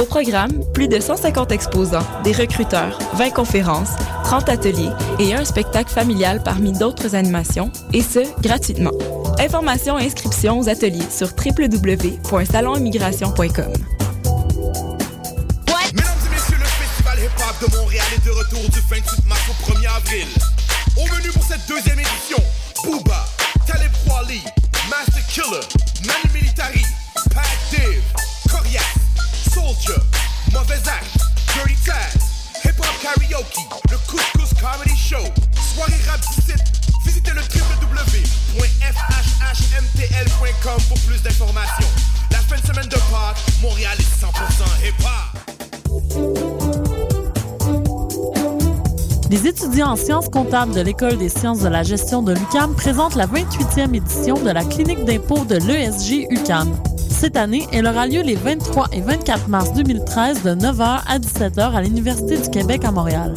Au programme, plus de 150 exposants, des recruteurs, 20 conférences, 30 ateliers et un spectacle familial parmi d'autres animations, et ce, gratuitement. Informations et inscriptions aux ateliers sur www.salonimmigration.com. Mesdames et messieurs, le Festival Hip Hop de Montréal est de retour du 28 mars au 1er avril. Au menu pour cette deuxième édition, Booba, Talib Kweli, Master Killer, Manu Militari, Pat Div, Corias, Soldier, Mauvais Act, Dirty Taz, Hip Hop Karaoke, le Couscous Comedy Show, Soirée Rap 17, visitez le www.fhhmtl.com pour plus d'informations. La fin de semaine de Pâques, Montréal est 100% hip hop. Les étudiants en sciences comptables de l'École des sciences de la gestion de l'UCAM présentent la 28e édition de la clinique d'impôt de l'ESG UCAM. Cette année, elle aura lieu les 23 et 24 mars 2013 de 9h à 17h à l'Université du Québec à Montréal.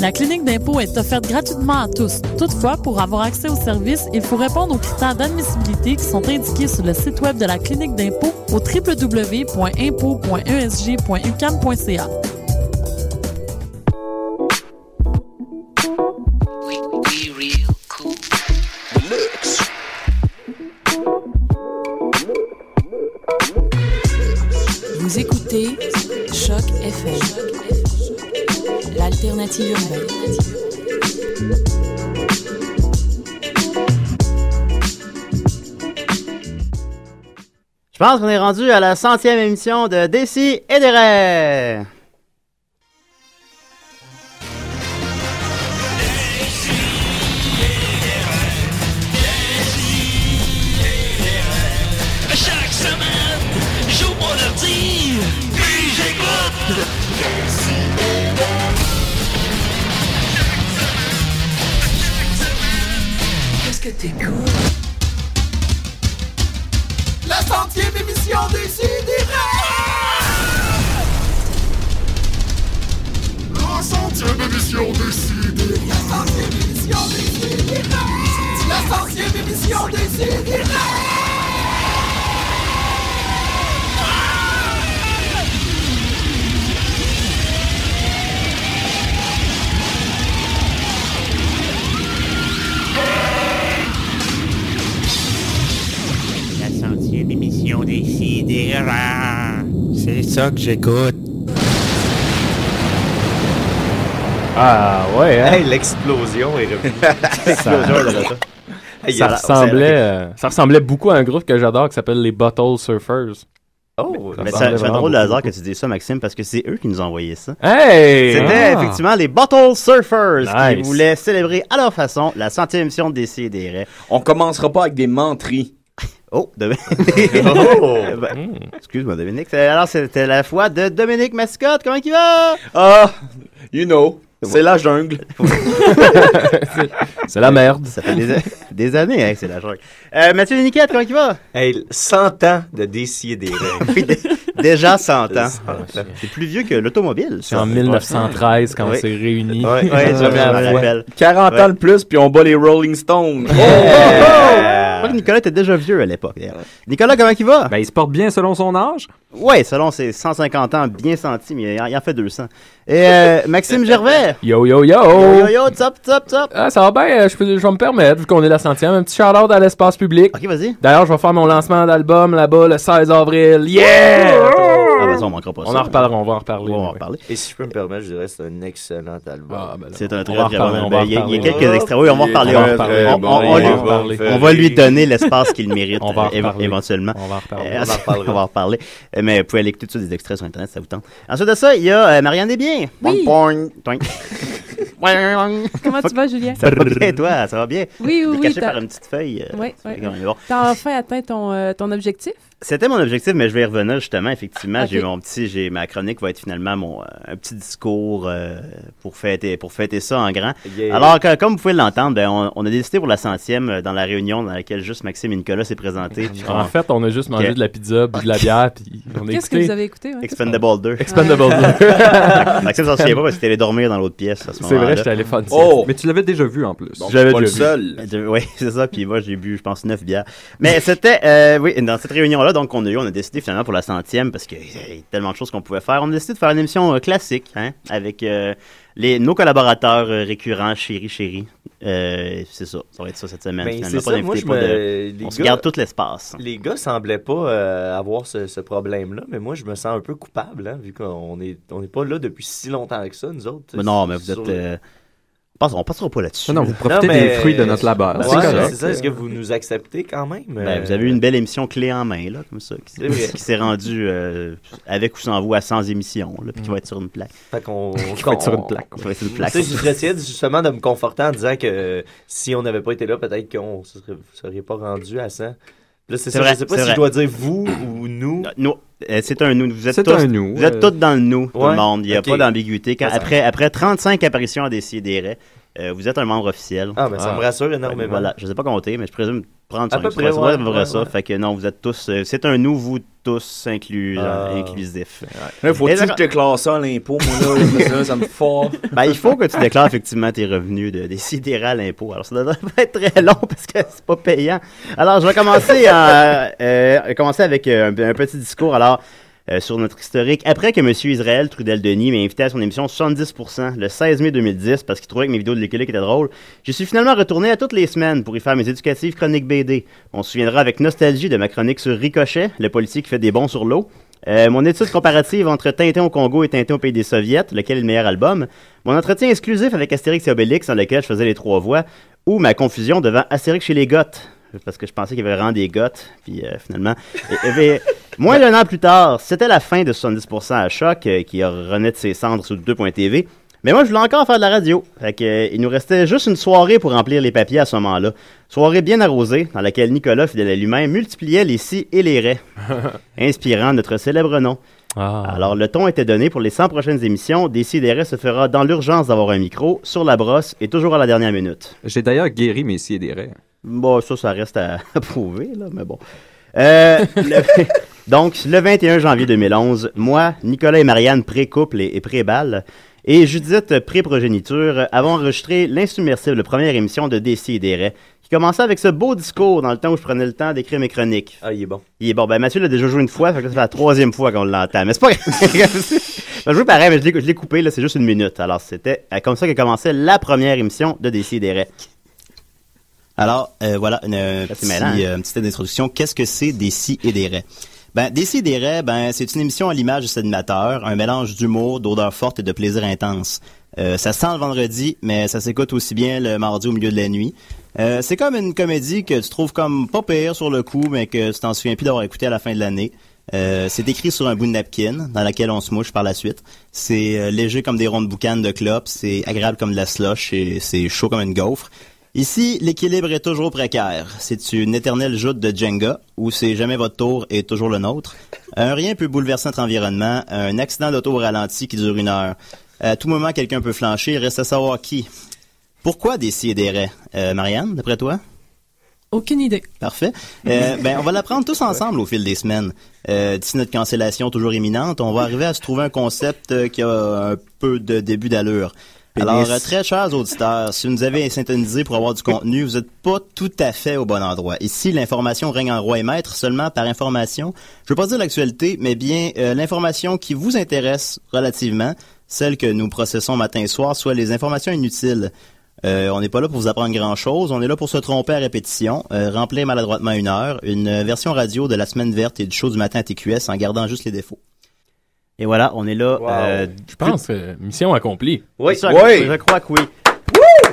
La clinique d'impôt est offerte gratuitement à tous. Toutefois, pour avoir accès au service, il faut répondre aux critères d'admissibilité qui sont indiqués sur le site web de la clinique d'impôt au E www.impôt.esg.ucam.ca. Vous écoutez Choc FM, l'alternative urbaine. Je pense qu'on est rendu à la centième émission de Décis et des rêves. Chaque semaine, j'ouvre mon ordi, puis j'écoute. Qu'est-ce que t'écoutes? La centième émission des Sidérés! La centième émission des Sidérés! La centième émission des Sidérés! La centième émission des Sidérés! La centième émission des Sidérants. C'est ça que j'écoute. Ah ouais, hein? Hey, l'explosion est revenue. L'explosion est de retour. Hey, ça, euh, ressemblait, euh, ça ressemblait beaucoup à un groupe que j'adore qui s'appelle les Bottle Surfers. Oh, Ça mais ressemblait ça, c'est un vraiment drôle de beaucoup. hasard que tu dis ça, Maxime, parce que c'est eux qui nous ont envoyé ça. Hey! C'était Ah! effectivement les Bottle Surfers qui Nice. voulaient célébrer à leur façon la centième émission de Décis et des rêves. On commencera pas avec des menteries. Oh, Dominique. Oh! Ben, Excuse-moi, Dominique. C'est- Alors, c'était la foi de Dominique Mascotte. Comment il va? Ah, you know, c'est la jungle. C'est la merde. Ça fait des, des années, hein, que c'est la joie. Euh, Mathieu Niquette, comment il va? Hey, 100 ans de décider des règles. Oui, dé- déjà 100 ans. Ah, ans. C'est plus vieux que l'automobile. C'est en 1913 quand Oui. on s'est réunis. Ouais, Ouais, ouais, je me rappelle. 40 Ouais. Euh, ans de plus, puis on bat les Rolling Stones. Oh! Oh! Je crois que Nicolas était déjà vieux à l'époque. d'ailleurs. Nicolas, comment il va? Ben, il se porte bien selon son âge. Ouais, selon ses 150 ans bien sentis, mais il en, il en fait 200. Et euh, Maxime Gervais? Yo, yo, yo! Yo, yo, yo, top, top, top. Ah, ça va bien, euh, je, peux- je vais me permettre, vu qu'on est la centième, un petit shout-out à l'espace public. Ok, vas-y. D'ailleurs, je vais faire mon lancement d'album là-bas le 16 avril. Yeah! Ah, vas-y, on manquera pas On ça. en reparlera, on va en reparler. On va en oui. reparler. Et si je peux me permettre, je dirais que c'est un excellent album. Ah, ben là, C'est on- un on très, va en très bon reparler, on album. va en Il y a- il y a reparler. quelques extraits. Oui, on va en parler. va en on- reparler, on- on- on- va en on- reparler. On va lui donner l'espace qu'il mérite On va en euh, éve- reparler. éventuellement. On va en reparler. Euh, on va en reparler. Euh, Mais vous pouvez aller écouter tout ça, des extraits sur Internet, ça vous tente. Ensuite de ça, il y a euh, Marianne Desbiens. Oui. Toink. Toink. Comment tu vas, Julien? Ça va bien, toi? Ça va bien? Oui, oui, T'es oui. caché t'as- par une petite feuille. euh, Ouais, c'est ouais. quand même bon. T'as enfin atteint ton, euh, ton objectif? C'était mon objectif, mais je vais y revenir justement. Effectivement, j'ai Ok. mon petit, j'ai ma chronique va être finalement mon euh, un petit discours euh, pour fêter pour fêter ça en grand. Yeah. Alors que, comme vous pouvez l'entendre, ben, on, on a décidé pour la centième euh, dans la réunion dans laquelle juste Maxime et Nicolas s'est présenté. puis En fait, on a juste mangé de la pizza, bu de la bière, puis on a Ah, Qu'est-ce écouté- que vous avez écouté, ouais? Expendable 2. Expendable 2. Maxime s'en souvient pas parce qu'il allait dormir dans l'autre pièce à ce C'est moment-là. vrai, j'étais allé faire une Oh! Oh! Mais tu l'avais déjà vu en plus. Je l'avais déjà vu. Je- Oui, c'est ça. Puis moi, j'ai bu, je pense, neuf bières. Mais c'était, euh, oui, dans cette réunion-là, donc, on a eu, on a décidé finalement pour la centième, parce qu'il y a tellement de choses qu'on pouvait faire, on a décidé de faire une émission euh, classique, hein, avec euh, les, nos collaborateurs euh, récurrents, chéri, chéri. Euh, c'est ça. Ça va être ça cette semaine. Ben, finalement. c'est Pas ça, moi, d'invité, je pas me- de- les On se gars- garde tout l'espace. Les gars semblaient pas euh, avoir ce, ce problème-là, mais moi, je me sens un peu coupable, hein, vu qu'on n'est on est pas là depuis si longtemps que ça, nous autres. Mais non, mais vous Sur êtes. le- euh, passe- on passera pas là-dessus. Non, là. vous profitez Non, mais- des fruits de notre labeur. Ben, Ouais, c'est ça. Est-ce que vous nous acceptez quand même? Ben, vous avez eu une belle émission clé en main, là, comme ça, qui, Euh, C'est vrai. qui s'est rendue euh, avec ou sans vous à 100 émissions, là, puis qui va être sur une plaque. Mm. Fait qu'on. Qui va être sur une plaque. Qui va être sur une plaque. Tu sais, j'essayais justement de me conforter en disant que euh, si on n'avait pas été là, peut-être qu'on ne serait, vous seriez pas rendu à 100. Là, c'est C'est ça. vrai, je sais pas c'est si vrai. je dois dire vous ou nous. Nous. Euh, C'est un nous. Vous êtes, C'est tous, un nous, vous êtes tous euh, dans le nous, tout ouais, le monde. Il n'y a ok. pas d'ambiguïté. Quand- Ça, ça- Après, après 35 apparitions à Décideret, euh, vous êtes un membre officiel. Ah, ben, ça me rassure énormément. Voilà, je ne sais pas compter, mais je présume prendre À 5. peu près, ouais, ouais, ça. ouais. Fait que non, vous êtes tous. euh, C'est un nous, vous tous inclus, euh, Ah. inclusif. Là, faut-tu Et que je déclare ça à l'impôt, moi, là? Parce que là, ça me fort. Ben, il faut que tu déclares effectivement tes revenus de décider à l'impôt. Alors, ça devrait pas être très long parce que c'est pas payant. Alors, je vais commencer, euh, euh, commencer avec euh, un, un petit discours. Alors, euh, sur notre historique. Après que M. Israël Trudel-Denis m'a invité à son émission 70% le 16 mai 2010 parce qu'il trouvait que mes vidéos de l'écolique étaient drôles, je suis finalement retourné à toutes les semaines pour y faire mes éducatives chroniques BD. On se souviendra avec nostalgie de ma chronique sur Ricochet, le policier qui fait des bons sur l'eau. Euh, mon étude comparative entre Tintin au Congo et Tintin au pays des Soviets, lequel est le meilleur album, mon entretien exclusif avec Astérix et Obélix dans lequel je faisais les trois voix, ou ma confusion devant Astérix chez les Goths, parce que je pensais qu'il y avait vraiment des Goths, puis euh, finalement... et- et- mais moins d'un an plus tard, c'était la fin de 70% à choc, euh, qui renaît de ses cendres sur 2.tv, mais moi, je voulais encore faire de la radio. Fait que, euh, il nous restait juste une soirée pour remplir les papiers à ce moment-là. Soirée bien arrosée, dans laquelle Nicolas, fidèle à lui-même, multipliait les si et les raies, inspirant notre célèbre nom. Alors, le ton était donné pour les 100 prochaines émissions. Décideret se fera dans l'urgence d'avoir un micro, sur la brosse et toujours à la dernière minute. J'ai d'ailleurs guéri mes scies et des raies. Bon, ça, ça reste à, à prouver, là, mais bon. Euh, le- donc, le 21 janvier 2011, moi, Nicolas et Marianne, pré-couple et, et pré-balle, et Judith, pré-progéniture, euh, avons enregistré l'insubmersible première émission de DC et des Raies, qui commençait avec ce beau discours dans le temps où je prenais le temps d'écrire mes chroniques. Ah, il est bon. Il est bon. Ben, Mathieu l'a déjà joué une fois, fait que là, ça fait la troisième fois qu'on l'entend. Mais c'est pas grave. Je joue pareil, mais je l'ai- je l'ai coupé, là, c'est juste une minute. Alors, c'était euh, comme ça que commençait la première émission de DC et des Raies. Alors, euh, voilà, une, euh, petit, mêlant, hein? euh, une petite introduction. Qu'est-ce que c'est des si et des raies? Ben, des si et des raies, ben, c'est une émission à l'image de cet animateur, un mélange d'humour, d'odeur forte et de plaisir intense. Euh, ça sent le vendredi, mais ça s'écoute aussi bien le mardi au milieu de la nuit. Euh, c'est comme une comédie que tu trouves comme pas pire sur le coup, mais que tu t'en souviens plus d'avoir écouté à la fin de l'année. Euh, c'est écrit sur un bout de napkin dans laquelle on se mouche par la suite. C'est euh, léger comme des rondes boucanes de clopes, c'est agréable comme de la slush et c'est chaud comme une gaufre. Ici, l'équilibre est toujours précaire. C'est une éternelle joute de Jenga où c'est jamais votre tour et toujours le nôtre. Un rien peut bouleverser notre environnement, un accident d'auto au ralenti qui dure une heure. À tout moment, quelqu'un peut flancher, reste à savoir qui. Pourquoi des si et des raies? Euh, Marianne, d'après toi? Aucune idée. Parfait. Euh, ben, on va l'apprendre tous ensemble au fil des semaines. Euh, D'ici notre cancellation toujours imminente, on va arriver à se trouver un concept euh, qui a un peu de début d'allure. Pénis. Alors, euh, très chers auditeurs, si vous nous avez syntonisé pour avoir du contenu, vous n'êtes pas tout à fait au bon endroit. Ici, l'information règne en roi et maître seulement par information. Je ne veux pas dire l'actualité, mais bien euh, l'information qui vous intéresse relativement, celle que nous processons matin et soir, soit les informations inutiles. Euh, on n'est pas là pour vous apprendre grand-chose, on est là pour se tromper à répétition, euh, remplir maladroitement une heure, une euh, version radio de la semaine verte et du show du matin à TQS en gardant juste les défauts. Et voilà, on est là. euh, Je pense que mission accomplie. Oui, ça, je crois que oui.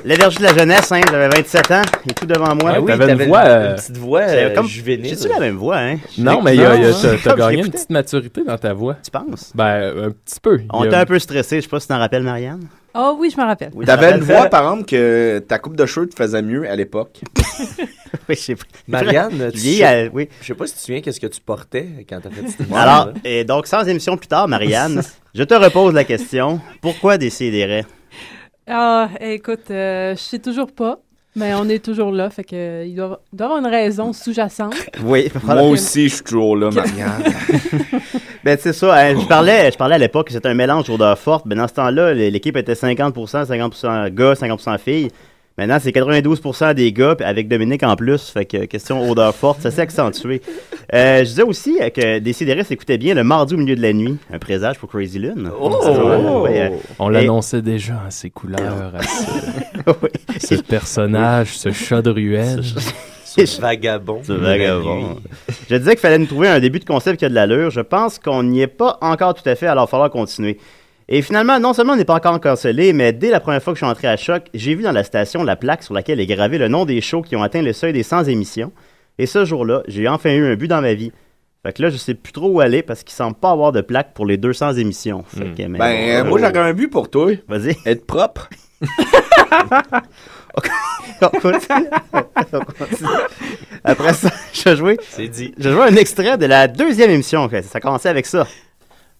L'énergie de la jeunesse, hein, j'avais 27 ans, il est tout devant moi. Ah oui, T'avais une t'avais voix, une- euh, une petite voix, euh, juvénile. J'ai-tu la même voix, hein? Non, mais il y a- il y a- t'as- t'as Comme gagné une j'écoutais. petite maturité dans ta voix. Tu penses? Ben, un petit peu. On Il y était a- un peu stressé, je sais pas si t'en rappelles, Marianne. Oh oui, je me rappelle. T'avais une voix, par exemple, que ta coupe de cheveux te faisait mieux à l'époque. oui, je sais pas. Marianne, tu Lié sais- à- oui. je sais pas si tu te souviens qu'est-ce que tu portais quand t'as fait cette Alors, et donc, sans émission plus tard, Marianne, je te repose la question. Pourquoi décider Ah, écoute, euh, je sais toujours pas, mais on est toujours là, fait que euh, il doit, il doit avoir une raison sous-jacente. Oui, Moi aussi, je suis toujours là, Marianne. Ben, c'est ça. hein, je, parlais, je parlais à l'époque que c'était un mélange d'odeurs fortes. Mais dans ce temps-là, l- l'équipe était 50 50 gars, 50 filles. Maintenant, c'est 92 des gars, puis avec Dominique en plus. Fait que, question odeur forte, ça s'est accentué. Euh, je disais aussi euh, que Décideret s'écoutait bien le mardi au milieu de la nuit. Un présage pour Crazy Lune. Oh! Ouais, euh, On et- l'annonçait déjà à ses couleurs, à ce, ce personnage, ce chat de ruelle. Ce vagabond. Ce vagabond. Je disais qu'il fallait nous trouver un début de concept qui a de l'allure. Je pense qu'on n'y est pas encore tout à fait, alors il va falloir continuer. Et finalement, non seulement on n'est pas encore cancellé, mais dès la première fois que je suis entré à Choc, j'ai vu dans la station la plaque sur laquelle est gravé le nom des shows qui ont atteint le seuil des 100 émissions. Et ce jour-là, j'ai enfin eu un but dans ma vie. Fait que là, je sais plus trop où aller parce qu'il semble pas avoir de plaque pour les 200 émissions. Fait que, mais Ben, bon, moi, euh, j'aurais un but pour toi. Vas-y. Être propre. on continue. On continue. Après ça, je jouais. C'est dit. Je jouais un extrait de la deuxième émission. que Ça commençait avec ça.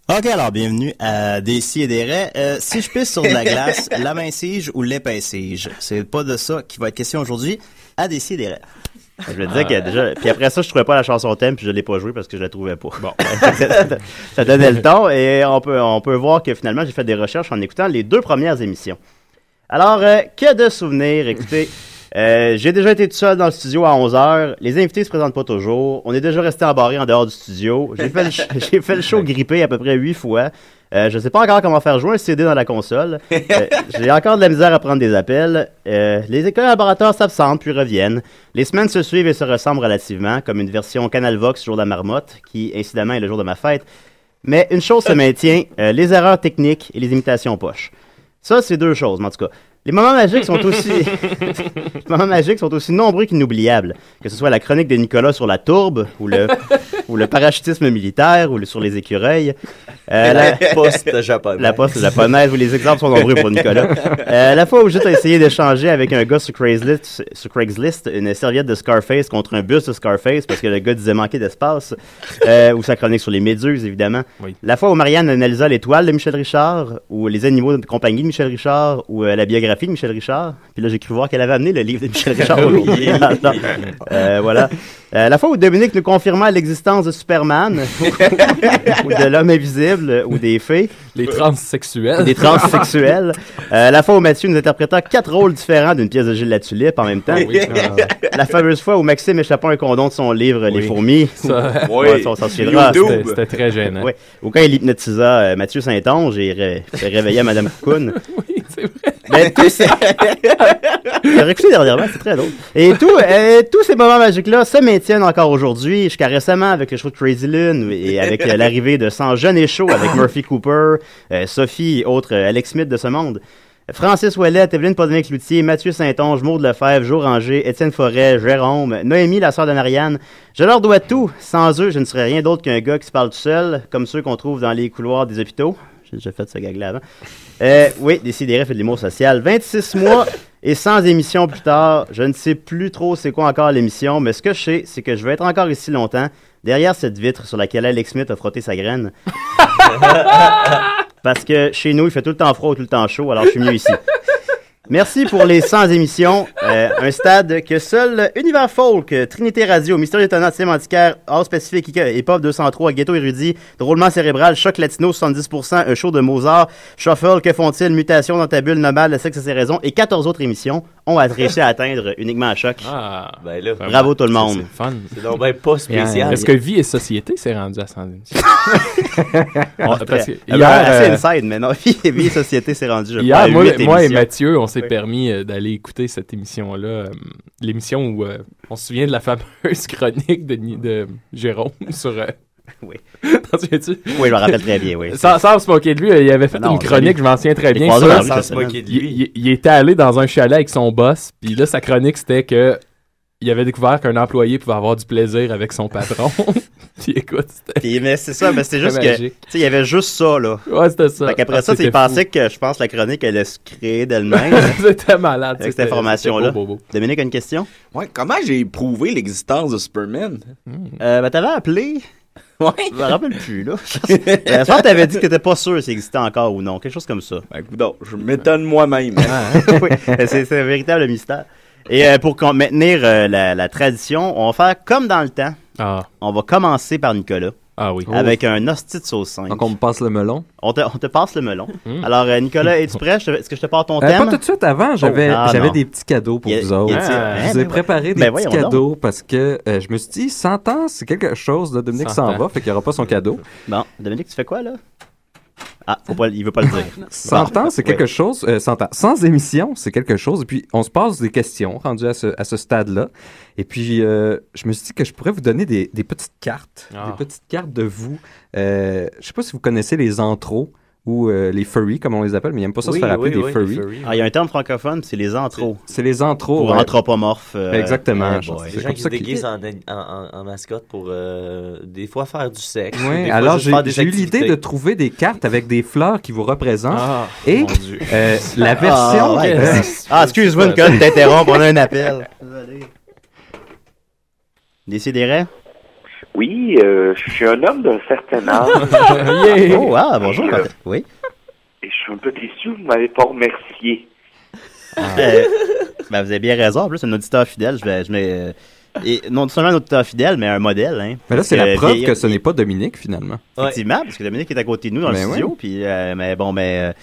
OK, alors bienvenue à Décis et des Raies. Euh, si je pisse sur de la glace, l'amincige ou l'épaissige? C'est pas de ça qui va être question aujourd'hui à Décis et des Raies. Je veux dire que déjà. Puis après ça, je trouvais pas la chanson thème, puis je l'ai pas jouée parce que je la trouvais pas. Bon. ça donnait le ton, et on peut, on peut voir que finalement, j'ai fait des recherches en écoutant les deux premières émissions. Alors, euh, que de souvenirs. Écoutez, euh, j'ai déjà été tout seul dans le studio à 11h. Les invités se présentent pas toujours. On est déjà resté embarré en dehors du studio. J'ai fait, le ch- j'ai fait le show grippé à peu près huit fois. Euh, je sais pas encore comment faire jouer un CD dans la console. Euh, j'ai encore de la misère à prendre des appels. Euh, les collaborateurs s'absentent puis reviennent. Les semaines se suivent et se ressemblent relativement, comme une version Canal Vox jour de la marmotte, qui incidemment est le jour de ma fête. Mais une chose se maintient, euh, les erreurs techniques et les imitations poches. Ça, c'est deux choses, mais en tout cas. Les moments magiques sont aussi... les moments magiques sont aussi nombreux qu'inoubliables, que ce soit la chronique de Nicolas sur la tourbe, ou le, ou le parachutisme militaire, ou le- sur les écureuils. Euh, La poste japonaise. La poste japonaise, où les exemples sont nombreux pour Nicolas. Euh, la fois où j'ai essayé d'échanger avec un gars sur Craigslist, sur Craigslist une serviette de Scarface contre un bus de Scarface parce que le gars disait manquer d'espace, euh, ou sa chronique sur les méduses, évidemment. La fois où Marianne analysa l'étoile de Michel Richard, ou les animaux de compagnie de Michel Richard, ou euh, la biographie de Michel Richard. Puis là, j'ai cru voir qu'elle avait amené le livre de Michel Richard. au Oui. Non, non. Euh, voilà. Euh, la fois où Dominique nous confirma l'existence de Superman, ou de l'homme invisible, euh, ou des fées. Les transsexuels. Des transsexuels. Euh, la fois où Mathieu nous interpréta quatre rôles différents d'une pièce de Gilles La Tulipe en même temps. Ah oui. Ah ouais. La fameuse fois où Maxime échappa un condom de son livre Les fourmis. Ça- Ouais, Oui. ça, on s'en souviendra. YouTube. C'était- c'était très gênant. Ouais. Ou quand il hypnotisa euh, Mathieu Saint-Onge et ré- fait réveiller Madame Ben, Cocoon. oui, c'est vrai. Mais tout ça. J'ai réécouté dernièrement, Ah c'est très drôle. Et tout, euh, tous ces moments magiques-là se maintiennent encore aujourd'hui, jusqu'à récemment avec le show de Crazy Lune et avec euh, l'arrivée de 100 jeunes et chauds avec Murphy Cooper, euh, Sophie et autres euh, Alex Smith de ce monde. Francis Ouellet, Evelyne Podinick-Loutier, Mathieu Saint-Onge, Maud Lefebvre, Jo Ranger, Étienne Forêt, Jérôme, Noémie, la sœur de Marianne. Je leur dois tout. Sans eux, je ne serais rien d'autre qu'un gars qui se parle tout seul, comme ceux qu'on trouve dans les couloirs des hôpitaux. J'ai déjà fait ce gag-là avant. Euh, oui, Décidéré fait de l'humour social. 26 mois et sans émission plus tard. Je ne sais plus trop c'est quoi encore l'émission, mais ce que je sais, c'est que je vais être encore ici longtemps, derrière cette vitre sur laquelle Alex Smith a frotté sa graine. Parce que chez nous, il fait tout le temps froid, tout le temps chaud, alors je suis mieux ici. Merci pour les 100 émissions. Euh, un stade que seul Univers Folk, euh, Trinité Radio, Mystère Étonnant, Cinéma Antiquaire, Hors Spécifique, Ika- Épave 203, Ghetto Érudit, Drôlement Cérébral, Choc Latino 70%, Un Show de Mozart, Shuffle, Que font-ils, Mutation dans ta bulle, Nomade, Le Sexe et ses raisons et 14 autres émissions ont à- réussi à atteindre uniquement à Choc. Ben là, Bravo tout le monde. C'est fun. C'est donc ben pas spécial. Est-ce que vie et société s'est rendu à 100 émissions? On- parce que Ah ben, hier, assez euh, inside, mais non, Vie vie et Société s'est rendu, je crois, Hier, à moi, huit moi et émissions. Mathieu, on s'est Oui. permis euh, d'aller écouter cette émission-là. euh, L'émission où euh, on se souvient de la fameuse chronique de, Ni- de Jérôme sur. euh, Oui. T'en souviens-tu? Oui, je me rappelle très bien, oui. Sans, sans se moquer de lui, euh, il avait fait Non, une salut. chronique, je m'en souviens très J'ai bien. croisé sur- dans la rue cette semaine. Il, il- il était allé dans un chalet avec son boss, puis là, sa chronique, c'était que il avait découvert qu'un employé pouvait avoir du plaisir avec son patron. Puis écoute, c'était. Puis, mais c'est ça, mais c'est juste C'était que. Tu magique. sais, il y avait juste ça, là. Ouais, c'était ça. Fait qu'après Ah, ça, tu sais, il c'était pensait que, je pense, la chronique allait se créer d'elle-même. c'était malade. Avec cette c'était- information-là. c'était beau, beau, Dominique a une question? Ouais, comment j'ai prouvé l'existence de Superman? Euh, ben, t'avais appelé. Ouais. Je me rappelle plus, là. Euh, Je pense que t'avais dit que t'étais pas sûr si existait encore ou non. Quelque chose comme ça. Ben, écoute, je m'étonne moi-même. oui, hein? c'est c'est un véritable mystère. Et euh, pour qu'on- maintenir euh, la, la tradition, on va faire comme dans le temps. On va commencer par Nicolas. Ah oui. Avec un hostie de sauce 5. Donc on me passe le melon. On te, on te passe le melon. Hmm. Mm. Alors euh, Nicolas, es-tu prêt? Je te- Est-ce que je te porte ton Euh, thème? pas tout de suite avant, j'avais Oh. Ah, j'avais non. des petits cadeaux pour Y a- vous autres. y a-t-il- Ah. Hein, je vous ai ben préparé voyons. Ben des petits voyons donc. cadeaux parce que euh, je me suis dit 100 ans, c'est quelque Oh. chose. Là, Dominique 100 s'en ans. va, fait qu'il n'aura pas son cadeau. Bon, Dominique, tu fais quoi là? Ah, faut pas, il veut pas le dire. 100 Bon. ans, c'est quelque Oui. chose. euh, 100 ans. Sans émission, c'est quelque chose. Et puis, on se passe des questions rendues à ce, à ce stade-là. Et puis, euh, je me suis dit que je pourrais vous donner des, des petites cartes. Des petites cartes de vous. Euh, je sais pas si vous connaissez les antros ou euh, les furries, comme on les appelle, mais ils n'aiment pas ça se faire appeler des furries. Ah, il y a un terme francophone, c'est les antros. C'est les antros. Pour ouais. anthropomorphes. euh, Exactement. ouais, je pense boy. Les que c'est gens comme qui se ça qu'ils- déguisent en, en, en- en mascotte pour euh, des fois faire du sexe. Ouais, des fois alors juste j'ai faire des j'ai eu activités. l'idée de trouver des cartes avec des fleurs qui vous représentent. Ah, et mon Dieu. euh, la Ah, version. ouais. euh, Ah, excuse-moi, Nicole, de t'interrompre, on a un appel. Décidérez. Oui, euh, je suis un homme d'un certain âge. Oh, ah, bonjour. Et, euh, Quentin. Oui. et je suis un peu déçu, vous m'avez pas remercié. Euh, ben, vous avez bien raison. En plus, un auditeur fidèle, je vais. Je mets, euh, et non seulement un auditeur fidèle, mais un modèle. Hein, Mais là, Parce c'est la preuve vieillir- que ce n'est pas Dominique finalement. Effectivement, parce que Dominique est à côté de nous dans Ben le ouais. studio. Puis, euh, mais bon, mais. euh,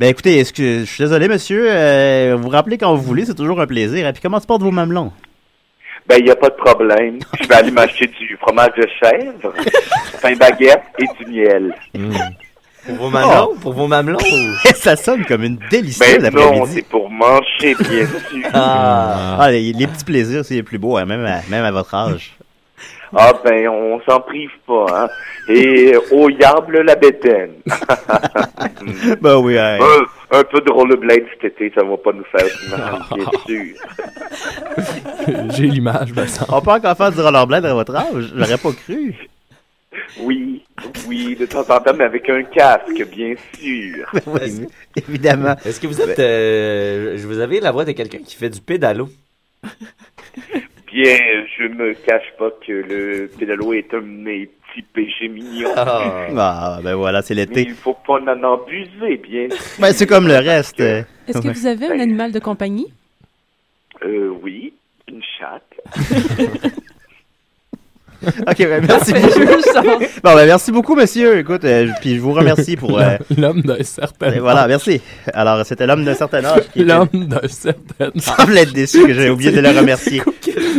ben écoutez, est-ce que- je suis désolé, monsieur. euh, vous rappelez quand vous voulez, c'est toujours un plaisir. Et puis, comment se portent vos mamelons? Ben, il n'y a pas de problème. Je vais aller m'acheter du fromage de chèvre, pain baguette et du miel. Mmh. Pour vos mamelons? Pour vos mamelons? Ça sonne comme une délicieuse Ben non, après-midi. c'est pour manger, bien sûr. Ah, les, les petits plaisirs, c'est les plus beaux, hein, même, à, même à votre âge. Ah ben, on s'en prive pas, hein. Et au yable, la bétaine. ben oui, hein. un, un peu de rollerblade cet été, ça va pas nous faire du mal, bien sûr. J'ai l'image, ben ça. On peut encore faire du rollerblade à votre âge? J'aurais pas cru. Oui, oui, de temps en temps, mais avec un casque, bien sûr. évidemment. Est-ce que vous êtes. euh, je vous avez la voix de quelqu'un qui fait du pédalo. Bien, je me cache pas que le pédalo est un de mes petits péchés mignons. Ah, ben voilà, c'est Mais l'été. il faut pas en abuser, bien sûr. Ben, c'est comme le reste. euh. Est-ce que Ouais. vous avez un animal de compagnie? Euh, oui, une chatte. OK, ben merci Parfait, je le beaucoup. sens. bon, ben merci beaucoup, monsieur. Écoute, euh, je- puis je vous remercie pour... euh, L'homme d'un certain et voilà, merci. Alors, c'était l'homme d'un certain âge qui... L'homme d'un certain âge. semble être déçu que j'ai oublié de le remercier.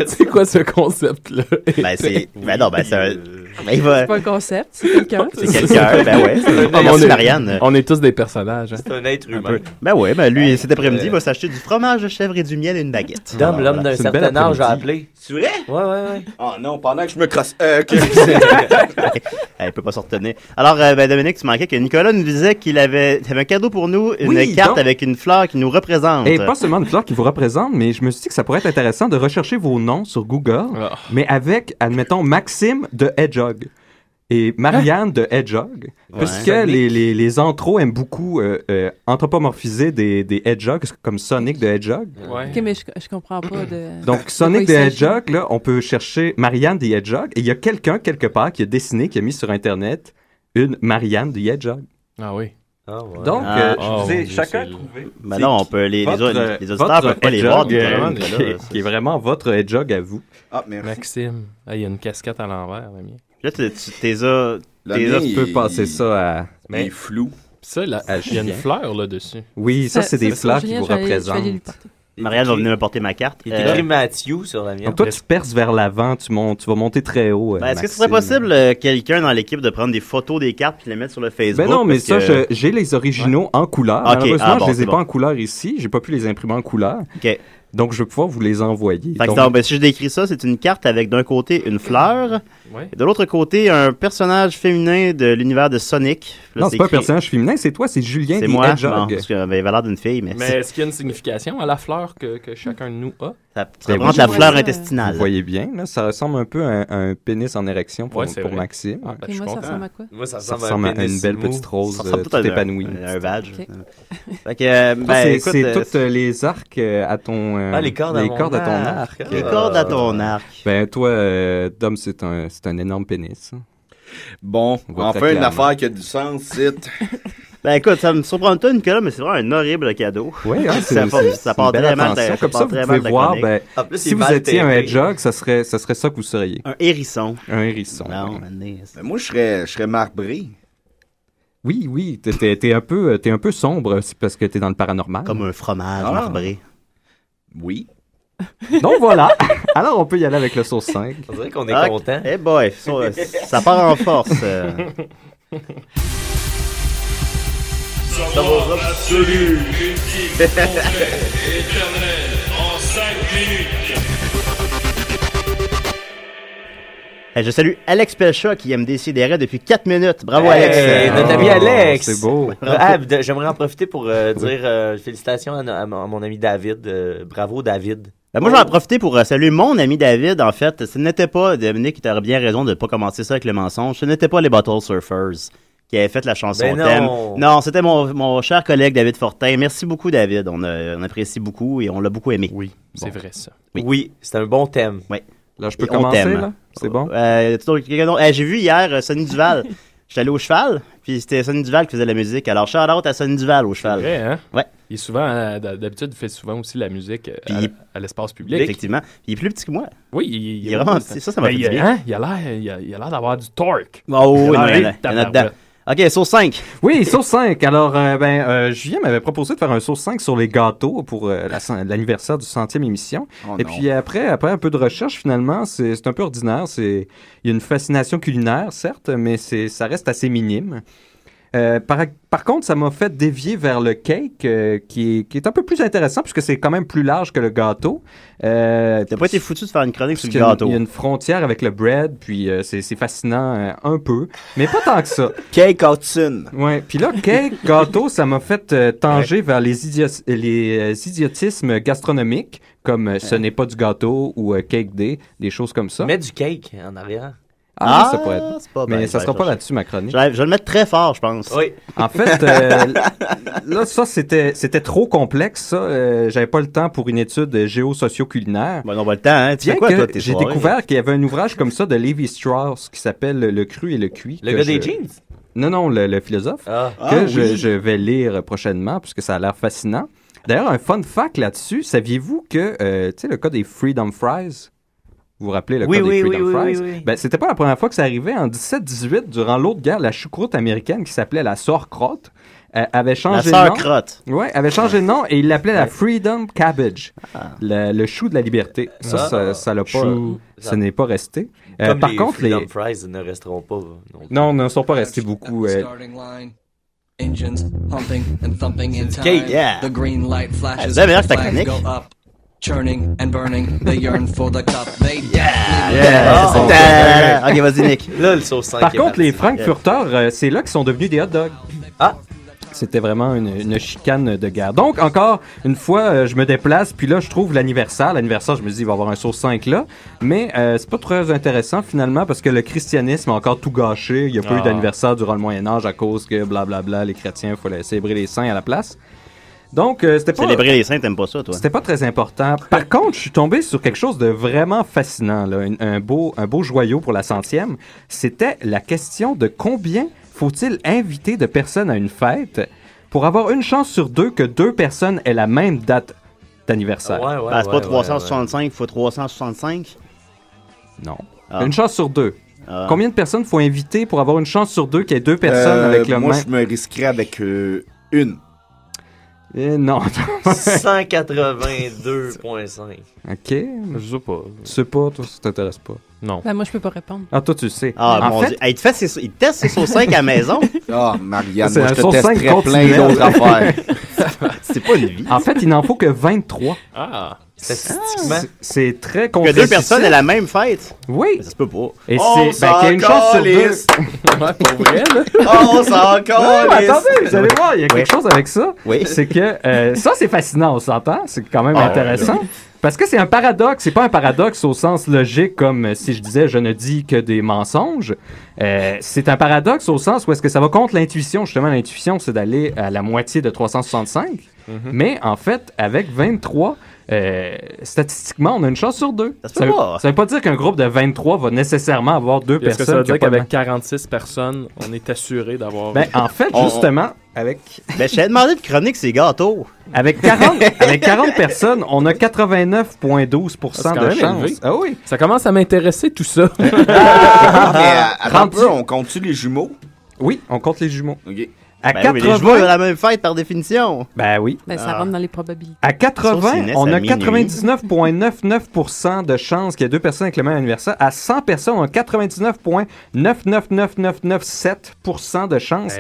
C'est quoi ce concept-là? Ben, c'est... Ben non, ben c'est un... ben, il va... C'est pas un concept, c'est quelqu'un. C'est quelqu'un, ben ouais. Ah, mais on Merci, est- Marianne. On est tous des personnages. hein. C'est un être humain. Ben ouais, ben lui, cet après-midi, il va s'acheter du fromage de chèvre et du miel et une baguette. Dom, l'homme d'un certain âge, a appelé. appelé. C'est vrai? Ouais, ouais, ouais. Ah non, pendant que je me crosse. Euh, ok. Elle Eh, peut pas s'en retenir. Alors, euh, ben, Dominique, tu manquais que Nicolas nous disait qu'il avait, il avait un cadeau pour nous, une Oui, carte donc. avec une fleur qui nous représente. Et pas seulement une fleur qui vous représente, mais je me suis dit que ça pourrait être intéressant de rechercher vos noms sur Google, Ah. mais avec, admettons, Maxime de Hedgehog et Marianne de Hedgehog. Ouais. Puisque Sonic. les, les, les anthros aiment beaucoup euh, euh, anthropomorphiser des, des Hedgehogs, comme Sonic de Hedgehog. Ok, mais je, je comprends pas de. Donc, Sonic the Hedgehog, là, on peut chercher Marianne the Hedgehog. Et il y a quelqu'un, quelque part, qui a dessiné, qui a mis sur Internet une Marianne the Hedgehog. Ah oui. Donc, Ah. euh, je Oh, vous ai mon Dieu, chacun c'est le- trouvé. Ben c'est non, on qui peut- les- les votre- autres- les auditeurs votre peuvent pas les voir, hedgehog, littéralement, euh, mais là, qui, euh, est- qui est vraiment votre hedgehog à vous. Ah, Maxime. Ah, il y a une casquette à l'envers, le mien. Là, tu tu- t'es a. Le t'es mien, a- il peut passer ça à. Mais- il est flou. Ça, là, À il y a une Julien. fleur là-dessus. Ah, Oui, ça, Ça, c'est des ça, c'est fleurs qui Julien, vous je vais aller- je vais représentent. aller lui porter. Marianne va venir me porter ma carte. Il Euh, est écrit Mathieu sur la mienne. Donc, toi, tu perces vers l'avant, tu, montes, tu vas monter très haut. euh, ben, Est-ce que ce Maxime. serait possible, euh, quelqu'un dans l'équipe, de prendre des photos des cartes puis les mettre sur le Facebook? Ben non, mais parce ça, que- je- j'ai les originaux en couleur. Ok, Malheureusement, ah, bon, je les c'est ai bon. pas en couleur ici. J'ai pas pu les imprimer en couleur. OK. Donc, je vais pouvoir vous les envoyer. Fait que Donc- donc, ben, si je décris ça, c'est une carte avec d'un côté une fleur, Ouais. et de l'autre côté un personnage féminin de l'univers de Sonic. Là, non, c'est pas un écrit- personnage féminin, c'est toi, c'est Julien C'est the moi, Hedgehog. non, parce que, ben, il avait l'air d'une fille, mais, Mais est-ce qu'il y a une signification à la fleur que, que chacun de nous a? Ça représente la fleur intestinale. Vous voyez bien, là, ça ressemble un peu à un, à un pénis en érection pour, Ouais, c'est pour vrai. Maxime. Ah, ben, Et je moi, ça comprends. ressemble à quoi? Moi, ça Ça ressemble à ressemble un à, une pénis belle mou. petite rose Ça euh, ressemble tout tout à un- épanouie. un badge. Ok. Fait que, euh, ben, Ah, c'est écoute, c'est euh, toutes euh, les arcs euh, à ton... euh, Ah, les cordes à mon cordes ton arc. arc. Les cordes à ton arc. Ben, toi, euh, Dom, c'est un, c'est un énorme pénis. Bon, enfin une affaire qui a du sens, c'est. Ben écoute, ça me surprend tout, Nicolas, mais c'est vraiment un horrible cadeau. Oui, hein, c'est ça, part- c'est- ça c'est une part belle très mal. attention. ta- ça Comme part ça, vous très mal pouvez ta voir, chronique. ben, si vous étiez un hedgehog, ça serait, ça serait ça que vous seriez. Un hérisson. Un hérisson. Ben, moi, je serais, je serais marbré. Oui, oui, t'es- t'es t'es un, peu- euh, t'es un peu sombre c'est parce que t'es dans le paranormal. Comme un fromage Ah. marbré. Oui. Donc voilà. Alors on peut y aller avec le source 5. On dirait qu'on est Ah, content. Eh boy, ça, ça part en force. euh. Savoir absolu, ultime, complet, éternel, en 5 minutes. Eh, Je salue Alex Pelcha qui aime décider depuis 4 minutes. Bravo Hey, Alex. notre ami Alex. Ah, c'est beau. Ah, de- J'aimerais en profiter pour euh, dire euh, félicitations à, no- à mon à mon ami David. Euh, bravo David. Ben, moi, je vais en profiter pour euh, saluer mon ami David. En fait, ce n'était pas, Dominique, tu aurais bien raison de ne pas commencer ça avec le mensonge, ce n'était pas les Bottle Surfers qui avaient fait la chanson Ben non. thème. Non, c'était mon, mon cher collègue David Fortin. Merci beaucoup, David. On, a- on apprécie beaucoup et on l'a beaucoup aimé. Oui, c'est vrai, ça. Oui, c'est un bon thème. Oui. Là, je peux commencer, là? C'est bon? Euh, J'ai vu hier euh, Sonny Duval. J'étais allé au cheval, puis c'était Sonny Duval qui faisait la musique. Alors, shout out à Sonny Duval au cheval. vrai, hein? Ouais. Il est souvent, euh, d- d'habitude, il fait souvent aussi la musique euh, à, à l'espace public. Effectivement. Puis il est plus petit que moi. Oui, il, il- Il est vraiment petit. Ça, ça m'a Mais fait il, a- du bien. hein, il a l'air, il a, il a l'air d'avoir du torque. Oh, Il oui, a non, l'air il y en a- il y en a dedans. tabarouette. OK, sauce 5. Oui, sauce 5. Alors, euh, ben, euh, Julien m'avait proposé de faire un sauce 5 sur les gâteaux pour euh, la cent- l'anniversaire du centième émission. Oh Et non. puis après, après un peu de recherche, finalement, c'est c'est un peu ordinaire. C'est- Il y a une fascination culinaire, certes, mais c'est- ça reste assez minime. Euh, par, par contre, ça m'a fait dévier vers le cake, euh, qui, est, qui est un peu plus intéressant, puisque c'est quand même plus large que le gâteau. Euh, T'as pas été foutu de faire une chronique sur parce le qu'il y a gâteau. une- Il y a une frontière avec le bread, puis euh, c'est c'est fascinant euh, un peu, mais pas tant que ça. cake Hudson. Ouais, puis là, cake, gâteau, ça m'a fait euh, tanger vers les, idios- les euh, idiotismes gastronomiques, comme euh, ce n'est pas du gâteau ou euh, cake day, des choses comme ça. Mets du cake en arrière. Ah, ça pourrait être. c'est pas ben, mais bête, ça ouais, sera pas je- là-dessus, ma chronique. Je vais, je vais le mettre très fort, je pense. Oui. En fait, euh, là, ça, c'était, c'était trop complexe, ça. Euh, j'avais pas le temps pour une étude géo-socio-culinaire. Ben non, pas le temps, hein. Tu fais quoi, toi, tes J'ai soirées? découvert qu'il y avait un ouvrage comme ça de Levi Strauss qui s'appelle Le cru et le cuit. Le que gars des je- jeans? Non, non, le, le philosophe. Ah. Que Ah, je, oui. je vais lire prochainement, puisque ça a l'air fascinant. D'ailleurs, un fun fact là-dessus, saviez-vous que, euh, tu sais, le cas des Freedom Fries, vous vous rappelez le Oui, cas oui, des Freedom oui, oui, Fries? oui, oui. Ben, c'était pas la première fois que ça arrivait. En 17-18, durant l'autre guerre, la choucroute américaine qui s'appelait la sauerkraut euh, avait changé de La nom. sauerkraut. Ouais, avait changé de nom et il l'appelait la Freedom Cabbage, Ah. le, le chou de la liberté. Ça, Ah. ça, ça l'a pas, Chou. ça n'est pas resté. Euh, Comme par les contre, Freedom Ah, les, Fries ne resteront pas. non. non, ne sont pas restés beaucoup. euh, starting line. Engines humping and thumping in time. Okay, yeah. The green light flashes. Ah, d'ailleurs, the c'est flags technique. go up. Churning and burning, they yearn for the cup. They yeah, yeah, c'est ta- Oh, Ok, vas-y, Nick. Là, le sauce 5 Par contre, les frankfurters, euh, c'est là qu'ils sont devenus des hot dogs. Ah! C'était vraiment une, une chicane de guerre. Donc, encore une fois, euh, je me déplace, puis là, je trouve l'anniversaire. L'anniversaire, je me dis, il va y avoir un sauce 5 là. Mais euh, c'est pas très intéressant, finalement, parce que le christianisme a encore tout gâché. Il n'y a pas Ah. eu d'anniversaire durant le Moyen-Âge à cause que, blablabla, les chrétiens, il fallait célébrer les saints à la place. Donc, euh, c'était pas... Célébrer les saints, t'aimes pas ça, toi? C'était pas très important. Par contre, je suis tombé sur quelque chose de vraiment fascinant, là. Un, un beau, un beau joyau pour la centième. C'était la question de combien faut-il inviter de personnes à une fête pour avoir une chance sur deux que deux personnes aient la même date d'anniversaire. Ben, c'est pas 365 x 365? Non. Ah. Une chance sur deux. Ah. Combien de personnes faut inviter pour avoir une chance sur deux qu'il y ait deux personnes Euh, avec le Moi, même... je me risquerais avec euh, une. Eh, non. 182.5. OK. Je sais pas. Tu sais pas, toi, ça t'intéresse pas. Non. Ben, moi, je peux pas répondre. Ah, toi, tu le sais. Ah, En mon fait- Dieu. Hey, il, te fait ses- il teste ses sauces 5 à la maison? Ah, Marianne, C'est moi, un je te source testerais cinq plein d'autres affaires. continuel. C'est pas une vie. En fait, il n'en faut que 23. Ah! Statistiquement. C'est- C'est très Que compliqué. deux personnes aient la même fête? Oui. Ça se peut pas. Et On c'est ben, s'en qu'il y a une chance sur calisse. deux. ouais, pour vrai, là. Oh, On s'en Non, mais calisse. attendez, vous allez voir, il y a quelque chose avec ça. Oui. C'est que euh, ça, c'est fascinant, on s'entend. C'est quand même Ah, intéressant. ouais. Parce que c'est un paradoxe. C'est pas un paradoxe au sens logique, comme euh, si je disais je ne dis que des mensonges. Euh, c'est un paradoxe au sens où est-ce que ça va contre l'intuition. Justement, l'intuition, c'est d'aller à la moitié de 365. Mm-hmm. Mais en fait, avec 23, euh, statistiquement, on a une chance sur deux. Ça, se peut veut, pas. ça veut pas dire qu'un groupe de 23 va nécessairement avoir deux Est-ce que ça personnes. veut qui ont dire pas de qu'avec 46 personnes, on est assuré d'avoir. ben, en fait, On- justement, avec. Ben, je t'avais demandé de chronique ces gâteaux. Avec 40, avec 40 personnes, on a 89,12 C'est quand de même chance. élevé. Ah oui. euh, Ça commence à m'intéresser tout ça. attends un peu, on compte-tu les jumeaux? Oui, on compte les jumeaux. OK. À Ben oui, mais les 80. jumeaux ont la même fête par définition. Ah. Ben oui. Ben, ça rentre dans les probabilités. À 80, Saucinette on à a minuit. 99,99% de chances qu'il y ait deux personnes avec le même anniversaire. À 100 personnes, on a 99,999997% de chances.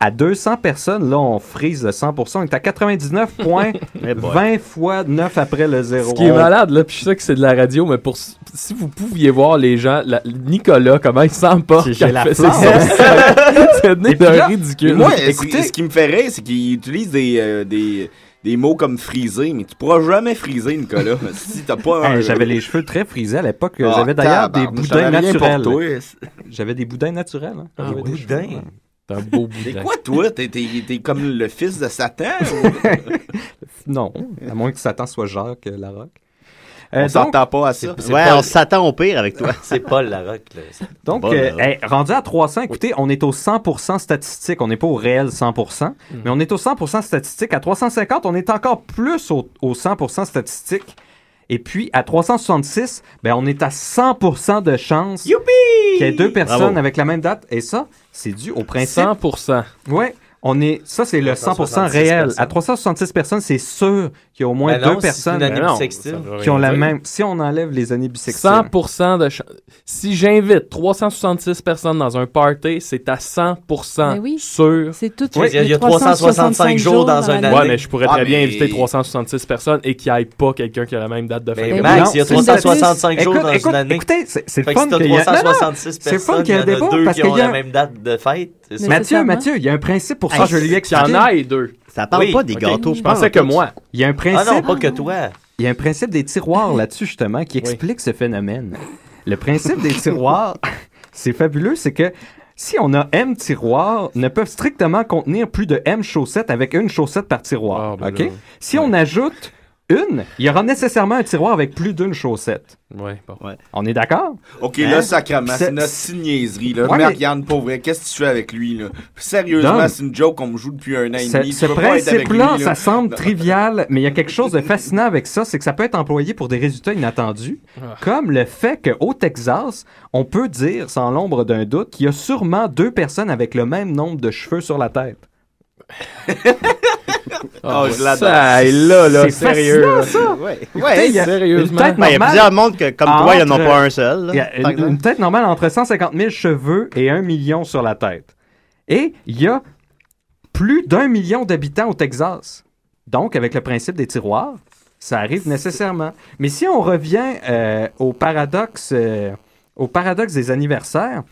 À 200 personnes, là, on frise le 100%. On est à 99,20 fois 9 après le Oh. 0. Ce qui est malade, là, puis je sais que c'est de la radio, mais pour si vous pouviez voir les gens, la- Nicolas, comment il s'emporte J'ai quand il la fait ses flamme. sourcils. C'est devenu Et puis là, d'un ridicule. Moi, écoutez, ce qui me fait rire, c'est qu'il utilise des, euh, des, des mots comme friser, mais tu pourras jamais friser, Nicolas, si t'as pas un. Hey, j'avais les cheveux très frisés à l'époque. Ah, J'avais d'ailleurs des tabarnak, boudins j'avais rien pour toi. naturels. J'avais des boudins naturels. hein. Ah, J'avais des cheveux, boudin. ouais. T'es un beau T'es boudin. quoi, toi? T'es, t'es, t'es comme le fils de Satan? Non, à moins que Satan soit Jacques euh, Larocque. Euh, On s'entend pas à ça. Ouais, on s'attend au pire avec toi. C'est Paul Larocque. Là. Donc, Bon, euh, alors. hein. hey, rendu à 300, écoutez, on est au 100% statistique. On n'est pas au réel 100%, Hmm. mais on est au 100% statistique. À 350, on est encore plus au, au 100% statistique. Et puis, à 366, ben, on est à 100% de chance qu'il y ait deux personnes Bravo. avec la même date. Et ça, c'est dû au principe. 100%. Ouais. On est, ça, c'est le 100% 366 réel. personnes. À 366 personnes, c'est sûr qu'il y a au moins Ben non, deux c'est personnes une année Ben non, bissextile. ça veut qui ont rien la dire. même. Si on enlève les années bisexuelles. 100% de chance. Si j'invite 366 personnes dans un party, c'est à 100% Mais oui. sûr. C'est tout Oui, les il y a 365 jours dans dans un l'année. Ouais, mais je pourrais Ah, très bien mais- inviter 366 personnes et qu'il n'y ait pas quelqu'un qui a la même date Ben de fête. Mais Max, il y a 365 jours Écoute, dans écoute, une année. écoutez, c'est- c'est le Fait que fun si t'as qu'il y ait- non, non, 366 c'est le fun personnes, qu'il y il y ait en débat deux parce qui qu'il ont y a- la même date de fête. c'est ça? Mathieu, Mathieu, il y a un principe pour ça, je vais lui expliquer. Oui. Ok. Je pensais que moi. Il y a un principe. Ah non, pas que toi. Il y a un principe des tiroirs là-dessus, justement, qui explique ce phénomène. Le principe des tiroirs, c'est fabuleux, c'est que si on a M tiroirs, ne peuvent strictement contenir plus de M chaussettes avec une chaussette par Ah, tiroir. ben OK? là. Si on ajoute une, il y aura nécessairement un tiroir avec plus d'une chaussette. Ouais, bon. On est d'accord? Ok, Hein? là, sacrement, c'est C'est- une hostie de niaiserie, là. Ouais, Merde, mais- Yann, pauvre, qu'est-ce que tu fais avec lui, là? Sérieusement, Dom. c'est une joke qu'on me joue depuis un an et Ce, demi. ce Tu peux pas être avec principe-là, lui, là. ça semble trivial, mais il y a quelque chose de fascinant avec ça, c'est que ça peut être employé pour des résultats inattendus, Ah. comme le fait qu'au Texas, on peut dire, sans l'ombre d'un doute, qu'il y a sûrement deux personnes avec le même nombre de cheveux sur la tête. Oh, Ah, je l'adore. Ça, et là, là, C'est sérieux. fascinant, là. ça. Ouais, Écoutez, il y a sérieusement. Une tête Ben, il y a normale plusieurs mondes que, comme toi, il n'y en a entre- pas un seul. là. il y a Par exemple. une, une tête normale entre 150 000 cheveux et 1 million sur la tête. Et il y a plus d'un million d'habitants au Texas. Donc, avec le principe des tiroirs, ça arrive nécessairement. Mais si on revient euh, au, paradoxe, euh, au paradoxe des anniversaires,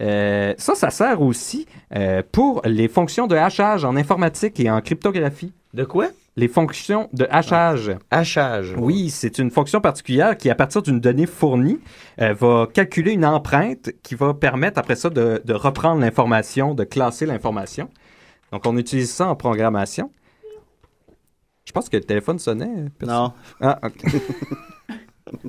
euh, ça, ça sert aussi euh, pour les fonctions de hachage en informatique et en cryptographie. De quoi? Ah, Les fonctions de hachage. Hachage. Oui, c'est une fonction particulière qui, à partir d'une donnée fournie, euh, va calculer une empreinte qui va permettre après ça de, de reprendre l'information, de classer l'information. Donc, on utilise ça en programmation. Je pense que le téléphone sonnait. euh, personne. Non. Ah, OK.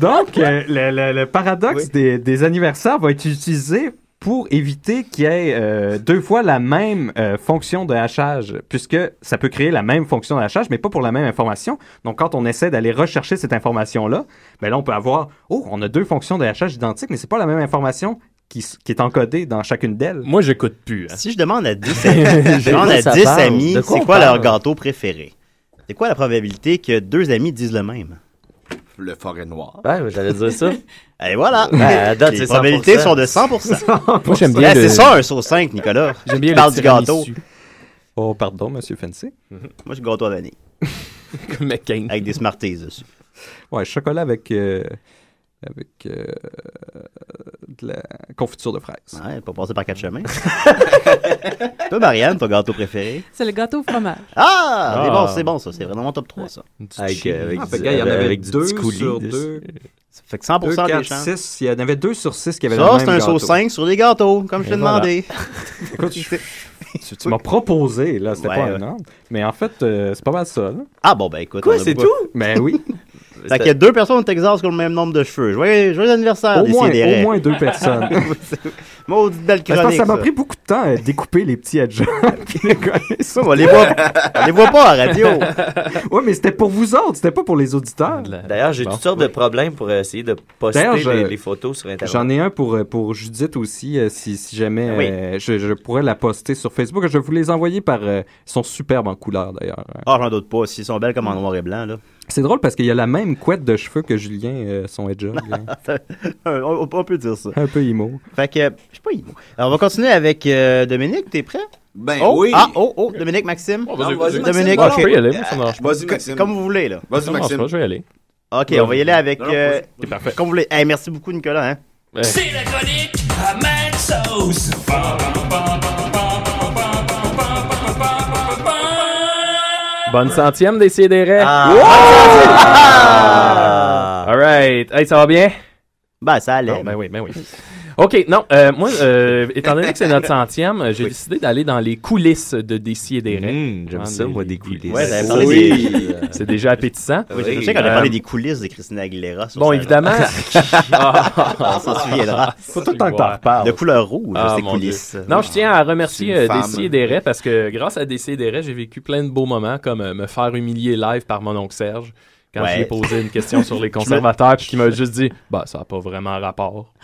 Donc, euh, le, le- le paradoxe des, des anniversaires va être utilisé pour éviter qu'il y ait euh, deux fois la même euh, fonction de hachage, puisque ça peut créer la même fonction de hachage, mais pas pour la même information. Donc, quand on essaie d'aller rechercher cette information-là, ben là, on peut avoir, oh, on a deux fonctions de hachage identiques, mais c'est pas la même information qui, s- qui est encodée dans chacune d'elles. Moi, j'écoute plus. hein. Si je demande à 10, amis- je demande à 10 amis, c'est quoi, leur gâteau préféré? C'est quoi la probabilité que deux amis disent le même? Le forêt noire. Ben, j'allais dire ça. Et voilà! Ben, à date, Les c'est probabilités 100%. sont de 100 Moi, j'aime bien Ouais, le- C'est ça, un sur 5, Nicolas. J'aime bien Tu le parles du gâteau. Mhm. tiramisu. Oh, pardon, monsieur Fancy. Moi, je gâteau à vanille. McCain. Avec des Smarties dessus. Ouais, chocolat avec euh, avec euh, de la confiture de fraises. Ouais, pas passer par quatre chemins. Toi, Marianne, ton gâteau préféré? C'est le gâteau au fromage. Ah! C'est bon, c'est bon, ça. C'est vraiment mon top 3, ça. Avec, euh, avec Ah, fait que, du- gars, il y en avait avec du deux petit coulis, sur des- deux. Ça fait que 100 2, des 4, chances. 6, il y en avait 2 sur 6 qui avaient le Ça, même c'est un gâteau. saut 5 sur des gâteaux, comme je Et t'ai voilà. demandé. Écoute, je- tu, tu m'as proposé, là, c'était Ouais, pas ouais. un ordre. Mais en fait, euh, c'est pas mal ça, là. Ah bon, ben écoute. on a pas- Ben oui. Fait qu'il y a deux personnes au Texas qui ont le même nombre de cheveux. Joyeux, joyeux anniversaire, Au moins- décidérez. au moins deux personnes. Maudite belle Ben, c'est parce que chronique. ça m'a ça. pris beaucoup de temps à découper les petits adjoints. ça, on les voit- on les voit pas à la radio. ouais, mais c'était pour vous autres, c'était pas pour les auditeurs. D'ailleurs, j'ai Bon. toutes sortes de problèmes pour essayer de poster D'ailleurs, je- les, les photos sur Internet. J'en ai un pour, euh, pour Judith aussi, euh, si, si jamais Oui. euh, je, je pourrais la poster sur Facebook. Je vais vous les envoyer par. euh, ils sont superbes en couleur d'ailleurs. hein. Mm. Ah, j'en doute pas. S'ils sont belles comme en noir et blanc, là. C'est drôle parce qu'il y a la même couette de cheveux que Julien, euh, son hedgehog. hein. Euh, on, on peut dire ça. Un peu emo. Fait que, je suis pas emo. Alors, on va continuer avec euh, Dominique, t'es prêt? Ben Oh, oui. Ah, oh, oh, Dominique, Maxime. vas-y, Non, vas-y, vas-y. Maxime. Dominique, Non, ok. non, je peux y aller, moi, ça marche pas. Vas-y, Co- Maxime. Comme vous voulez, là. Vas-y, Ça marche Maxime. pas, je vais y aller. Ok, Vas-y. on va y aller avec. Non, non, euh, vas-y. C'est parfait. Comme vous voulez. Hey, merci beaucoup, Nicolas. Hein? C'est la chronique à Mad Sauce. Bonne centième des CDR. E. Ah. All right. Hey, ça va bien? Ben, ça allait. ben oui, ben oui. OK, non, euh, moi, euh, étant donné que c'est notre centième, euh, j'ai décidé d'aller dans les coulisses de Dessy et des Hmm, j'aime ça, moi, des coulisses. Ouais, j'avais parlé des- c'est déjà appétissant. Oui, je sais qu'on a Euh, parlé des coulisses de Christina Aguilera. sur Bon, sa- évidemment. Ah, on s'en souviendra. Ah, Faut tout le temps que t'en reparles. De couleur rouge, Ah, ces mon coulisses. Dieu. Non, je tiens à remercier C'est une euh, femme. Décideret parce que grâce à Décideret, j'ai vécu plein de beaux moments comme euh, me faire humilier live par mon oncle Serge quand Ouais. j'ai posé une question sur les conservateurs puis qui m'a juste dit bah ça n'a pas vraiment rapport.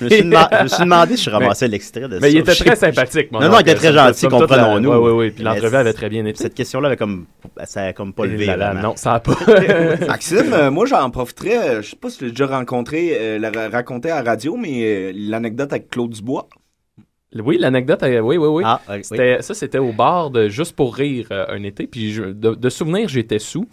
Je me suis dema- je me suis demandé si je ramassais Mais- l'extrait de ça. Mais il était Je- très sympathique, mon Non, non, il oncle, était très ça, gentil, comme toute la- comprenons-nous. Ouais, ouais, ouais, puis Mais l'entrevue avait très bien été. Cette question-là avait comme. ben, Ça a comme pas Et levé. là là, vraiment. non, ça a pas. Maxime, euh, moi j'en profiterais, euh, je sais pas si j'ai déjà rencontré, euh, la ra- raconté à la radio, mais euh, l'anecdote avec Claude Dubois. Oui, l'anecdote, euh, oui, oui, oui. Ah, C'était- Ça, c'était au bar de Juste pour rire euh, un été. Puis je- de, de souvenir, j'étais sous.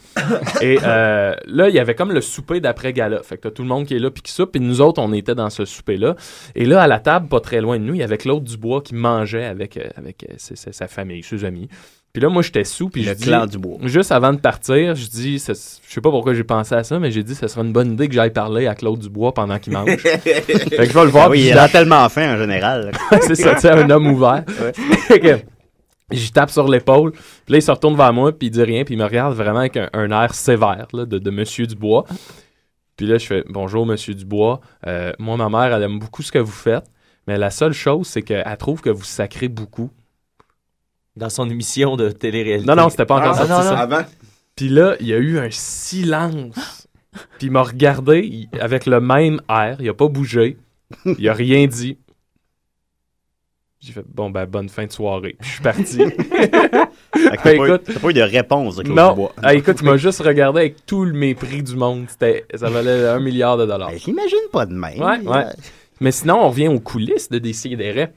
et euh, là, il y avait comme le souper d'après-gala. Fait que t'as tout le monde qui est là puis qui soupe. Puis nous autres, on était dans ce souper-là. Et là, à la table, pas très loin de nous, il y avait Claude Dubois qui mangeait avec, euh, avec euh, ses- ses- sa famille, ses amis. Puis là, moi, j'étais sous. Puis Le je dis- clan Dubois. Juste avant de partir, je dis, ça- je sais pas pourquoi j'ai pensé à ça, mais j'ai dit, ce serait une bonne idée que j'aille parler à Claude Dubois pendant qu'il mange. fait que je vais le voir. Ah puis Oui, je il a l'appelle. tellement faim en général. c'est ça, tu sais, un homme ouvert. Fait que J'y tape sur l'épaule, puis là, il se retourne vers moi, puis il dit rien, puis il me regarde vraiment avec un, un air sévère là, de, de Monsieur Dubois. Puis là, je fais Bonjour, Monsieur Dubois. Euh, moi, ma mère, elle aime beaucoup ce que vous faites, mais la seule chose, c'est qu'elle trouve que vous sacrez beaucoup. Dans son émission de télé-réalité. Non, non, c'était pas encore Ah, sorti non, ça. non. Puis là, il y a eu un silence. Puis il m'a regardé il- avec le même air. Il a pas bougé. Il a rien dit. J'ai fait bon ben bonne fin de soirée. Puis je suis parti. Ben, Fait que t'as pas eu- t'as pas eu de réponse de Claude Non. Dubois. Ah, écoute, il m'a juste regardé avec tout le mépris du monde. C'était, ça valait un milliard de dollars. J'imagine pas de même. Ouais, ouais. Mais sinon, on revient aux coulisses de Décideret.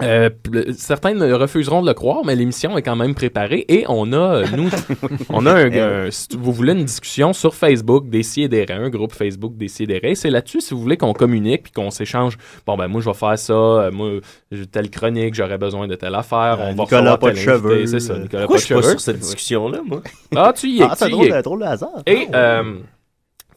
Euh, p- le- certains ne refuseront de le croire, mais l'émission est quand même préparée et on a, euh, nous, on Eh a un, un- si tu- vous voulez une discussion sur Facebook, Décideret, un groupe Facebook Décideret. C'est là-dessus, si vous voulez, qu'on communique puis qu'on s'échange. Bon, ben, moi, je vais faire ça, euh, moi, j'ai telle chronique, j'aurais besoin de telle affaire. Euh, on va Nicolas recevoir pas de tel invité. cheveux. C'est ça, Nicolas Pourquoi pas je de suis pas cheveux. sur cette discussion-là, moi? Ah, tu y es. Ah, c'est un tu y drôle es. de- drôle de hasard. Ah, Et, euh,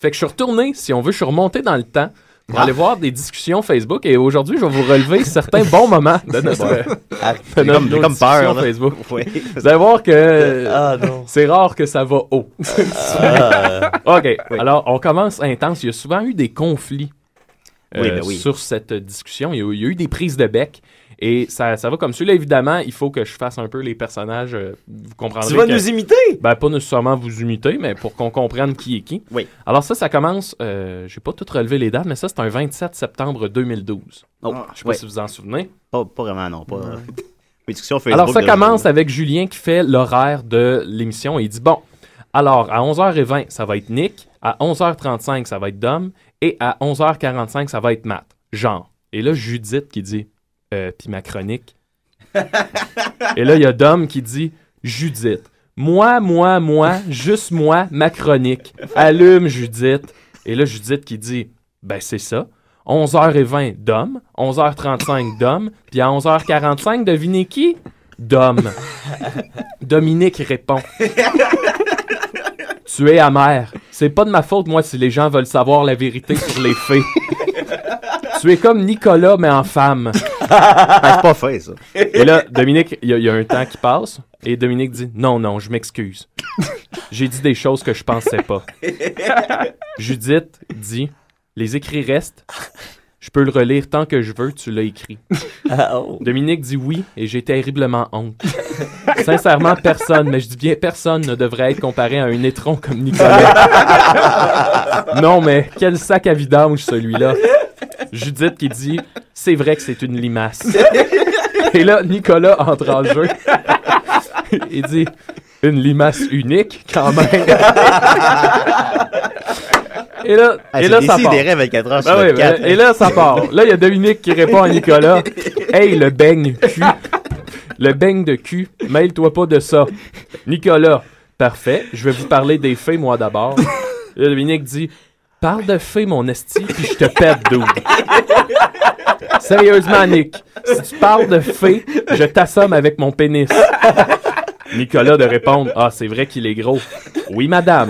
fait que je suis retourné, si on veut, je suis remonté dans le temps Ah. pour aller voir des discussions Facebook. Et aujourd'hui, je vais vous relever certains bons moments de notre. Ouais. Ah, de j'ai notre- comme- j'ai nos comme peur, là. discussions Ah, Facebook. Ouais. Vous allez voir que c'est rare que ça va haut. Ah. OK. Alors, on commence intense. Il y a souvent eu des conflits euh, Oui, ben oui. sur cette discussion. Il y, a, eu- il y a eu des prises de bec. Et ça, ça va comme celui-là, évidemment, il faut que je fasse un peu les personnages. euh, Vous comprendrez. Tu vas que- nous imiter? Ben, pas nécessairement vous imiter, mais pour qu'on comprenne qui est qui. Oui. Alors, ça, ça commence. euh, J'ai pas tout relevé les dates, mais ça, c'est un 27 septembre 2012. je sais pas Oh, ouais. si vous en souvenez. Pas, pas vraiment, non. Pas. Ouais. Mes discussions Facebook. euh, alors, ça de- commence avec Julien qui fait l'horaire de l'émission et il dit Bon, alors à 11h20, ça va être Nick, à 11h35, ça va être Dom, et à 11h45, ça va être Matt. Genre. Et là, Judith qui dit Euh, Puis ma chronique. et là, il y a Dom qui dit Judith. Moi, moi, moi, juste moi, ma chronique. Allume, Judith. Et là, Judith qui dit Ben, c'est ça. 11h20 d'hommes, 11h35 d'hommes, puis à 11h45, devinez qui? D'hommes. Dominique répond. tu es amer. C'est pas de ma faute, moi, si les gens veulent savoir la vérité sur les faits. tu es comme Nicolas, mais en femme. Ah, c'est pas fait, ça. Et là, Dominique, il y, a- il y a un temps qui passe, et Dominique dit Non, non, je m'excuse. J'ai dit des choses que je pensais pas. Judith dit Les écrits restent. Je peux le relire tant que je veux, tu l'as écrit. Dominique dit oui, et j'ai terriblement honte. Sincèrement, personne, mais je dis bien personne, ne devrait être comparé à un étron comme Nicolas. non, mais quel sac à vidange celui-là. Judith qui dit C'est vrai que c'est une limace. Et là, Nicolas entre en jeu. Il dit Une limace unique, quand même. Et là, Ah, et c'est là des ça si, part. des rêves 24 heures sur Ah oui, 24. ben, et là, ça part. Là, il y a Dominique qui répond à Nicolas. Hey, le beigne cul. Le beigne de cul. Mêle-toi pas de ça. Nicolas, parfait. Je vais vous parler des fées, moi, d'abord. Et là, Dominique dit Parle de fées, mon esti, puis je te pète, dude. Sérieusement, Nick, si tu parles de fées, je t'assomme avec mon pénis. Nicolas de répondre Ah, c'est vrai qu'il est gros. Oui, madame.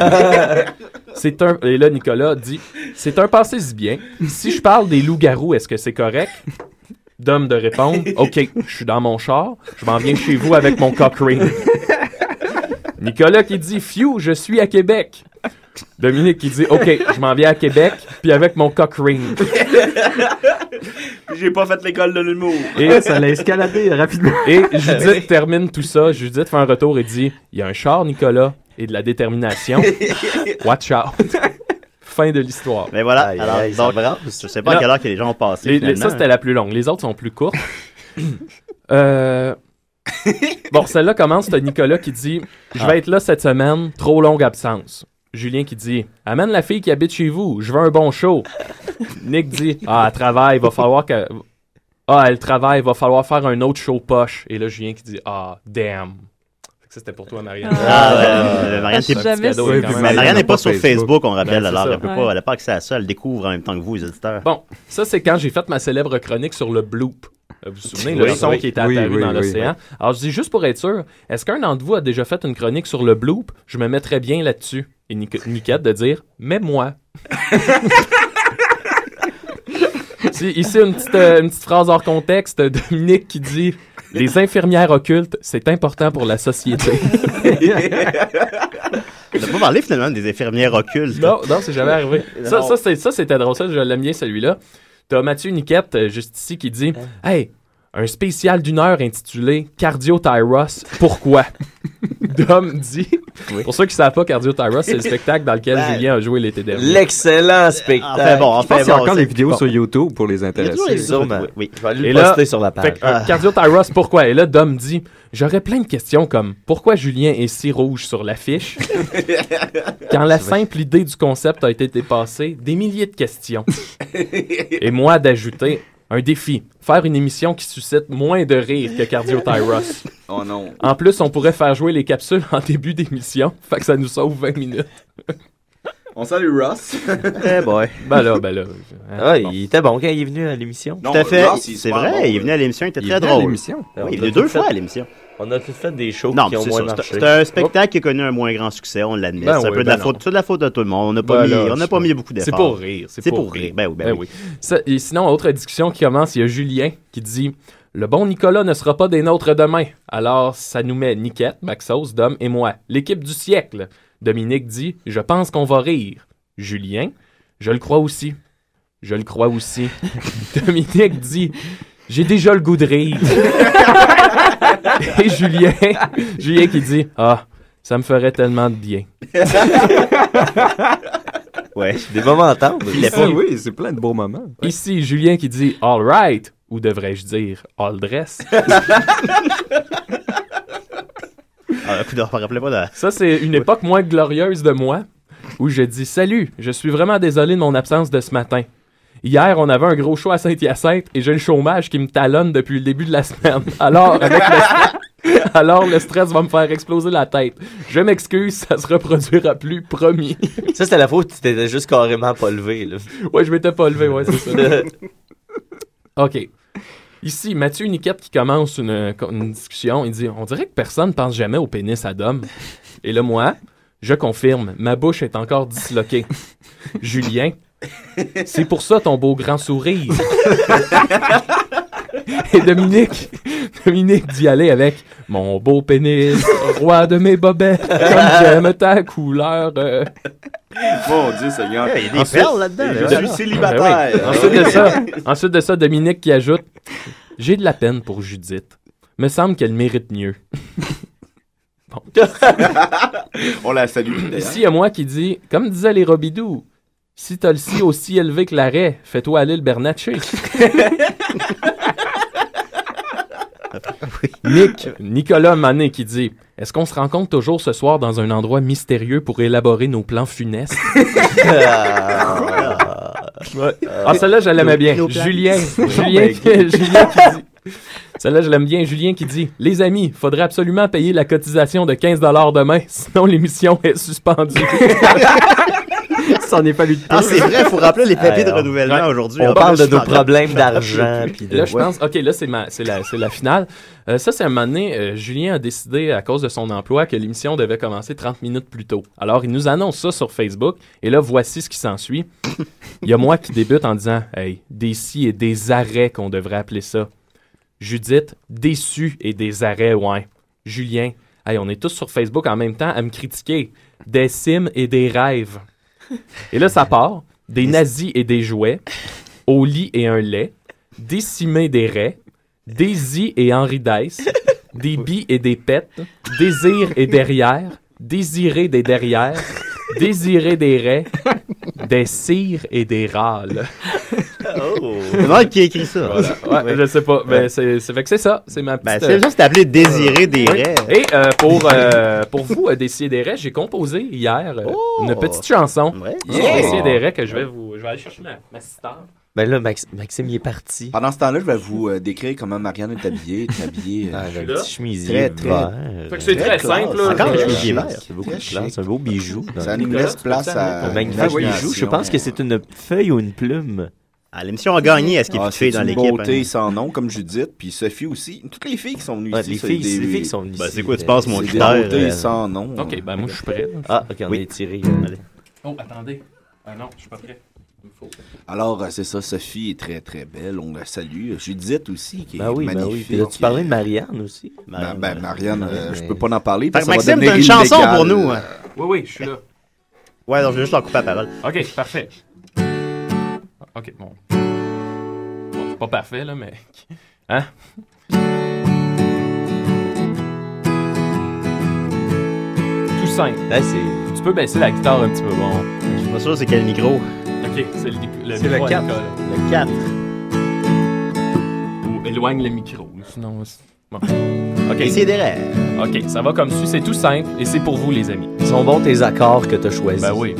C'est un. Et là, Nicolas dit C'est un passé si bien. Si je parle des loups-garous, est-ce que c'est correct Dom de répondre Ok, je suis dans mon char, je m'en viens chez vous avec mon cock ring. Nicolas qui dit Phew, je suis à Québec. Dominique qui dit Ok, je m'en viens à Québec, puis avec mon cock ring. J'ai pas fait l'école de l'humour. escaladé rapidement. Et Judith termine tout ça. Judith fait un retour et dit Il y a un char, Nicolas, et de la détermination. Watch out. fin de l'histoire. Mais voilà. alors, donc, je sais pas à quelle heure que les gens ont passé. les- les- finalement. ça, c'était la plus longue. Les autres sont plus courtes. Euh, bon, celle-là commence. T'as Nicolas qui dit Je Ah. vais être là cette semaine, trop longue absence. Julien qui dit Amène la fille qui habite chez vous, je veux un bon show. Nick dit Ah, elle travaille, va falloir que. Ah, elle travaille, va falloir faire un autre show poche. Et là, Julien qui dit Ah, damn. Fait que Ça, c'était pour toi, Marianne. Ah, ouais, ouais, ouais, Marianne, C'est un petit cadeau, quand même. Mais Marianne n'est pas sur Facebook, on rappelle, Ben, c'est alors ça. elle peut pas, elle n'a pas accès à ça, elle découvre en même temps que vous, les auditeurs. Bon, ça, c'est quand j'ai fait ma célèbre chronique sur le bloop. Euh, Vous vous souvenez, le Oui, son oui. qui était Oui, apparu oui, dans oui, l'océan. Alors, je dis juste pour être sûr, est-ce qu'un d'entre vous a déjà fait une chronique sur le bloop? Je me mettrais bien là-dessus. Et Nic- Niquette de dire, mais moi. Si- ici, une petite, euh, une petite phrase hors contexte, Dominique qui dit Les infirmières occultes, c'est important pour la société. On n'a pas parlé finalement des infirmières occultes. Non, non, c'est jamais arrivé. Ça, Non. ça, c'est- ça, c'était drôle. Ça, je l'aime bien, celui-là. T'as Mathieu Niquette, euh, juste ici, qui dit Hein? Hey, un spécial d'une heure intitulé Cardio-Tyros, pourquoi Dom dit Pour ceux qui savent pas, Cardio-Tyros, c'est le spectacle dans lequel Ben, Julien a joué l'été dernier. L'excellent spectacle. Ah, Enfin bon, enfin Je pense qu'il y a bon, encore c'est- des vidéos bon. sur YouTube pour les intéresser. hein. Sûrement. Oui. Je vais aller Et le là, poster sur la page. fait que, euh, Cardio Tyros, pourquoi? Et là, Dom dit J'aurais plein de questions comme pourquoi Julien est si rouge sur l'affiche Quand la simple idée du concept a été dépassée, des milliers de questions. Et moi d'ajouter un défi faire une émission qui suscite moins de rire que Cardio Tyros. Oh non. En plus, on pourrait faire jouer les capsules en début d'émission, fait que ça nous sauve 20 minutes. On salue Ross. Eh boy. Ben là, ben là. Ah, il était bon quand il est venu à l'émission. Tout à fait. C'est vrai, il est venu à l'émission, il était Il est très venu à drôle. l'émission. Oui, On il est a venu tout deux fait- fois à l'émission. On a tout fait des shows Non, qui mais ont c'est moins ça, marché. c'est un- c'est un Oh, spectacle qui a connu un moins grand succès, on l'admet. Ben c'est un oui, peu de ben la faute, non. c'est de la faute de tout le monde. On n'a pas Ben mis, là, on n'a c'est- pas mis beaucoup d'efforts. C'est pour rire. C'est pour rire. Ben oui, ben oui. Ça, et sinon, autre discussion qui commence, il y a Julien qui dit Le bon Nicolas ne sera pas des nôtres demain. Alors, ça nous met Niquette, Maxos, Dom et moi. L'équipe du siècle. Dominique dit Je pense qu'on va rire. Julien Je le crois aussi. Je le crois aussi. Dominique dit J'ai déjà le goût de rire. et Julien, Julien qui dit Ah, ça me ferait tellement de bien. Ouais. Des moments à tendre. Il est pas- Ah oui, c'est plein de beaux moments. Ici, Julien qui dit All right, ou devrais-je dire All dress. Ah, coudonc, on rappelait pas de- Ça, c'est une époque moins glorieuse de moi où je dis Salut, je suis vraiment désolé de mon absence de ce matin. Hier, on avait un gros show à Saint-Hyacinthe et j'ai le chômage qui me talonne depuis le début de la semaine. Alors, avec le, Alors le stress va me faire exploser la tête. Je m'excuse, ça se reproduira plus, promis. Ça, c'était la faute, tu t'étais juste carrément pas levé. Là. Ouais, je m'étais pas levé, ouais, c'est ça. OK. Ici, Mathieu Niquette qui commence une, une discussion, il dit On dirait que personne ne pense jamais au pénis à Dom. Et là, moi, je confirme, ma bouche est encore disloquée. Julien, c'est pour ça ton beau grand sourire. Et Dominique, Dominique d'y aller avec mon beau pénis, roi de mes bobettes, comme j'aime ta couleur. euh. Mon Dieu, Seigneur. Ah, Eh, Il y a des perles là-dedans, là. Je suis célibataire. Ben Ah, oui. ensuite, de ça, ensuite de ça, Dominique qui ajoute J'ai de la peine pour Judith. Me semble qu'elle mérite mieux. Bon. On la salue. d'ailleurs. Ici, il y a moi qui dit Comme disaient les Robidoux, si t'as le si aussi élevé que l'arrêt, fais-toi aller le Bernatchez. Nick, Nicolas Manet qui dit Est-ce qu'on se rencontre toujours ce soir dans un endroit mystérieux pour élaborer nos plans funestes Ouais. Ah, celle-là, je l'aimais bien. Euh, Nos plans. Julien. Oh Julien, my God. Julien qui dit. Celle-là, je l'aime bien. Julien qui dit Les amis, faudrait absolument payer la cotisation de 15 demain, sinon l'émission est suspendue. Ça n'est pas lui de Ah, c'est vrai, faut rappeler les papiers de renouvellement aujourd'hui. hein. On parle de nos problèmes d'argent, puis de- Là, je ouais. pense. OK, là, c'est ma- c'est la, c'est la finale. Euh, ça, c'est un moment donné, euh, Julien a décidé, à cause de son emploi, que l'émission devait commencer 30 minutes plus tôt. Alors, il nous annonce ça sur Facebook. Et là, voici ce qui s'ensuit. Il y a moi qui débute en disant Hey, des si et des arrêts qu'on devrait appeler ça. Judith, déçu et des arrêts, ouais. Julien, hey, on est tous sur Facebook en même temps à me critiquer. Des cimes et des rêves. Et là, ça part. Des nazis et des jouets. Au lit et un lait. Décimer des raies. Daisy et Henri Dice. Des billes et des pets. Désir et derrière. Désirer des derrières. Désirer des raies. Des cires et des râles. Je me demande qui a écrit ça. Voilà. Ouais, Je sais pas, Oh. mais Ouais. Ben, c'est, c'est fait que c'est ça. C'est ma petite. euh, c'est ça, c'est appelé Désirer des Oui. raies. Et euh, pour, euh, pour vous, euh, Décider des raies, j'ai composé hier euh, Oh. une petite chanson. sur Yeah. Décider des raies que je vais vous. Je vais aller chercher ma, ma sitar. Ben là, Maxime, il est parti. Pendant ce temps-là, je vais vous euh, décrire comment Marianne est habillée. Elle est habillée. euh, Ah, j'ai un là. petit chemisier vert. Fait que c'est très classe. simple, là. Encore un Très chemisier chic. vert. C'est beaucoup de Très classe, chic. un beau bijou. Ça nous laisse place à. Un magnifique Ah bijou. Je pense que c'est une feuille ou une plume. Ah, À l'émission a gagné à ce qui est Ah, plus de filles c'est dans une l'équipe. beauté hein. sans nom, comme Judith, puis Sophie aussi. Toutes les filles qui sont venues Ouais, ici. les c'est filles- des- les filles qui sont venues Ben, ici, c'est quoi, tu euh, penses, c'est mon des critère? beautés euh, sans nom. Ok, ben moi je suis prêt. Ah, ok, on Oui. est tiré. Oh, attendez. Ah non, je suis pas prêt. Il me faut. Alors, euh, c'est ça, Sophie est très très belle, on la salue. Judith aussi, qui est Ben oui, ben oui. magnifique. Puis là, tu parlais de Marianne aussi. Ben, ben, Marianne, euh, je peux pas en parler. Fait parce que que ça va Maxime, t'as devenir une chanson illégal. pour nous, hein. Oui, oui, je suis là. Ouais, donc je vais juste leur couper la parole. Ok, parfait. Ok, bon. Bon, c'est pas parfait, là, mais. Hein? Tout simple. Tu peux baisser la guitare un petit peu, bon. Ben, Je suis pas sûr c'est quel micro. Ok, c'est le, le C'est le micro à 4. Nicolas. Le 4. Ou éloigne le micro, sinon. c'est- Bon. Ok. Essayez des rêves. Ok, ça va comme suit, c'est tout simple et c'est pour vous, les amis. Ils sont bons tes accords que t'as choisis. Ben oui.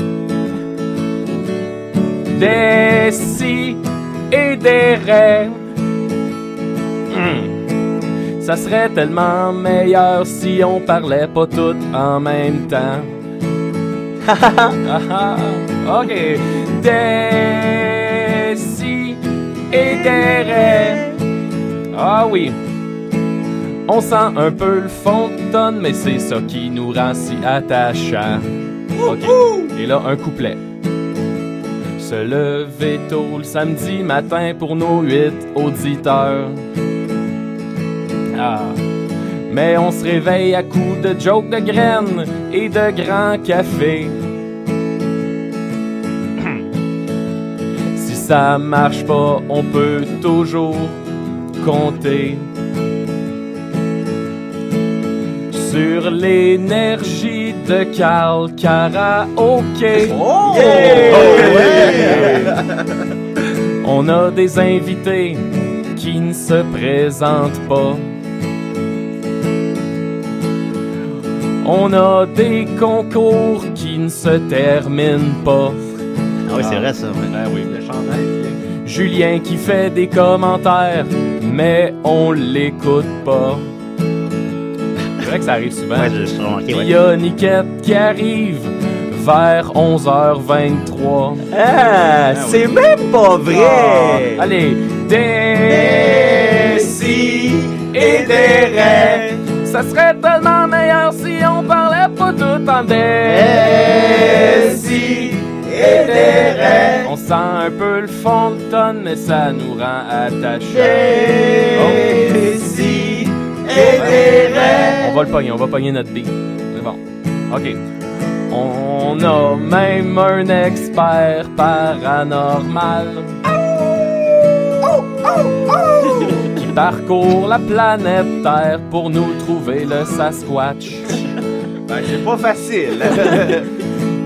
Des si et des rêves. Hmm. Ça serait tellement meilleur si on parlait pas toutes en même temps. Ha, ha, ha, ha, ha. Ah, ok. Des si et des rêves. Ah oui. On sent un peu le fond de tonne, mais c'est ça qui nous rend si attachants. OK. Et là, un couplet. Se lever tôt le samedi matin pour nos huit auditeurs. Ah. Mais on se réveille à coups de jokes de graines et de grands cafés. si ça marche pas, on peut toujours compter sur l'énergie de Carl Karaoke. Yeah! On a des invités qui ne se présentent pas. On a des concours qui ne se terminent pas. Ah oui, c'est vrai, ça, ouais. Ben oui, le chandail. Julien qui fait des commentaires, mais on l'écoute pas. C'est vrai que ça arrive souvent. Ouais, je- je suis remarqué, Puis ouais. Il y a Niquette qui arrive vers 11h23. Ah, c'est même pas vrai! Ah. allez, des si et des rêves. Ça serait tellement meilleur si on parlait pas tout en des si et des rêves. On sent un peu le fond de tonne, mais ça nous rend attachés. Des si et des rêves. Oh. On va le pogner, on va pogner notre beat. C'est bon. OK. On a même un expert paranormal Oh, qui parcourt la planète Terre pour nous trouver le Sasquatch. Ben, c'est pas facile.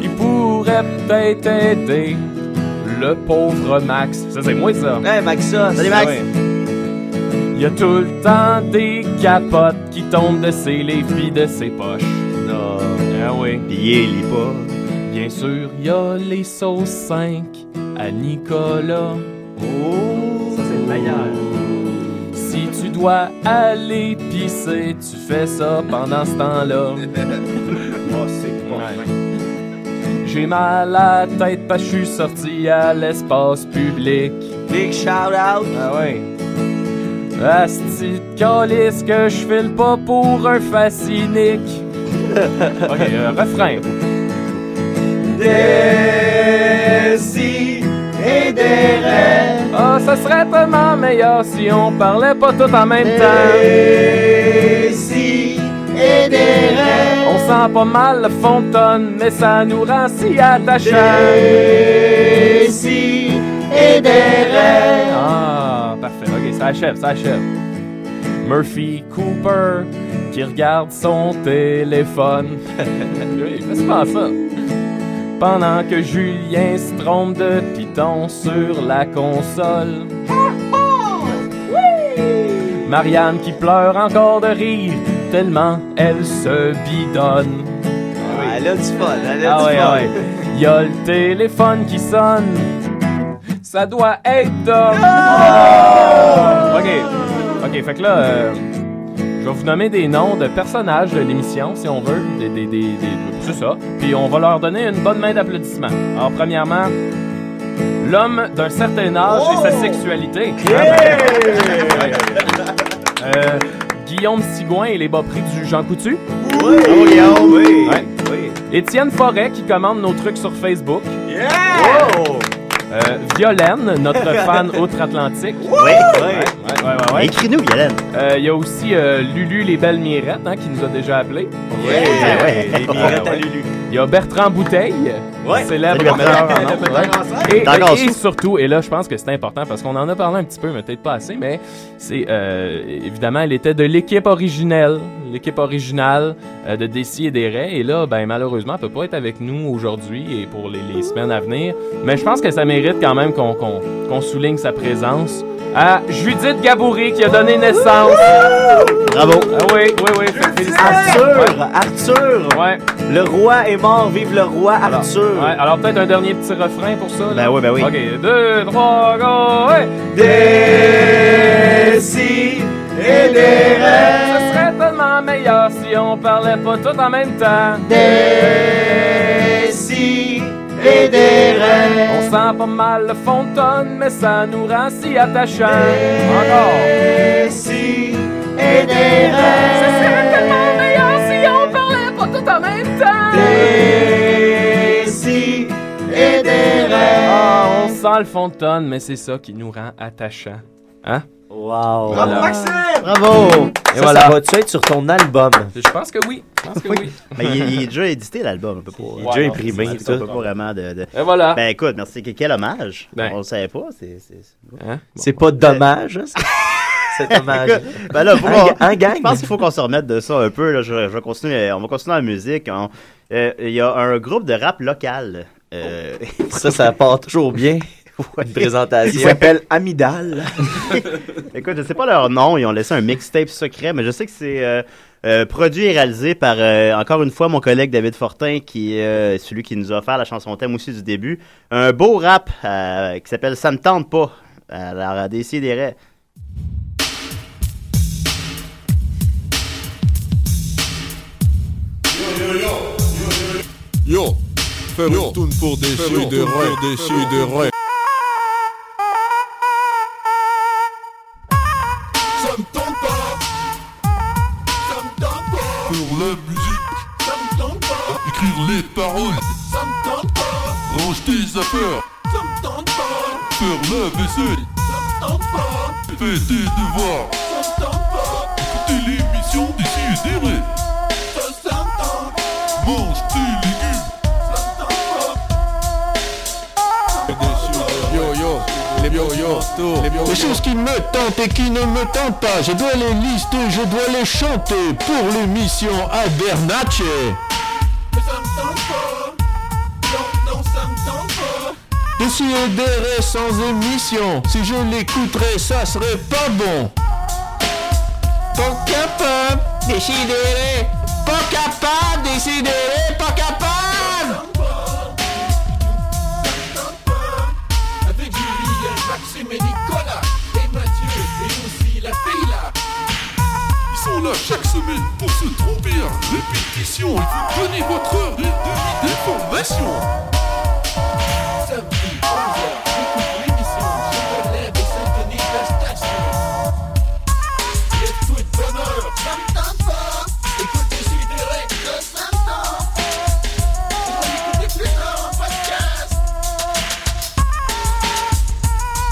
Il pourrait peut-être aider le pauvre Max. Ça, c'est moi, ça. Hey, Maxos. Salut, Max. Il y a tout le temps des capotes qui tombent de ses livres pis de ses poches. Non. Ah oui. Pillez les pas. Bien sûr, il y a les sauces 5 à Nicolas. Oh! Ça, c'est le meilleur. Si tu dois aller pisser, tu fais ça pendant ce temps-là. Ouais. J'ai mal à la tête parce que je suis sorti à l'espace public. Big shout out! Ah ouais. Asti de calice que je file pas pour un fascinique. ok, euh, refrain. Des si et des rêves. Ah, ça serait tellement meilleur si on parlait pas tout en même temps. si et des rêves. On sent pas mal le fond de tonne, mais ça nous rend si attachants. Des si et des rêves. Ah, parfait. Ok, ça achève, ça achève. Murphy Cooper qui regarde son téléphone. oui, fais souvent ça. Pendant que Julien se trompe de Python sur la console. Marianne qui pleure encore de rire, tellement elle se bidonne. Elle a du fun, elle a Ah du ouais, fun. ah ouais. Y a le téléphone qui sonne. Ça doit être Ah! Dom. Ok, ok, fait que là, euh, je vais vous nommer des noms de personnages de l'émission, si on veut. Des, des, des, des- c'est ça. Puis on va leur donner une bonne main d'applaudissement. Alors, premièrement, l'homme d'un certain âge et Oh! sa sexualité. Ah, ben, ouais. Euh, Guillaume Sigouin et les bas prix du Jean Coutu. Oui! Guillaume! Oui! Étienne Forêt qui commande nos trucs sur Facebook. Euh, Violaine, notre fan outre-Atlantique. Oui, oui, oui. Écris-nous, Violaine. Il y a aussi euh, Lulu les belles mirettes hein, qui nous a déjà appelés. Oui, ouais. les mirettes à Lulu. Il y a Bertrand Bouteille, célèbre Salut, Bertrand. metteur en ondes. Le metteur en scène. Et, D'accord, et sous. surtout, et là je pense que c'est important parce qu'on en a parlé un petit peu, mais peut-être pas assez, mais c'est euh, évidemment, elle était de l'équipe originelle, l'équipe originale euh, de Dessy et des Raies. Et là, ben malheureusement, elle peut pas être avec nous aujourd'hui et pour les, les semaines à venir. Mais je pense que ça mérite quand même qu'on qu'on- qu'on souligne sa présence à Judith Gabouré qui a donné naissance. Bravo. Ah oui, oui, oui. fait- félicitations. Arthur, Arthur. Le roi est mort, vive le roi Arthur. Ouais, alors peut-être un dernier petit refrain pour ça. Ben oui, ben oui. Ok, deux, trois, go, ouais. Des eh. si et des rêves. Ce serait tellement meilleur si on parlait pas tout en même temps. Des si et des rêves. On sent pas mal le fond de tonne, mais ça nous rend si attachants. Encore. Des si et des rêves. Ce serait tellement meilleur si on parlait pas tout en même temps. Des si et des rêves. Ah, on sent le fond de tonne, mais c'est ça qui nous rend attachants. Hein? Wow! Bravo, Maxime! Bravo! Ça, Et voilà. ça va-tu être sur ton album? Je pense que oui. Je pense que oui. Mais il, il est déjà édité l'album, on peut pas. Il est déjà imprimé, on peut ça. Ben. pas vraiment de, de- Et voilà. Ben écoute, merci. Que- Quel hommage. On le savait pas. C'est, c'est... Hein? C'est pas dommage, hein? c'est- C'est dommage. Écoute, ben là, faut Hein, qu'on- Je pense qu'il faut qu'on se remette de ça un peu. là. Je, je vais continuer. On va continuer la musique. On- euh, Il y a un groupe de rap local. euh, Ça, ça part toujours bien. Une présentation. Il s'appelle Amidal. Écoute, je sais pas leur nom, ils ont laissé un mixtape secret, mais je sais que c'est euh, euh, produit et réalisé par, euh, encore une fois, mon collègue David Fortin, qui euh, est celui qui nous a offert la chanson thème aussi du début. Un beau rap euh, qui s'appelle Ça ne tente pas. Alors, euh, à décider. Yo, faire une toune pour des sidérés, des sidérés. Ça me tente pas. Ça me tente pas. Pour la musique. Ça me tente pas. Écrire les paroles, Ça me tente pas. range tes affaires, Ça me tente pas. faire la vaisselle, Ça me tente pas. fais tes devoirs, Ça me tente pas. écouter l'émission des sidérés, Ça, ça me tente pas. mange tes légumes. Yo yo, les yo yo, les choses qui me tentent et qui ne me tentent pas, je dois les lister, je dois les chanter pour l'émission Abernache. Mais ça me tente pas. Non, non, ça me tente pas. Je suis odéré sans émission, si je l'écouterais, ça serait pas bon. Pas capable, décidéré, pas capable, décidéré, pas capable. Avec Julien, Maxime et Nicolas. Et Mathieu. Et aussi la fille là. Ils sont là chaque semaine pour se tromper à répétition. Il faut donner votre heure et demie d'information.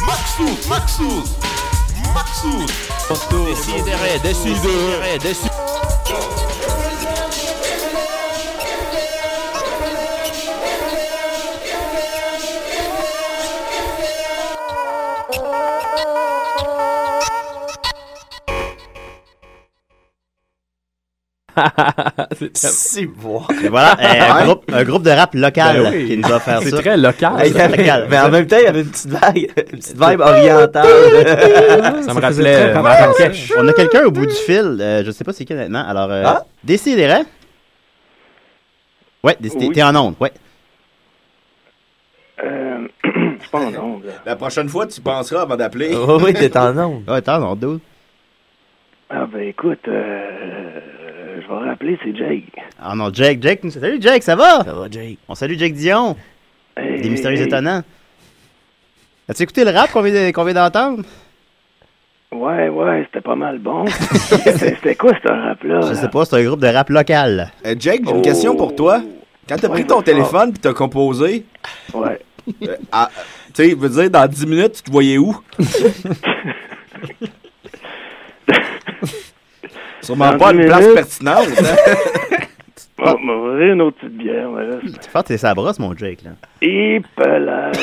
Maxos, Maxos, Maxos. Décidéré, décidéré, décidéré. C'est bon. Et eh, voilà, euh, un, Ouais. groupe, un groupe de rap local Ben oui. qui nous a offert ça. C'est très local, Hey, ça. c'est local. Mais en même temps, il y avait une petite vibe, une petite vibe orientale. Ça me rappelait. euh, On a quelqu'un au bout du fil. euh, je sais pas c'est qui honnêtement. Alors, euh, Ah? Décidérez. Ouais, décidé. Oui. T'es en onde. Ouais. Euh, pas en onde. La prochaine fois, tu penseras avant d'appeler. Oh, onde. Ouais, t'es en onde. dude. Ah ben écoute, euh, je vais rappeler, c'est Jake. Ah non, Jake, Jake. nous- Salut Jake, ça va? Ça va, Jake. On salue Jake Dion. Hey, Des mystérieux hey, hey. étonnants. As-tu écouté le rap qu'on vient de- qu'on vient d'entendre? Ouais, ouais, c'était pas mal bon. C'était c'était quoi ce rap-là? Je sais pas, c'est un groupe de rap local. Euh, Jake, j'ai une question pour toi. Quand t'as pris ton téléphone puis t'as composé, Oh. euh, ouais. tu sais, je veux dire, dans 10 minutes, tu te voyais où? Sûrement Dans pas à une 10 place minutes. pertinente. hein? Bon, on va ouvrir une autre petite bière, mais là, c'est- Tu fais tes sabros, mon Jake, là. Hippelage.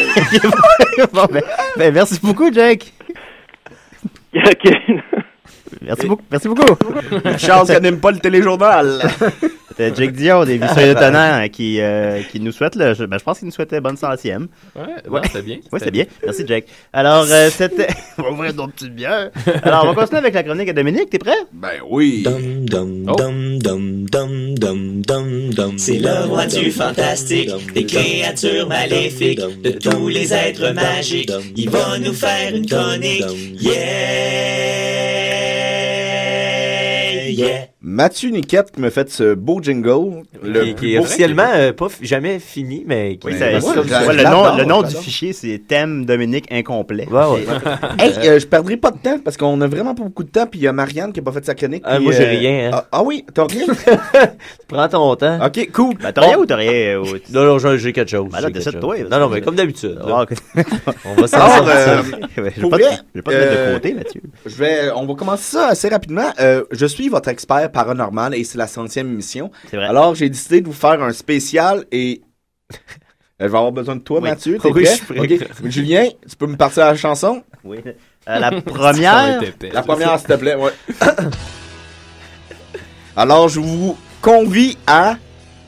bon, ben, ben, merci beaucoup, Jake. OK. Merci beaucoup. Merci beaucoup. Charles qui n'aime pas le téléjournal. C'était Jake Dion, des mystérieux étonnants, hein, qui, euh, qui nous souhaite, le, je, ben, je pense qu'il nous souhaitait bonne centième. Ouais, non, Ouais. c'était bien. Oui, c'était bien. Merci, Jake. Alors, euh, c'était. on va ouvrir d'autres petites bières. Alors, on va continuer avec la chronique à Dominique. T'es prêt? Ben oui. Oh. Dum dum dum dum dum dum dum dum. C'est le roi du fantastique, des créatures maléfiques, de tous les êtres magiques. Il va nous faire une chronique. Yeah, yeah. Mathieu Niquette qui me fait ce beau jingle. Le Qui- plus qui est beau- officiellement euh, pas fi- jamais fini, mais qui Oui, est ça- ça- comme- ouais, le nom, j'adore, le nom du j'adore. fichier, c'est Thème Dominique Incomplet. Ouais, ouais. Hey, euh, je perdrai pas de temps parce qu'on a vraiment pas beaucoup de temps. Puis il y a Marianne qui a pas fait sa chronique. Ah, puis, moi, j'ai euh, rien, hein. Ah, ah oui, t'as rien. Prends ton temps. Ok, cool. Bah, t'as rien ou t'as rien euh, Non, non, j'ai j'ai quelque chose. Ben là, j'ai quelque décide-toi, chose. parce Non, non, que- mais comme d'habitude. Ah, ok. On va s'en Alors, sortir. Ouais, euh, Ben, je vais pour pas te- vrai, je vais pas te mettre de euh, côté, Mathieu. Je vais, on va commencer ça assez rapidement. Euh, je suis votre expert paranormal et c'est la centième émission. C'est vrai. Alors, j'ai décidé de vous faire un spécial et... Euh, Je vais avoir besoin de toi, Oui. Mathieu. T'es Oui, prêt? je suis prêt. Ok. Julien, tu peux me partir à la chanson? Oui. Euh, la première. La première, s'il te plaît, ouais. Alors, je vous convie à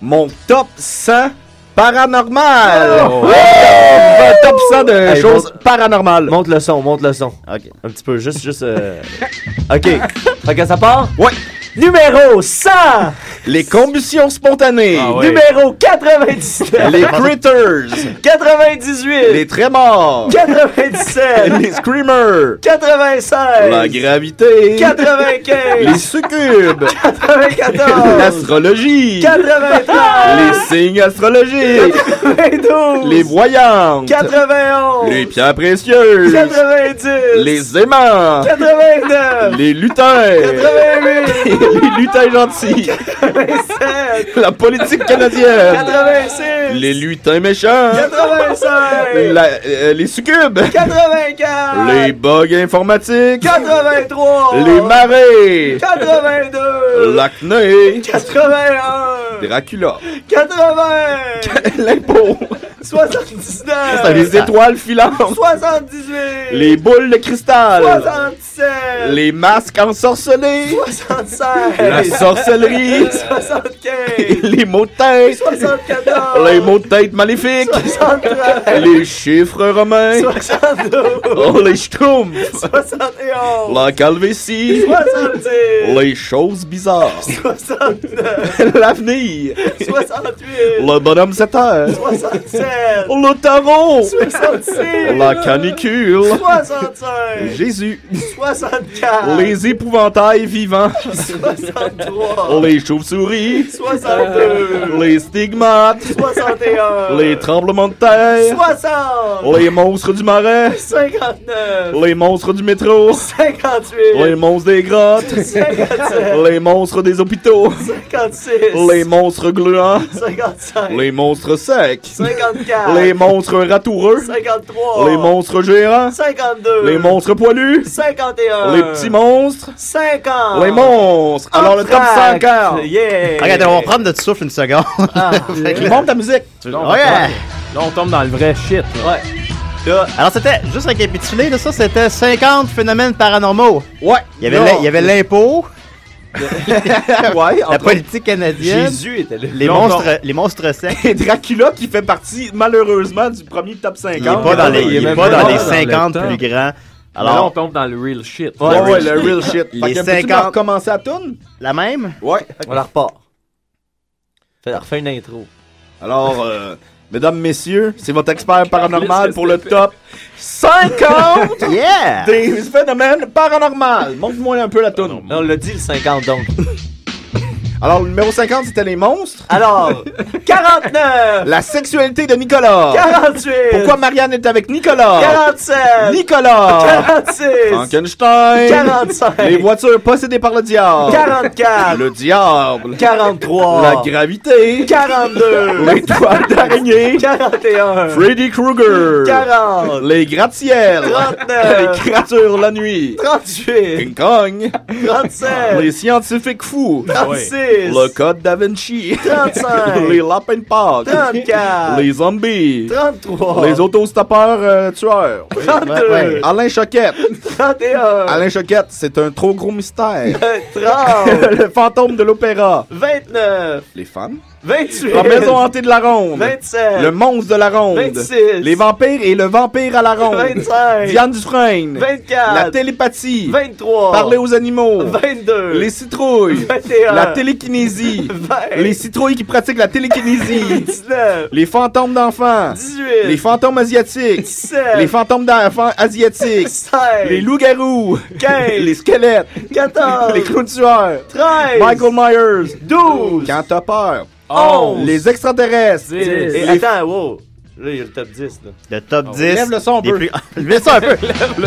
mon top 100 paranormal. Oh. Ouais! Ouais. Mon Top 100 de Hey, choses monte- paranormales. Monte le son, monte le son. Euh, OK. Un petit peu, juste, juste. euh, OK. OK, ça part? Ouais. Numéro 100! Les combustions spontanées. Numéro 99! Ah Les critters. 98! Les trémors. 97! Les screamers. 96! La gravité. 95! Les succubes. 94! L'astrologie. 93! Les signes astrologiques. 92! Les voyantes. 91! Les pierres précieuses. 90! Les aimants. 89! Les lutins. 88! Les lutins gentils. La politique canadienne. 86! Les lutins méchants. 85! La- euh, les succubes. 84! Les bugs informatiques. 83! Les marées. 82! L'acné. 81! Dracula. 80! L'impôt! 79! C'est les étoiles filantes. 78! Les boules de cristal. 67! Les masques ensorcelés. 76! La sorcellerie. 75! Les mots de tête. 74! Les mots de tête maléfiques. 73! Les chiffres romains. 72! Oh, les schtroumpfs. 71! La calvitie. 70! Les choses bizarres. 69! L'avenir. 68! Le bonhomme 7 heures. 67! Le tarot. 66! La canicule. 65! Jésus. 64! Les épouvantails vivants. 63! Les chauves-souris. 62! Les stigmates. 61! Les tremblements de terre. 60! Les monstres du marais. 59! Les monstres du métro. 58! Les monstres des grottes. 57. Les monstres des hôpitaux. 56! Les monstres gluants. 55! Les monstres secs. 54! Les monstres ratoureux. 53! Les monstres géants. 52! Les monstres poilus. 51! Les petits monstres. Ah. 50! Les monstres. Alors le top 100 encore. Yeah! Regarde, on va prendre notre souffle une seconde. Ah. Fait que là- Monte ta musique. on Ouais. tombe- Là, on tombe dans le vrai shit. Ouais. Là, Alors, c'était, juste récapitulé, là, ça, c'était 50 phénomènes paranormaux. Ouais. Il y avait Non. l'im- il y avait l'impôt, ouais, la politique canadienne, Jésus était là. les Non, non. monstres, les monstres secs. Et Dracula qui fait partie malheureusement du premier top 50. Il est pas dans les, il est même pas dans les le 50 top. plus grands. Alors, là, on Alors, tombe dans le real shit. Ouais, ouais, le real shit. Les Fait que peux-tu 50. recommencer à tourne? la même? Ouais. On la repart. Fait- Refais une intro. Alors, euh, mesdames, messieurs, c'est votre expert paranormal pour le top 50 Yeah! des phénomènes paranormaux. Montre-moi un peu la toune. Là, on l'a dit le 50 donc. Alors, le numéro 50, c'était les monstres. Alors, 49! La sexualité de Nicolas. 48! Pourquoi Marianne est avec Nicolas? 47! Nicolas! 46! Frankenstein! 45. Les voitures possédées par le diable! 44. Le diable! 43! La gravité! 42! Les toiles d'araignée! 41! Freddy Krueger! 40! Les gratte-ciels! 39. Les créatures la nuit! 38! King Kong! 37! Les scientifiques fous! 36. Le code da Vinci! 35. Les lapins de Pâques! 34. Les zombies! 33! Les autostoppeurs euh, tueurs! 32. Alain Choquette! 31! Alain Choquette, c'est un trop gros mystère! 30! le fantôme de l'opéra! 29! Les femmes! 28! La maison hantée de la ronde. 27. Le monstre de la ronde. 26. Les vampires et le vampire à la ronde. 25. Diane Dufresne. 24. La télépathie. 23! Parler aux animaux. 22! Les citrouilles. 21. La télékinésie. 20. Les citrouilles qui pratiquent la télékinésie. 19! les fantômes d'enfants. 18! Les fantômes asiatiques. 17. Les fantômes d'enfants asiatiques. 16! les loups-garous. 15. les squelettes. 14! les clowns tueurs. 13! Michael Myers. 12! Quand t'as peur. 11. Les extraterrestres. Et Les attends, wow! Là, il y a le top 10, là. Le top 10. Ah, Lève le son un des peu. plus- Lève ça un peu. Le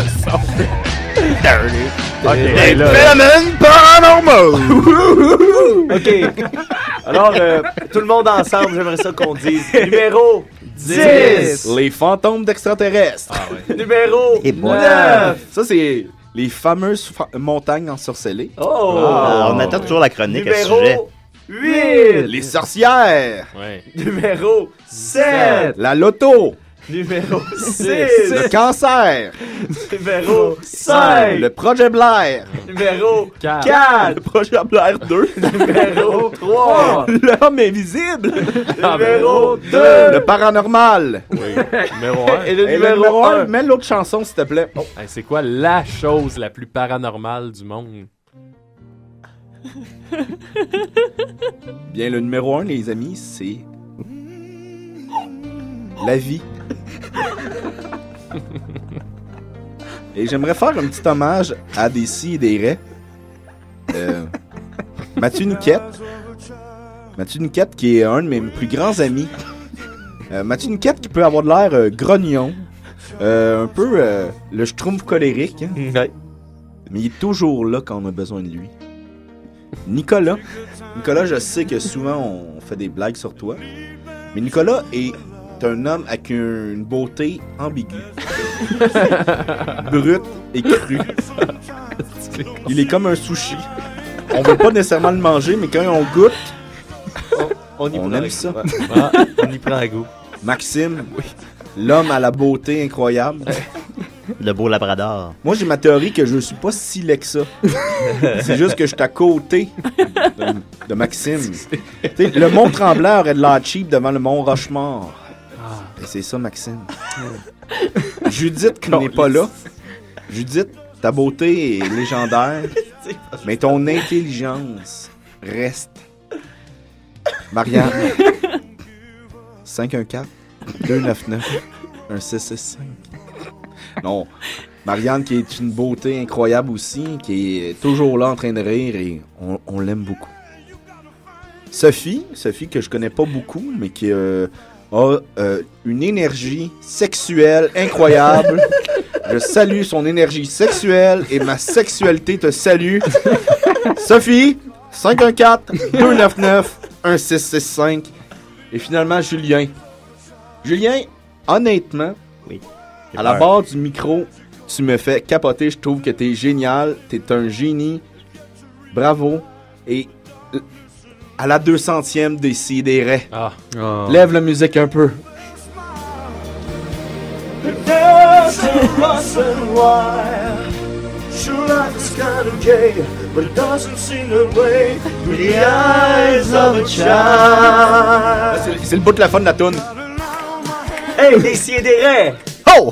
son. Les phénomènes paranormaux. OK. Alors, euh, tout le monde ensemble, j'aimerais ça qu'on dise numéro 10, 10. Les fantômes d'extraterrestres. Ah numéro Et bon. 9, Ça, c'est les fameuses fa- montagnes ensorcelées. oh, Ah, on attend toujours la chronique à ce sujet. numéro 8, Les sorcières. Ouais. numéro 7, La loto. numéro Le 6, cancer. numéro 5, Le projet Blair. numéro Quatre. 4, Le projet Blair 2. Ah. numéro 3, L'homme invisible. numéro 2, Le paranormal. Numéro 1. et le Et le numéro un, 1. mets l'autre chanson, s'il te plaît. c'est quoi la chose la plus paranormale du monde? Bien, le numéro un, les amis, c'est la vie. Et j'aimerais faire un petit hommage à des si et des raies. Euh, Mathieu Niquette. Mathieu Niquette, qui est un de mes plus grands amis. Euh, Mathieu Niquette, qui peut avoir de l'air euh, grognon. Euh, un peu euh, le schtroumpf colérique. hein. Mais il est toujours là quand on a besoin de lui. Nicolas. Nicolas, je sais que souvent on fait des blagues sur toi. Mais Nicolas est un homme avec une beauté ambiguë. Brute et crue. Il est comme un sushi. On veut pas nécessairement le manger, mais quand on goûte, on, y prend un aime goût, ça. ouais. Ouais, on y prend un goût. Maxime, l'homme à la beauté incroyable. Le beau labrador. Moi, j'ai ma théorie que je suis pas si laid que ça. C'est juste que je suis à côté de, de Maxime. Tu sais, le Mont Tremblant aurait de l'air cheap devant le Mont Rochemort. Ah. Ben, c'est ça, Maxime. Judith, qui n'est pas là. Judith, ta beauté est légendaire, mais ton intelligence reste. Marianne, 514-299-1665. Non, Marianne qui est une beauté incroyable aussi, qui est toujours là en train de rire et on, on l'aime beaucoup. Sophie, Sophie que je connais pas beaucoup, mais qui euh, a euh, une énergie sexuelle incroyable. je salue son énergie sexuelle et ma sexualité te salue. Sophie, 514-299-1665. Et finalement, Julien. Julien, honnêtement, à la peur. barre du micro, tu me fais capoter. Je trouve que t'es génial, t'es un génie. Bravo. Et euh, à la 200e des Sidérés. Ah. Ah. Lève la musique un peu. There's a Russian wire. Sure, life is kind of gay, but it doesn't seem that way through the eyes of a Là, child. c'est- C'est le bout de la fin de la toune. Hey, décidérez! Oh!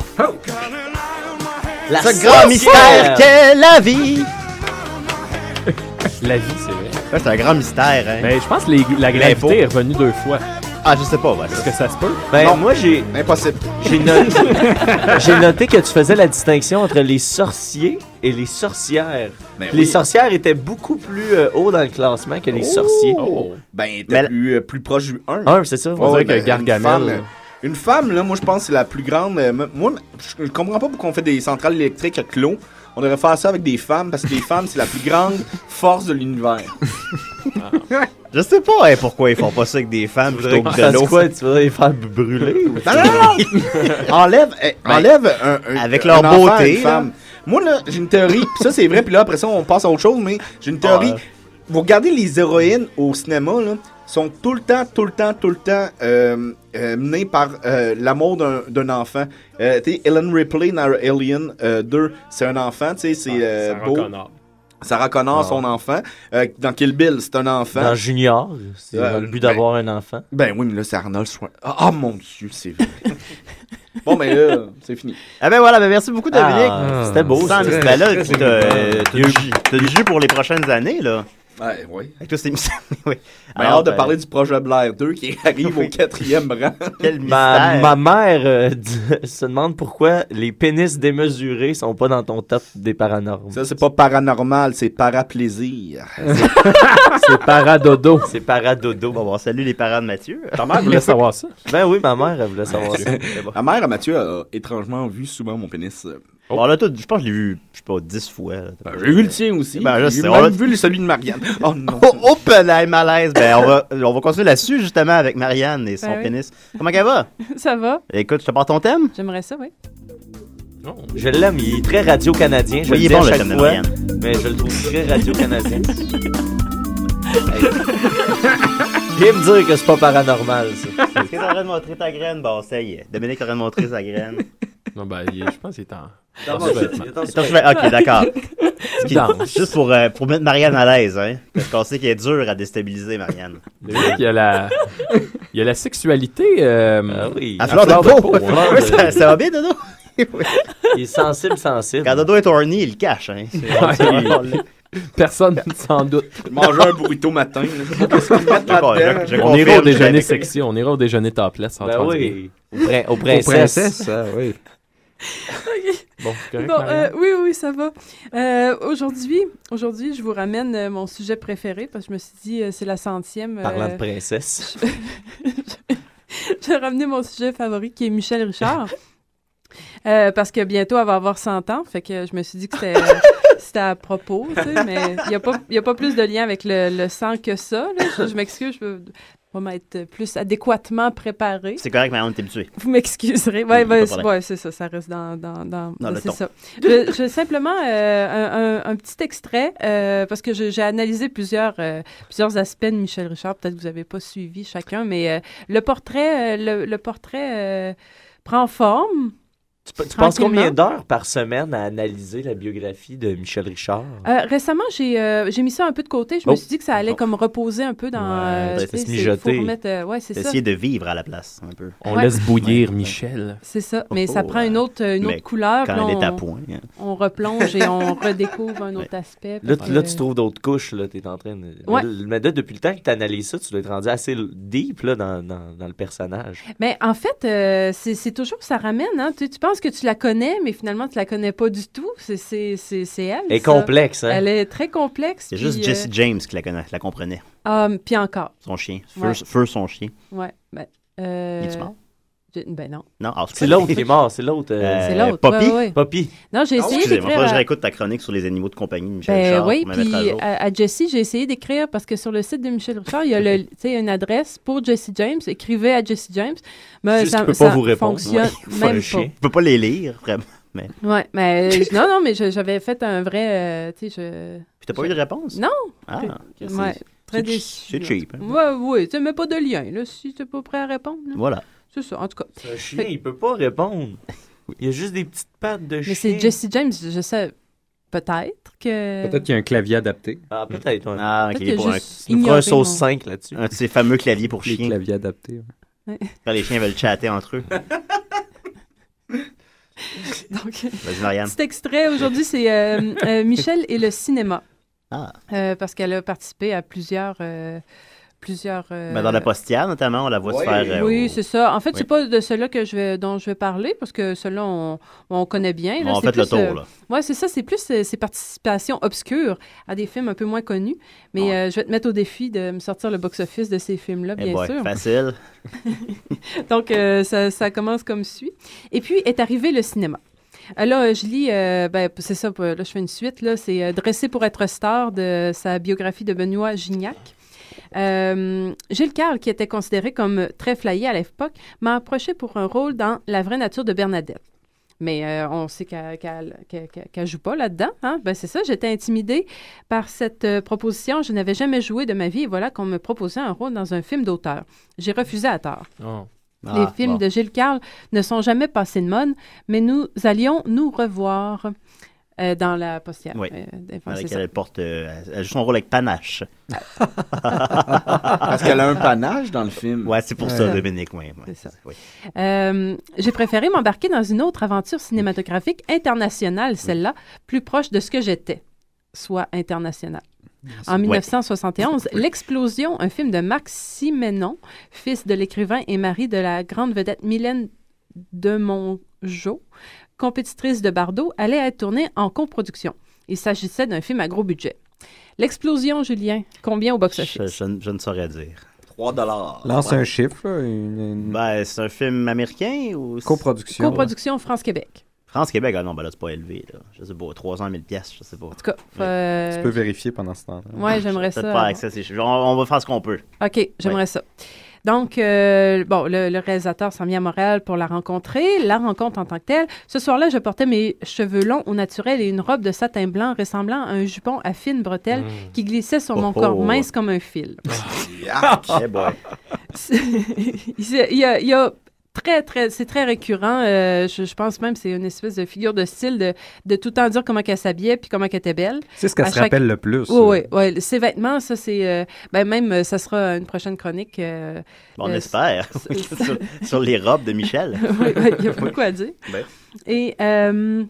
La Ce grand mystère Ah. qu'est la vie! La vie, c'est vrai. Ouais, c'est un grand mystère, hein. Mais je pense que les- la L'impôt. gravité est revenue deux fois. Ah, je sais pas, ouais. Est-ce que ça se peut? Ben, moi, j'ai. Impossible. J'ai noté, j'ai noté que tu faisais la distinction entre les sorciers et les sorcières. Ben les oui. sorcières étaient beaucoup plus euh, haut dans le classement que les sorciers. Oh! Ben, t'es Mais- plus, euh, plus proche du 1. Un, Ah, c'est ça. On dirait que Gargamel- ben, Une femme, euh, une femme, là, moi, je pense que c'est la plus grande. euh, m- moi, je je comprends pas pourquoi on fait des centrales électriques avec l'eau. On devrait faire ça avec des femmes parce que les femmes, c'est la plus grande force de l'univers. Je sais pas hein, pourquoi ils font pas ça avec des femmes plutôt que que tu de fasses l'eau. quoi, tu vas les faire b- brûler? ou- Non, non, non, non! enlève, eh, Ben, enlève un, un- avec un leur enfant à beauté, une femme. là. Moi, là, j'ai une théorie, pis ça, c'est vrai, puis là, après ça, on passe à autre chose, mais j'ai une théorie. Vous regardez les héroïnes au cinéma, là, sont tout le temps, tout le temps, tout le temps euh, euh, menées par euh, l'amour d'un- d'un enfant. Euh, tu sais, Ellen Ripley dans Alien euh, 2, c'est un enfant, tu sais, c'est euh, Sarah beau. Connor. Sarah Connor, son enfant. Euh, dans Kill Bill, c'est un enfant. Dans Junior, c'est dans le but d'avoir un enfant. Euh, Ben oui, mais là, c'est Arnold Schwarzenegger. Ah ah, mon Dieu, c'est vrai. bon, ben là, c'est fini. Ah ben voilà, ben merci beaucoup Dominique. Ah, c'était beau, Sans c'était mis- ben très, là, très tu émouvant. as du jus. T'as du jus pour les prochaines années, là. Ouais, Ben, oui. Avec toutes ces émissions. oui. Ben, hâte de parler du projet Blair 2 qui arrive au quatrième rang. Quel Ma, mystère. ma mère euh, dit- se demande pourquoi les pénis démesurés sont pas dans ton top des paranormes. Ça, c'est pas paranormal, c'est paraplaisir. c'est paradodo. C'est paradodo. Bon, bon, salut les parents de Mathieu. Ta mère voulait savoir ça. Ben oui, ma mère, elle voulait savoir ça. C'est bon. Ma mère, à Mathieu, a étrangement vu souvent mon pénis. euh, Bon, là, tout, je pense que je l'ai vu, je sais pas, 10 fois. là. J'ai eu le tien aussi. Ben, je J'ai sais, même on va- vu celui de Marianne. Oh non. Oh, oh, penaille, malaise. Ben, on va, on va continuer là-dessus, justement, avec Marianne et son Ben oui. pénis. Comment qu'elle va? Ça va? Écoute, je te pars ton thème? J'aimerais ça, oui. Je l'aime, il est très radio-canadien. Je Oui, il le est dis à bon, le chaque thème de fois, Marianne. Mais je le trouve très radio-canadien. Hey. Viens me dire que c'est pas Euh, paranormal, ça. Est-ce que t'aurais de montrer ta graine? Bon, ça y est. Dominique aurait de montrer sa graine. Non, ben, il est- je pense qu'il est en. Dans dans mon- ses vêtements. dans son- Ok, d'accord. Ce qui- Dans. Juste pour, euh, pour mettre Marianne à l'aise, hein. Parce qu'on sait qu'il est dur à déstabiliser, Marianne. Mais oui, Il y a la, il y a la sexualité. euh, Ah oui. À fleur de peau. hein. Ouais, ça, ça va bien, Dodo? Il est sensible, sensible. Quand Dodo est horny, il le cache, hein. C'est- Ouais. c'est- Personne, sans doute. Manger un burrito matin. là. Qu'est-ce qu'ils mettent Bon, là-dedon? je- je on ira au déjeuner sexy, on ira au déjeuner topless. en Ben 30 oui. minutes. Au prin- aux Aux princesses. princesses, ah oui. Bon, c'est correct, Bon, Marianne? euh, oui, oui, ça va. Euh, aujourd'hui, aujourd'hui, je vous ramène euh, mon sujet préféré parce que je me suis dit, euh, c'est la centième. Parlant de euh, princesse. J'ai ramené mon sujet favori qui est Michel Richard. Euh, parce que bientôt, elle va avoir 100 ans. Fait que je me suis dit que c'était, c'était à propos, tu sais, mais il n'y a, pas- il y a pas plus de lien avec le, le sang que ça. là. Je, je m'excuse, je veux- je vais m'être plus adéquatement préparée. C'est correct, mais on est habitué. Vous m'excuserez. Oui, Oui, pas de c'est problème. ouais, c'est ça, ça reste dans, dans, dans, Dans le c'est ton. ça. Je, je vais simplement euh, un, un- un petit extrait, euh, parce que je- j'ai analysé plusieurs, euh, plusieurs aspects de Michel Richard. Peut-être que vous n'avez pas suivi chacun, mais euh, le portrait, euh, le, le portrait euh, prend forme. Tu, pe- tu penses combien Tranquillement. d'heures par semaine à analyser la biographie de Michel Richard? Euh, récemment, j'ai euh, j'ai mis ça un peu de côté. Je me Oh. suis dit que ça allait comme reposer un peu dans. euh, Ouais, tu faut sais, se c'est- mijoter. faut remettre, euh, ouais, c'est ça. Essayer de vivre à la place, un peu. On Ouais. laisse bouillir Michel. C'est ça, mais Oh, ça prend une autre, euh, une mais autre couleur. quand puis elle on, est à point, hein. on replonge et on redécouvre un autre aspect. Là, parce tu- là, que- tu trouves d'autres couches, là, t'es en train de... Euh, Ouais. Mais, là, mais là, depuis le temps que tu analyses ça, tu dois être rendu assez l- deep, là, dans, dans- dans le personnage. Mais en fait, euh, c'est c'est toujours ça ramène. Hein? Tu, tu penses que tu la connais, mais finalement, tu la connais pas du tout. C'est- C'est c'est- c'est elle. Elle est ça. complexe, hein? Elle est très complexe. C'est juste puis, Jesse euh, James qui la, conna- la comprenait. ah, puis encore. Son chien. Feu, Ouais. feu son chien. Ouais. Ben, euh, Il est-tu mort? j'ai- Ben non. Non, ah, alors, C'est l'autre qui est mort, c'est l'autre. C'est l'autre, Poppy? Ah, ouais, ouais. Poppy. Non, j'ai essayé Excusez-moi, d'écrire faudrait que à- je réécoute ta chronique sur les animaux de compagnie de Michel Ben Richard. oui, pour me mettre à puis jour. à, à Jessie, j'ai essayé d'écrire parce que sur le site de Michel Richard, il y a le, tu sais, une adresse pour Jessie James. Écrivez à Jessie James. Mais Juste ben, ça, qu'il peut ça pas vous répondre. fonctionne Ouais, il faut un même chien. pas. Il peut pas les lire, vraiment. Mais... Ouais, mais euh, non, non, mais je- j'avais fait un vrai. euh, tu sais, je. Puis t'as pas eu de réponse? Non! Ah, ok, c'est- ouais, très c'est déçu. ch- c'est cheap, hein. Ouais, ouais, tu sais, mais pas de lien, là, si t'es pas prêt à répondre. là. Voilà. C'est ça, en tout cas. C'est un chien, il peut pas répondre. Il y a juste des petites pattes de chien. Mais c'est Jesse James, je sais, peut-être que. Peut-être qu'il y a un clavier adapté. Ah, peut-être, ouais. Ah, Peut-être ok. qu'il a Pour un, juste ignoré mon- là-dessus. Un de ces fameux claviers pour Les chiens. claviers adaptés. Ouais. Quand les chiens veulent chatter entre eux. Donc, Vas-y, Marianne. Petit extrait aujourd'hui, c'est euh, euh, Michel et le cinéma. Ah. Euh, parce qu'elle a participé à plusieurs. euh, plusieurs euh, Ben, dans la postière, notamment, on la voit Oui, se faire. euh, au- c'est ça. En fait, Oui. c'est pas de cela que je vais, dont je vais parler parce que cela on, on connaît bien. On Là, a C'est fait le plus, euh, tour, là. ouais, c'est ça. C'est plus euh, ses participations obscures à des films un peu moins connus. Mais euh, je vais te mettre au défi de me sortir le box-office de ces films-là, Eh bien boy, sûr. Facile. Donc, euh, ça, ça commence comme suit. Et puis est arrivé le cinéma. Euh, Là, euh, je lis, euh, ben, c'est ça, euh, là, je fais une suite, là, c'est euh, Dressé pour être star de sa biographie de Benoît Gignac. Euh, Gilles Carle, qui était considéré comme très flyé à l'époque, m'a approché pour un rôle dans La vraie nature de Bernadette. Mais euh, on sait qu'elle qu'elle- qu'elle- qu'elle- qu'elle joue pas là-dedans. hein. Ben, c'est ça, j'étais intimidée par cette euh, proposition. Je n'avais jamais joué de ma vie et voilà qu'on me proposait un rôle dans un film d'auteur. J'ai refusé à tort. Les Ah, films bon. de Gilles Carle ne sont jamais passés de mode, mais nous allions nous revoir euh, dans la postière. Oui. Euh, des fois, Dans c'est laquelle ça. elle porte. euh, elle joue son rôle avec panache. Parce qu'elle a un panache dans le film. Ouais, c'est pour ça, Dominique, oui. C'est ça. Euh, J'ai préféré m'embarquer dans une autre aventure cinématographique internationale, celle-là, plus proche de ce que j'étais, soit internationale. En Ouais. 1971, L'Explosion, un film de Marc Simenon, fils de l'écrivain et mari de la grande vedette Mylène Demongeot, compétitrice de Bardot, allait être tourné en coproduction. Il s'agissait d'un film à gros budget. L'explosion, Julien, combien au box-office? Je, je ne- je ne saurais dire. 3 dollars. Lance un chiffre. là, une- une- Ben, c'est un film américain ou. Coproduction. Coproduction France-Québec. France-Québec, ah non, ben là, c'est pas élevé, là. Je sais pas, 300 000 piastres, je sais pas. En tout cas, euh, Tu peux vérifier pendant ce temps-là. Ouais, j'aimerais Peut-être ça. pas accès à ces chiffres. On, on va faire ce qu'on peut. OK, j'aimerais ça. Donc, euh, bon, le, le réalisateur s'en vient à Montréal pour la rencontrer, la rencontre en tant que telle. Ce soir-là, je portais mes cheveux longs au naturel et une robe de satin blanc ressemblant à un jupon à fines bretelles qui glissait sur Oh, mon oh. Ah, corps mince comme un fil. Eh boy. il s'est- il y a, il y a très, très, c'est très récurrent. euh, je, je pense même que c'est une espèce de figure de style de, de tout le temps dire comment qu'elle s'habillait puis comment qu'elle était belle. C'est ce qu'elle À se rappelle le plus, Oui, oui, oui. Ses vêtements, ça, c'est. euh, ben, même, euh, ça sera une prochaine chronique. euh, Bon, on euh, espère. sur, sur les robes de Michel. oui, oui, il y a beaucoup à dire. Ben. Et euh,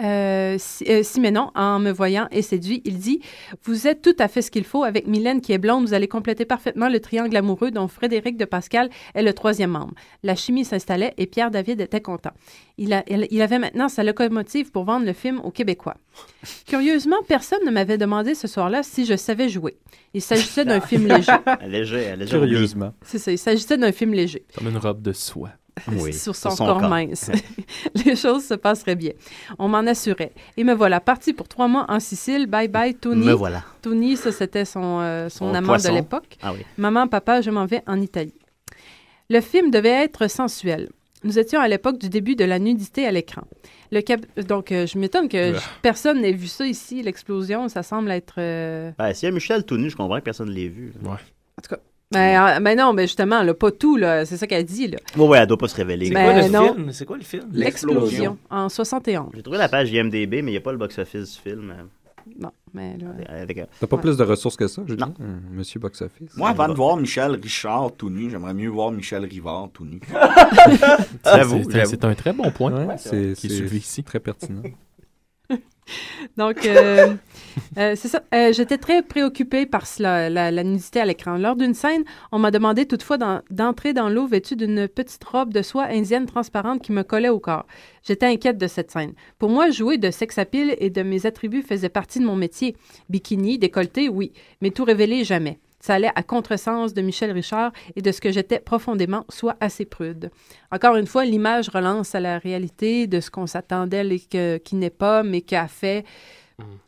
Euh, si, euh, si, mais non, en me voyant et séduit, il dit Vous êtes tout à fait ce qu'il faut. Avec Mylène qui est blonde, vous allez compléter parfaitement le triangle amoureux dont Frédéric de Pascal est le troisième membre. La chimie s'installait et Pierre David était content. Il, a- il- il avait maintenant sa locomotive pour vendre le film aux Québécois. Curieusement, personne ne m'avait demandé ce soir-là si je savais jouer. Il s'agissait d'un film léger. Léger, léger. Curieusement. C'est ça, il s'agissait d'un film léger. Comme une robe de soie. sur son, corps, mince. Les choses se passeraient bien. On m'en assurait. Et me voilà parti pour trois mois en Sicile. Bye bye, Tony. Me voilà. Tony, ça, c'était son, euh, son Son amant poisson. de l'époque. Ah oui. Maman, papa, je m'en vais en Italie. Le film devait être sensuel. Nous étions à l'époque du début de la nudité à l'écran. Le cap- Donc, euh, je m'étonne que Ah. je- personne n'ait vu ça ici, l'explosion. Ça semble être. euh, Ben, s'il y a Michel tout nu, je comprends que personne ne l'ait vu. Ouais. En tout cas. Ben, euh, ben non, mais justement, là, pas tout, là. C'est ça qu'elle dit, là. Ouais, ouais, elle doit pas se révéler. C'est quoi Ben, le non. film? C'est quoi le film? L'explosion, en 71. J'ai trouvé la page IMDB, mais il n'y a pas le box-office du film. Bon, mais là... Avec, euh, T'as pas ouais. plus de ressources que ça, je dis. Euh, Monsieur Box Office. Moi, avant de voir Michel Richard tout nu, j'aimerais mieux voir Michel Rivard tout nu. J'avoue, Ah, C'est- j'avoue. c'est un très bon point. Ouais, c'est Qui est c'est soulevé ici. Très pertinent. Donc, euh, euh, c'est ça. Euh, J'étais très préoccupée par cela, la, la nudité à l'écran. Lors d'une scène, on m'a demandé toutefois d'en- d'entrer dans l'eau vêtue d'une petite robe de soie indienne transparente qui me collait au corps. J'étais inquiète de cette scène. Pour moi, jouer de sex appeal et de mes attributs faisait partie de mon métier. Bikini, décolleté, oui, mais tout révélé, jamais. Ça allait à contresens de Michel Richard et de ce que j'étais profondément, soit assez prude. Encore une fois, l'image relance à la réalité de ce qu'on s'attendait et que- qui n'est pas, mais qui a fait.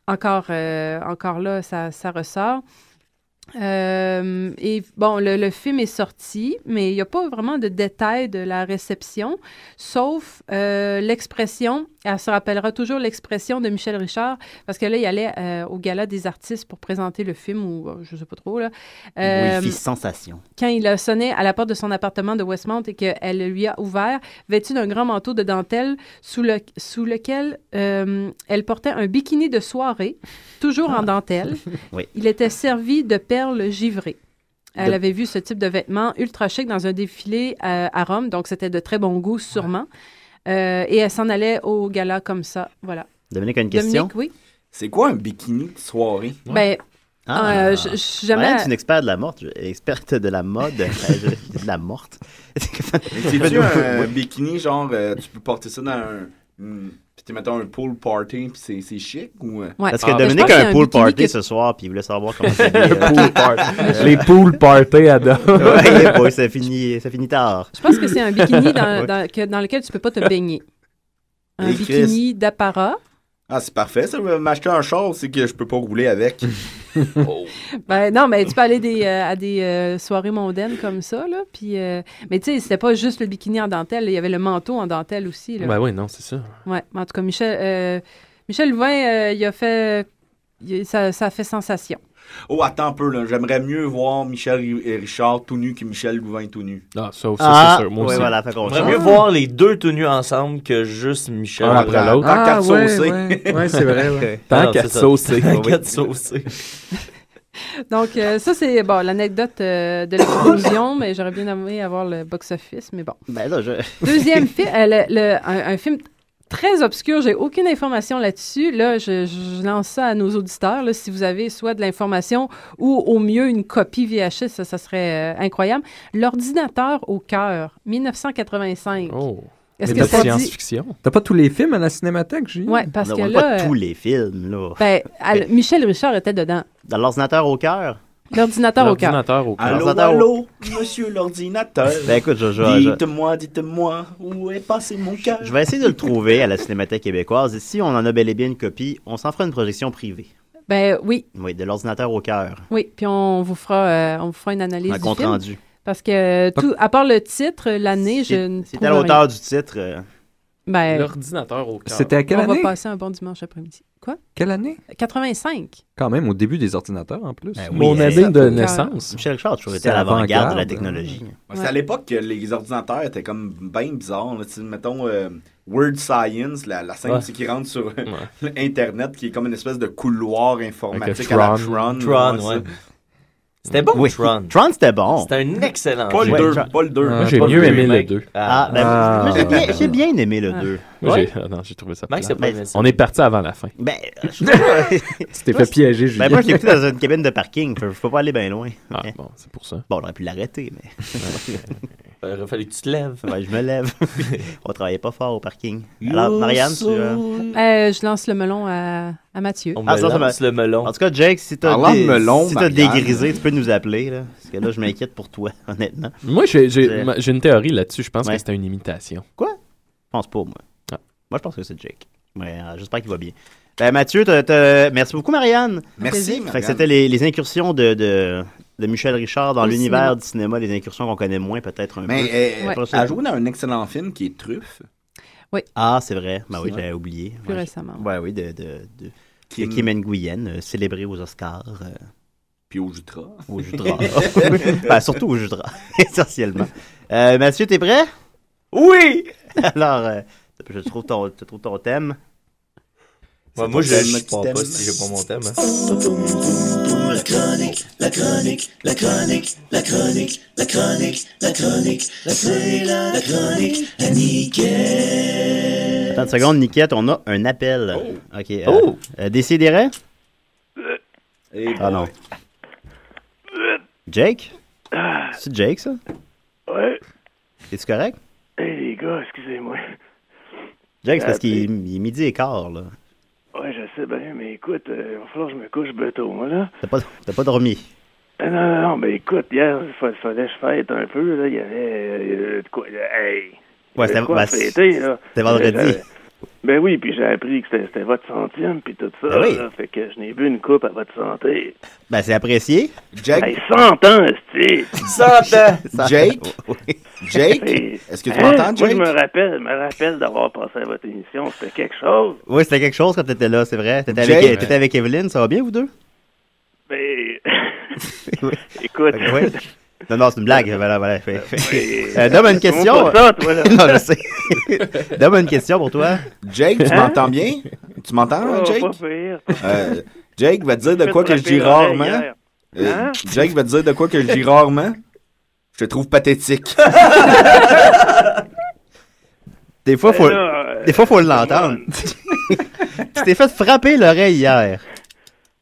Encore, euh, encore là, ça, ça ressort. Euh, et bon, le, le film est sorti, mais il n'y a pas vraiment de détails de la réception, sauf euh, l'expression, elle se rappellera toujours l'expression de Michel Richard, parce que là, il allait euh, au gala des artistes pour présenter le film, ou euh, je ne sais pas trop, là. Euh, Oui, fille sensation. quand il a sonné à la porte de son appartement de Westmount et qu'elle lui a ouvert, vêtue d'un grand manteau de dentelle sous, le- sous lequel euh, elle portait un bikini de soirée, toujours Ah. en dentelle. Oui. Il était servi de perles givrées. Elle De- avait vu ce type de vêtements ultra chic dans un défilé euh, à Rome, donc c'était de très bon goût sûrement. Ah. Euh, et elle s'en allait au gala comme ça, voilà. Dominique a une Dominique, question. oui? C'est quoi un bikini de soirée? Ben, euh, je- je- jamais- Ah. Marianne, tu es une experte de la morte. je- Experte de la mode. Euh, je- de la morte. C'est tu un Oui. bikini, genre, euh, tu peux porter ça dans un. hmm, Puis tu mettons un pool party, puis c'est, c'est chic ou. euh? Parce que Ah, Ah, Dominique a un pool party ce soir, puis il voulait savoir comment ça euh, Un pool party. Les pool party, Adam. ouais, yeah, boy, ça finit, ça finit tard. Je pense que c'est un bikini dans, Ouais. dans- que- dans lequel tu peux pas te baigner. Un Et Chris. bikini d'apparat. Ah, c'est parfait, ça. euh, M'acheter un char, c'est que je peux pas rouler avec. Oh. Ben, non, mais tu peux aller des, euh, à des euh, soirées mondaines comme ça, là. Puis, euh, mais tu sais, c'était pas juste le bikini en dentelle, là, il y avait le manteau en dentelle aussi. Là. Ben oui, non, c'est ça. Ouais, mais en tout cas, Michel, euh, Michel Louvain, euh, il a fait. il- ça, ça a fait sensation. Oh, attends un peu, là. J'aimerais mieux voir Michel Ri- et Richard tout nu que Michel Louvain tout nu. Ah, ça, aussi, Ah, Moi ouais, aussi. voilà, fait qu'on J'aimerais mieux voir les deux tenues ensemble que juste Michel. Un après l'autre. Ah, Tant qu'à te saucer. Ouais, c'est vrai, ouais. Ah non, Tant qu'à c'est ça. saucer. Tant Oui. qu'à te saucer. Donc, euh, ça, c'est bon, l'anecdote euh, de l'explosion, mais j'aurais bien aimé avoir le box-office, mais bon. Ben là, je. Deuxième film, euh, le- le- un, un film très obscur. J'ai aucune information là-dessus. Là, je, je lance ça à nos auditeurs. là, si vous avez soit de l'information ou au mieux une copie VHS, ça, ça serait euh, incroyable. L'ordinateur au cœur, 1985. Oh. Est-ce Mais que t'as ça pas- dit... T'as pas tous les films à la cinémathèque, Julie? Ouais, parce Non, que on là, voit pas euh, tous les films, là. Ben, elle- Michel Richard était dedans. Dans l'ordinateur au cœur. L'ordinateur au cœur. L'ordinateur au cœur. Allô, L'ordinateur au- allô, monsieur l'ordinateur. Ben écoute, je, je- je- Dites-moi, dites-moi, où est passé mon cœur? je vais essayer de le trouver à la Cinémathèque québécoise. Et si on en a bel et bien une copie, on s'en fera une projection privée. Ben oui, Oui, de l'ordinateur au cœur. oui. Puis on vous fera, euh, on vous fera une analyse Un du compte film. rendu. Parce que euh, tout, à part le titre, l'année, je ne C'était à trouve rien. l'auteur du titre. euh, Ben, L'ordinateur au cœur. C'était à quelle on année? va passer un bon dimanche après-midi. Quoi? Quelle année? 85. Quand même, au début des ordinateurs, en plus. oui, Mon euh, année de naissance. Michel Richard, toujours été à l'avant-garde de la technologie. Ouais, C'est à l'époque que les ordinateurs étaient comme bien bizarres. là. Tu sais, Mettons euh, Word Science, la, la scène Ouais. c'est qui rentre sur euh, Internet, qui est comme une espèce de couloir informatique Avec le à la Tron. Tron. Tron, ça. ouais. C'était bon, Oui. Tron. Tron, c'était bon. C'était un excellent Pas le jeu. deux, pas le deux. Ah, Moi, pas j'ai mieux aimé remake. le deux. Ah, ben, Ah. moi, j'ai bien- j'ai bien aimé le Ben, Ah. 2. Moi, Ouais. j'ai- ah non, j'ai trouvé ça. Mike, plate. c'est pas aimé ça. On est parti avant la fin. Ben, Tu t'es fait piéger, Ben Julien. moi, je l'ai écouté dans une cabine de parking. Je peux pas aller bien loin. Ah, bon, c'est pour ça. Bon, on aurait pu l'arrêter, mais. Euh, Il aurait fallu que tu te lèves. Ben, je me lève. on travaillait pas fort au parking. Alors, Marianne, tu. euh, Euh, je lance le melon à, à Mathieu. Ah, ça, ça m'a- En tout cas, Jake, si t'as Parlant de dé- melon, si t'as Marianne. dégrisé, tu peux nous appeler. Là, parce que là, je m'inquiète pour toi, honnêtement. Moi, j'ai j'ai- hein. C'est- ma- j'ai une théorie là-dessus. Je pense Ouais. que c'était une imitation. Quoi? Je pense pas, moi. Ah. Moi, je pense que c'est Jake. Ouais, euh, j'espère qu'il va bien. Ben, Mathieu, t'as- t'as- merci beaucoup, Marianne. Merci, Fait Marianne. que c'était les, les incursions de, de, de Michel Richard dans Au l'univers cinéma. du cinéma, les incursions qu'on connaît moins, peut-être un Mais peu. euh, Pas elle ça. a joué dans un excellent film qui est Truffe. Ah, c'est vrai. Ben oui, Ouais. j'avais oublié. Plus Ouais. récemment. Ouais, oui, de, de, de- de Kim, Kim- Nguyen, euh, célébré aux Oscars. euh, Puis au Jutra. au Judra. ben, surtout au Judra, essentiellement. Euh, Mathieu, t'es prêt? Oui! Alors, euh, je trouve ton, je trouve ton thème. Ouais, moi, je ne comprends pas si j'ai pas mon thème. La chronique, la chronique, la chronique, la chronique, la chronique, la chronique, la chronique, la chronique, la Attends une seconde, Niquette, on a un appel. OK. euh, Oh! euh, Décidérez? Ah non. Jake? C'est Jake, ça? Ouais. Es-tu correct? Hey, les gars, excusez-moi. Jake, c'est parce Ah, qu'il il est midi et quart, là. Ouais, je sais bien, mais écoute, euh, il va falloir que je me couche bientôt, moi, là. T'as pas, t'as pas dormi. Ah, Non, non, non, mais écoute, hier, il fa- fallait que je fête un peu, là. Il y avait. euh, de quoi. là, hey! Il y Ouais, avait c'était- de quoi ben, fêter, là. c'était vendredi. Euh, j'avais- Ben oui, puis j'ai appris que c'était c'était votre centième, puis tout ça. Ben oui. là, fait que je n'ai bu une coupe à votre santé. Ben, c'est apprécié. Jake. Hey, 100 ans, esti! 100 ans! Jake? Jake? Est-ce que tu m'entends, Hein? Moi, je Jake? me rappelle, je me rappelle d'avoir passé à votre émission. C'était quelque chose. Oui, c'était quelque chose quand t'étais là, c'est vrai. T'étais Jake? avec, t'étais avec Evelyne, ça va bien, vous deux? Mais... Oui. Écoute. Ouais. Non, non, c'est une blague. Voilà, voilà. Fait- fait- Euh, Euh, Dom a une raconte question. pas ça, toi, là. non, je sais. Dom a une question pour toi. Jake, tu Hein? m'entends bien? Tu m'entends, Oh, Jake? pas pire. Euh, Jake va te dire de Fais quoi que je frapper dis l'oreille rarement. hier. Euh, Hein? Jake va te dire de quoi que je dis rarement. Je te trouve pathétique. Des fois, faut, Ben là, euh, des fois, faut l'entendre. tu t'es fait frapper l'oreille hier.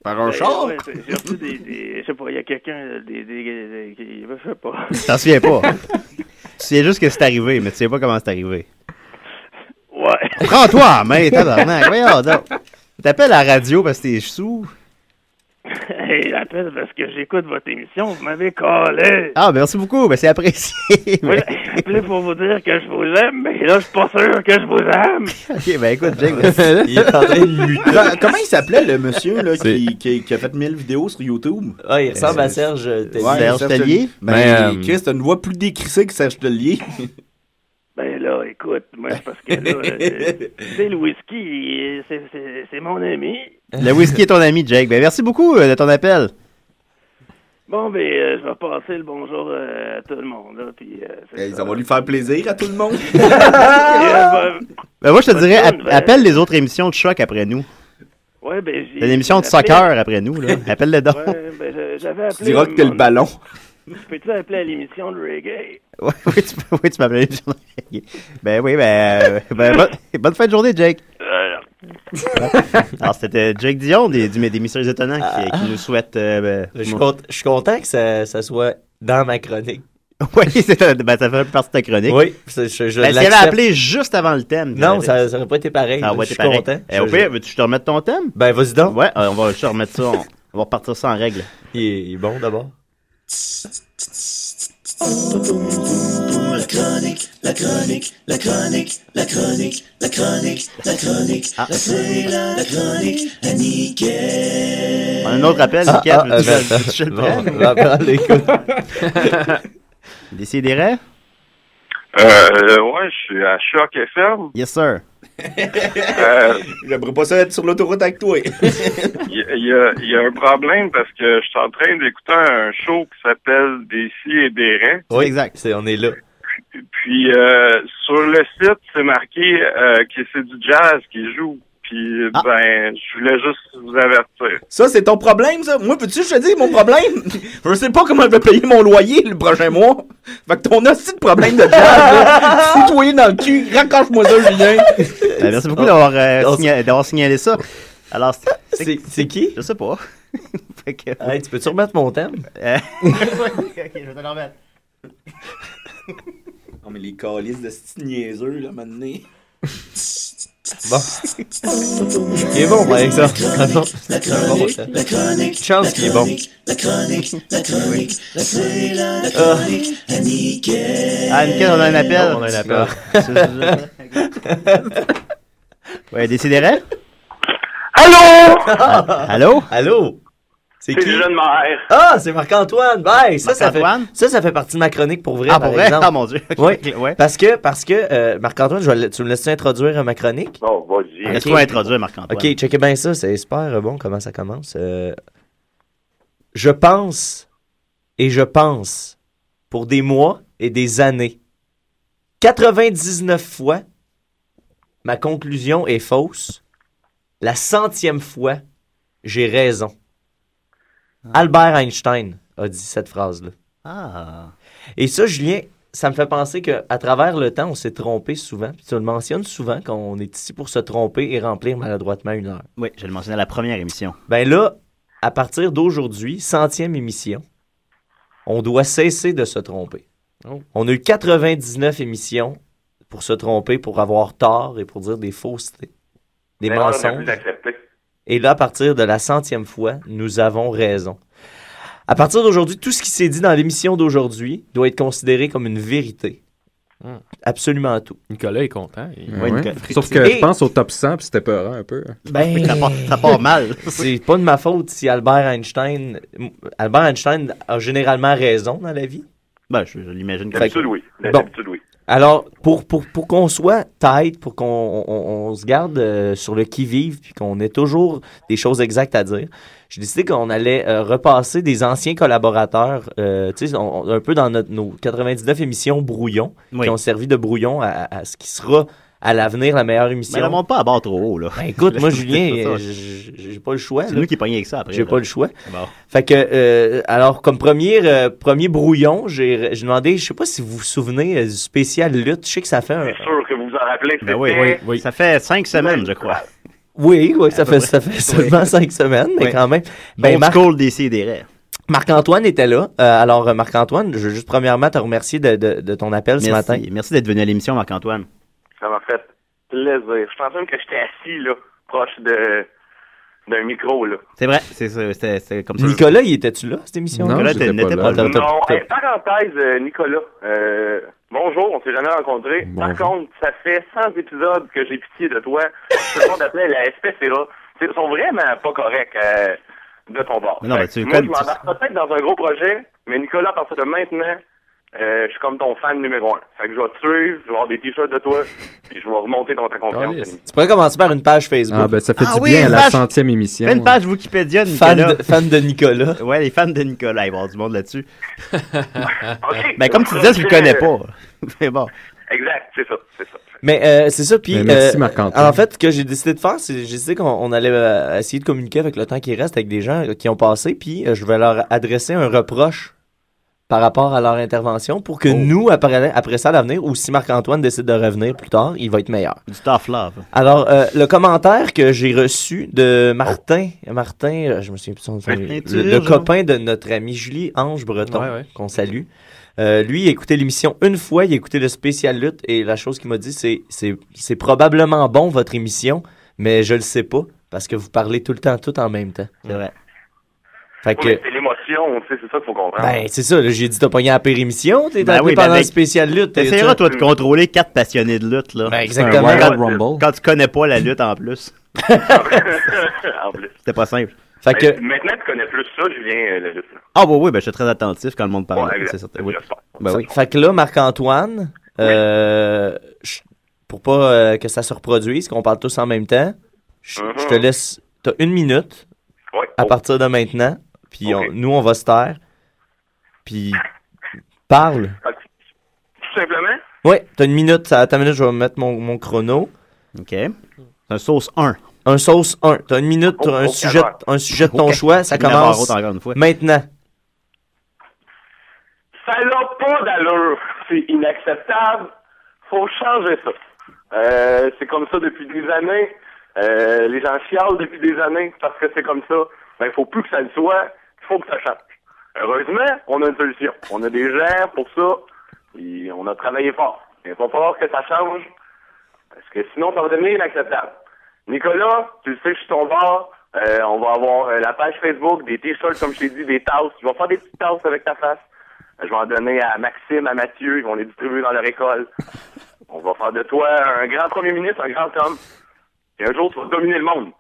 Par Ben, ouais, c'est- J'ai reçu des, des- Je sais pas, il y a quelqu'un. Des, des, des- qui- je sais pas. Tu t'en souviens pas. tu sais juste que c'est arrivé, mais tu sais pas comment c'est arrivé. Ouais. Prends-toi, mais tabarnak. Voyons donc. T'appelles à la radio parce que t'es sous. Hey, appelle parce que j'écoute votre émission. Vous m'avez collé. Ah, merci beaucoup. Ben, c'est apprécié. Moi, j'ai appelé pour vous dire que je vous aime, mais là, je suis pas sûr que je vous aime. ok, ben écoute, Jake. Il est en train de muter. Ben, Comment il s'appelait le monsieur là, qui, qui- qui a fait 1000 vidéos sur YouTube? Ah, il ressemble à Serge Tellier. Serge Tellier? Ben, Ben, euh, Chris, t'as une voix plus décrissée que Serge Tellier. Ben là, écoute, moi, c'est parce que là, euh, tu sais, le whisky, il- c'est- c'est c'est mon ami. Le whisky est ton ami, Jake. Ben, merci beaucoup euh, de ton appel. Bon, ben, euh, je vais passer le bonjour euh, à tout le monde, là, puis... euh, c'est Eh, ça va lui faire plaisir à tout le monde. Ben, moi, je te Bonne dirais, tune, app- ben. appelle les autres émissions de choc après nous. Ouais, ben, j'ai... T'as une émission de j'ai appelé- soccer après nous, là. Appelle-le donc. Ouais, ben, je- j'avais appelé... Tu diras que t'es le ballon. Je Peux-tu appeler à l'émission de reggae? Ouais, oui, tu, peux- oui, tu m'appelles une journée. Ben oui, ben, euh, ben, bonne, bonne fin de journée, Jake. Alors, c'était Jake Dion des, du, des Mystères Étonnants qui, qui nous souhaite. euh, ben, Ah. Je suis cont- je suis content que ça, ça soit dans ma chronique. Oui, c'est- ben, ça fait partie de ta chronique. Oui, c'est- je- je ben, si elle l'accepte. avait appelé juste avant le thème. Non, ça t'avais- n'aurait pas été pareil. Ça aurait je été suis pareil. content. Eh, au Je- pire, je- veux-tu que je te remette ton thème? Ben, vas-y donc. Ouais, euh, on va je te remettre ça. On, on va repartir ça en règle. Il est, il est bon d'abord. chronique, la chronique, la chronique, la chronique, la chronique, la chronique, la chronique, la chronique, la On a un autre appel, Ah, Nickel. ah, veux-tu que euh, je- veux-tu que je ben, le bon, prenne? on va appeler, écoute. Décidérez? Euh, ouais, je suis à Choc FM. Yes, sir. Euh, J'aimerais pas ça être sur l'autoroute avec toi. Il y, a- il y a- il y a un problème parce que je suis en train d'écouter un show qui s'appelle Des si et des reins. Oui, exact. on est là. Puis euh, sur le site, c'est marqué euh, que c'est du jazz qui joue. Puis Puis, Ah. ben, je voulais juste vous avertir. Ça, c'est ton problème, ça. Moi, peux-tu je te dire mon problème? je sais pas comment je vais payer mon loyer le prochain mois. Fait que ton aussi de problème de jazz, là, citoyen dans le cul, raccroche-moi ça, Julien. Ben, merci Oh. beaucoup d'avoir euh, signa- d'avoir signalé ça. Alors, c'est qui? Je sais pas. Fait que- Hey, tu peux-tu remettre mon thème? Euh, ok, je vais te le remettre. Non, mais les calices de petits niaiseux, là, maintenant. Bon. Il est bon, par exemple. La chronique, la chronique. Chance qu'il est bon. La chronique, la chronique, la chronique, la Ah. chronique, à Nickel. Ah, Nickel, on a un appel. On a un appel. Ouais, décidérez. Ah, Allô? Allô? Allô? C'est qui? le jeune maire. Ah, c'est Marc-Antoine. Bye! Ça, ça, fait, Marc-Antoine? ça, ça fait partie de ma chronique pour vrai. Ah, par pour vrai? exemple. Ah, mon Dieu. Ok, Oui. ok, ouais. Parce que, parce que euh, Marc-Antoine, je vais le- tu me laisses introduire euh, ma chronique? Bon, vas-y. Ok. Laisse-toi introduire, Marc-Antoine. Ok, checkez bien ça. C'est super euh, bon comment ça commence. Euh, je pense et je pense pour des mois et des années. 99 fois, ma conclusion est fausse. La centième fois, j'ai raison. Ah. Albert Einstein a dit cette phrase-là. Ah. Et ça, Julien, ça me fait penser qu'à travers le temps, on s'est trompé souvent. Puis tu le mentionnes souvent qu'on est ici pour se tromper et remplir maladroitement une heure. Oui, je le mentionnais à la première émission. Ben là, à partir d'aujourd'hui, centième émission, on doit cesser de se tromper. Oh. On a eu 99 émissions pour se tromper, pour avoir tort et pour dire des faussetés, des Mais là, on a mensonges. plus d'accepter. Et là, à partir de la centième fois, nous avons raison. À partir d'aujourd'hui, tout ce qui s'est dit dans l'émission d'aujourd'hui doit être considéré comme une vérité. Hmm. Absolument tout. Nicolas est content. Il- Ouais. Sauf que je pense au top 100, puis c'était peurant un peu. Ben, C'est pas de ma faute si Albert Einstein. Albert Einstein a généralement raison dans la vie. Ben, je, l'imagine comme D'habitude, oui. D'habitude, oui. Alors, pour, pour, pour qu'on soit tight, pour qu'on on- on- on se garde euh, sur le qui-vive, puis qu'on ait toujours des choses exactes à dire, j'ai décidé qu'on allait euh, repasser des anciens collaborateurs, euh, tu sais, on- on- un peu dans notre- nos 99 émissions brouillon, Oui. qui ont servi de brouillon à, à- à ce qui sera à l'avenir la meilleure émission. Mais la monte pas à bord trop haut, là. Ben, écoute, moi, Julien, C'est ça. euh, j- j'ai pas le choix. C'est là. nous qui pognions avec ça après. J'ai là. pas le choix. Bon. Fait que, euh, alors, comme premier, euh, premier brouillon, j'ai j'ai demandé, je sais pas si vous vous souvenez euh, du spécial lutte, je sais que ça fait un... C'est sûr que vous vous en rappelez. Ben oui, c'était- oui, oui. Ça fait cinq semaines, je crois. Oui, oui, ça À peu fait, près. ça fait seulement Oui. cinq semaines, mais Oui. quand même. Ben, Old school Marc-Antoine était là. Euh, alors, euh, Marc-Antoine, je veux juste premièrement te remercier de, de- de ton appel ce Merci. matin. Merci d'être venu à l'émission, Marc-Antoine. Ça m'a fait plaisir. Je pensais même que j'étais assis, là, proche de d'un micro, là. C'est vrai, c'est ça, c'était c'était comme ça. Nicolas, il était-tu là, cette émission? Nicolas t'es- n'était pas, là. Non, hey, parenthèse, euh, Nicolas. euh, bonjour, on s'est jamais rencontrés. Par Bonjour. contre, ça fait 100 épisodes que j'ai pitié de toi. Tout le monde appelait la SPCA. C'est- Ils sont vraiment pas corrects euh, de ton bord. Mais non, Fait mais que tu le Moi, je connais, tu- m'embarque peut-être dans un gros projet, mais Nicolas, à partir de maintenant, euh, je suis comme ton fan numéro un. Fait que je vais te suivre, je vais avoir des t-shirts de toi, puis je vais remonter dans ta confiance. Tu pourrais commencer par une page Facebook. Ah, ben, ça fait Ah du oui, bien à une la page- centième émission. Fais une page Wikipédia, Fan Nicolas. de- fan de Nicolas. ouais, les fans de Nicolas. Il va y avoir du monde là-dessus. Ok. Ben, comme tu disais, tu le connais pas. Mais bon. Exact, c'est ça, c'est ça. Mais euh, c'est ça, puis... Mais merci, euh, Marc-Antoine. En fait, ce que j'ai décidé de faire, c'est j'ai décidé qu'on on allait euh, essayer de communiquer avec le temps qui reste, avec des gens euh, qui ont passé, puis euh, je vais leur adresser un reproche par rapport à leur intervention pour que Oh. nous, après, après ça, à l'avenir, ou si Marc-Antoine décide de revenir plus tard, il va être meilleur. Du tough love. Alors, euh, le commentaire que j'ai reçu de Martin, Martin, euh, je me souviens plus de son nom, Oh. Martin le- Ture, le, genre. copain de notre ami Julie Ange Breton, Ouais, ouais. qu'on salue. Euh, lui, il a écouté l'émission une fois, il a écouté le spécial lutte, et la chose qu'il m'a dit, c'est, c'est, c'est probablement bon votre émission, mais je le sais pas, parce que vous parlez tout le temps, tout en même temps. C'est vrai. Fait que, Ouais, mais C'est l'émotion, tu sais, c'est ça qu'il faut comprendre. ben, c'est ça, là, j'ai dit, t'as pogné à la pérémission, t'es Ben appelé oui, ben pendant avec- le spécial lutte. t'es- T'essaieras, tu- toi, de contrôler quatre passionnés de lutte, là. Ben, exactement. C'est un Wild Quand- Rumble. Quand tu connais pas la lutte, en plus. en plus. C'était pas simple. Fait Mais Maintenant, tu connais plus ça, Julien, euh, la lutte. Ah, bah oui, ben, je suis très attentif quand le monde parle. Ouais, c'est certain. Oui. Ben Fa- oui. Fait que là, Marc-Antoine, euh, je- pour pas euh, que ça se reproduise, qu'on parle tous en même temps, je je te Mhm. laisse. T'as une minute à partir de maintenant. Puis on- nous, on va se taire. Puis parle. Tout simplement, Ouais, t'as une minute. À ta minute, je vais mettre mon, mon chrono. OK. C'est un sauce 1. un sauce 1. T'as une minute pour un, oh, sujet, alors. un sujet de ton Ok. choix. Ça Une barre commence haute encore une fois. maintenant. Ça n'a pas d'allure. C'est inacceptable. Faut changer ça. Euh, c'est comme ça depuis des années. Euh, les gens chialent depuis des années parce que c'est comme ça. Ben, il faut plus que ça le soit. Il faut que ça change. Heureusement, on a une solution. On a des gens pour ça. Et on a travaillé fort. Il va falloir que ça change. Parce que sinon, ça va devenir inacceptable. Nicolas, tu le sais, je suis ton bord. Euh, on va avoir euh, la page Facebook, des t-shirts, comme je t'ai dit, des tasses. Je vais faire des petites tasses avec ta face. Je vais en donner à Maxime, à Mathieu, ils vont les distribuer dans leur école. On va faire de toi un grand premier ministre, un grand homme. Et un jour, tu vas dominer le monde.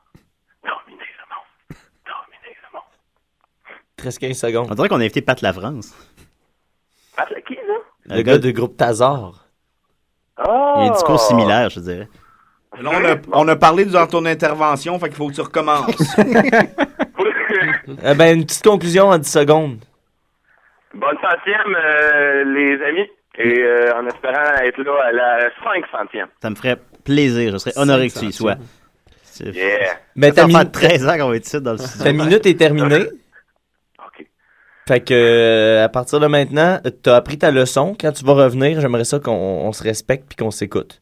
Presque 15 secondes. On dirait qu'on a invité Pat Lavrance. Pat, le qui, là? Le, gars, du groupe Tazar. Ah! Il y a un discours similaire, je dirais. Là, on a, on a parlé durant ton intervention, fait qu'il faut que tu recommences. Euh, ben, une petite conclusion en 10 secondes. Bonne centième, euh, les amis. Et euh, en espérant être là à la cinq centième. Ça me ferait plaisir. Je serais honoré que tu y sois. C'est- Yeah. Mais ça ta va minu- faire 13 ans qu'on va être ici dans le studio. Ta minute est terminée. Fait que, euh, à partir de maintenant, t'as appris ta leçon. Quand tu vas revenir, j'aimerais ça qu'on on se respecte puis qu'on s'écoute.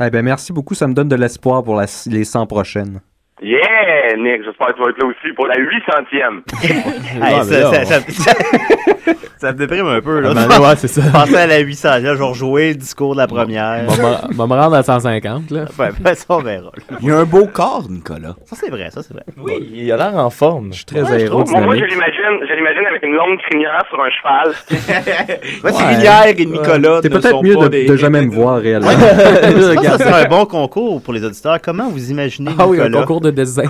Eh ben, merci beaucoup. Ça me donne de l'espoir pour la- les 100 prochaines. Yeah, Nick, j'espère que tu vas être là aussi pour la huit centième. Hey, ça, ça, ça, ça me déprime un peu. Là. Ah, ben, ouais, c'est ça. Penser à la 800, là, je vais rejouer le discours de la première. On va me rendre à 150, là. Ouais, ben, ça, on verra. là. Il y a un beau corps, Nicolas. Ça, c'est vrai, ça, c'est vrai. Oui, il a l'air en forme. Je suis très Ouais, je trouve. Moi, moi, je l'imagine, je l'imagine avec une longue crinière sur un cheval. Moi, c'est Ouais. Lumière et Ouais. Nicolas. T'es ne peut-être sont mieux pas de, des- de jamais me voir réellement. Je pense que ça serait un bon concours pour les auditeurs. Comment vous imaginez Ah oui, un Nicolas? Ah concours de dessin.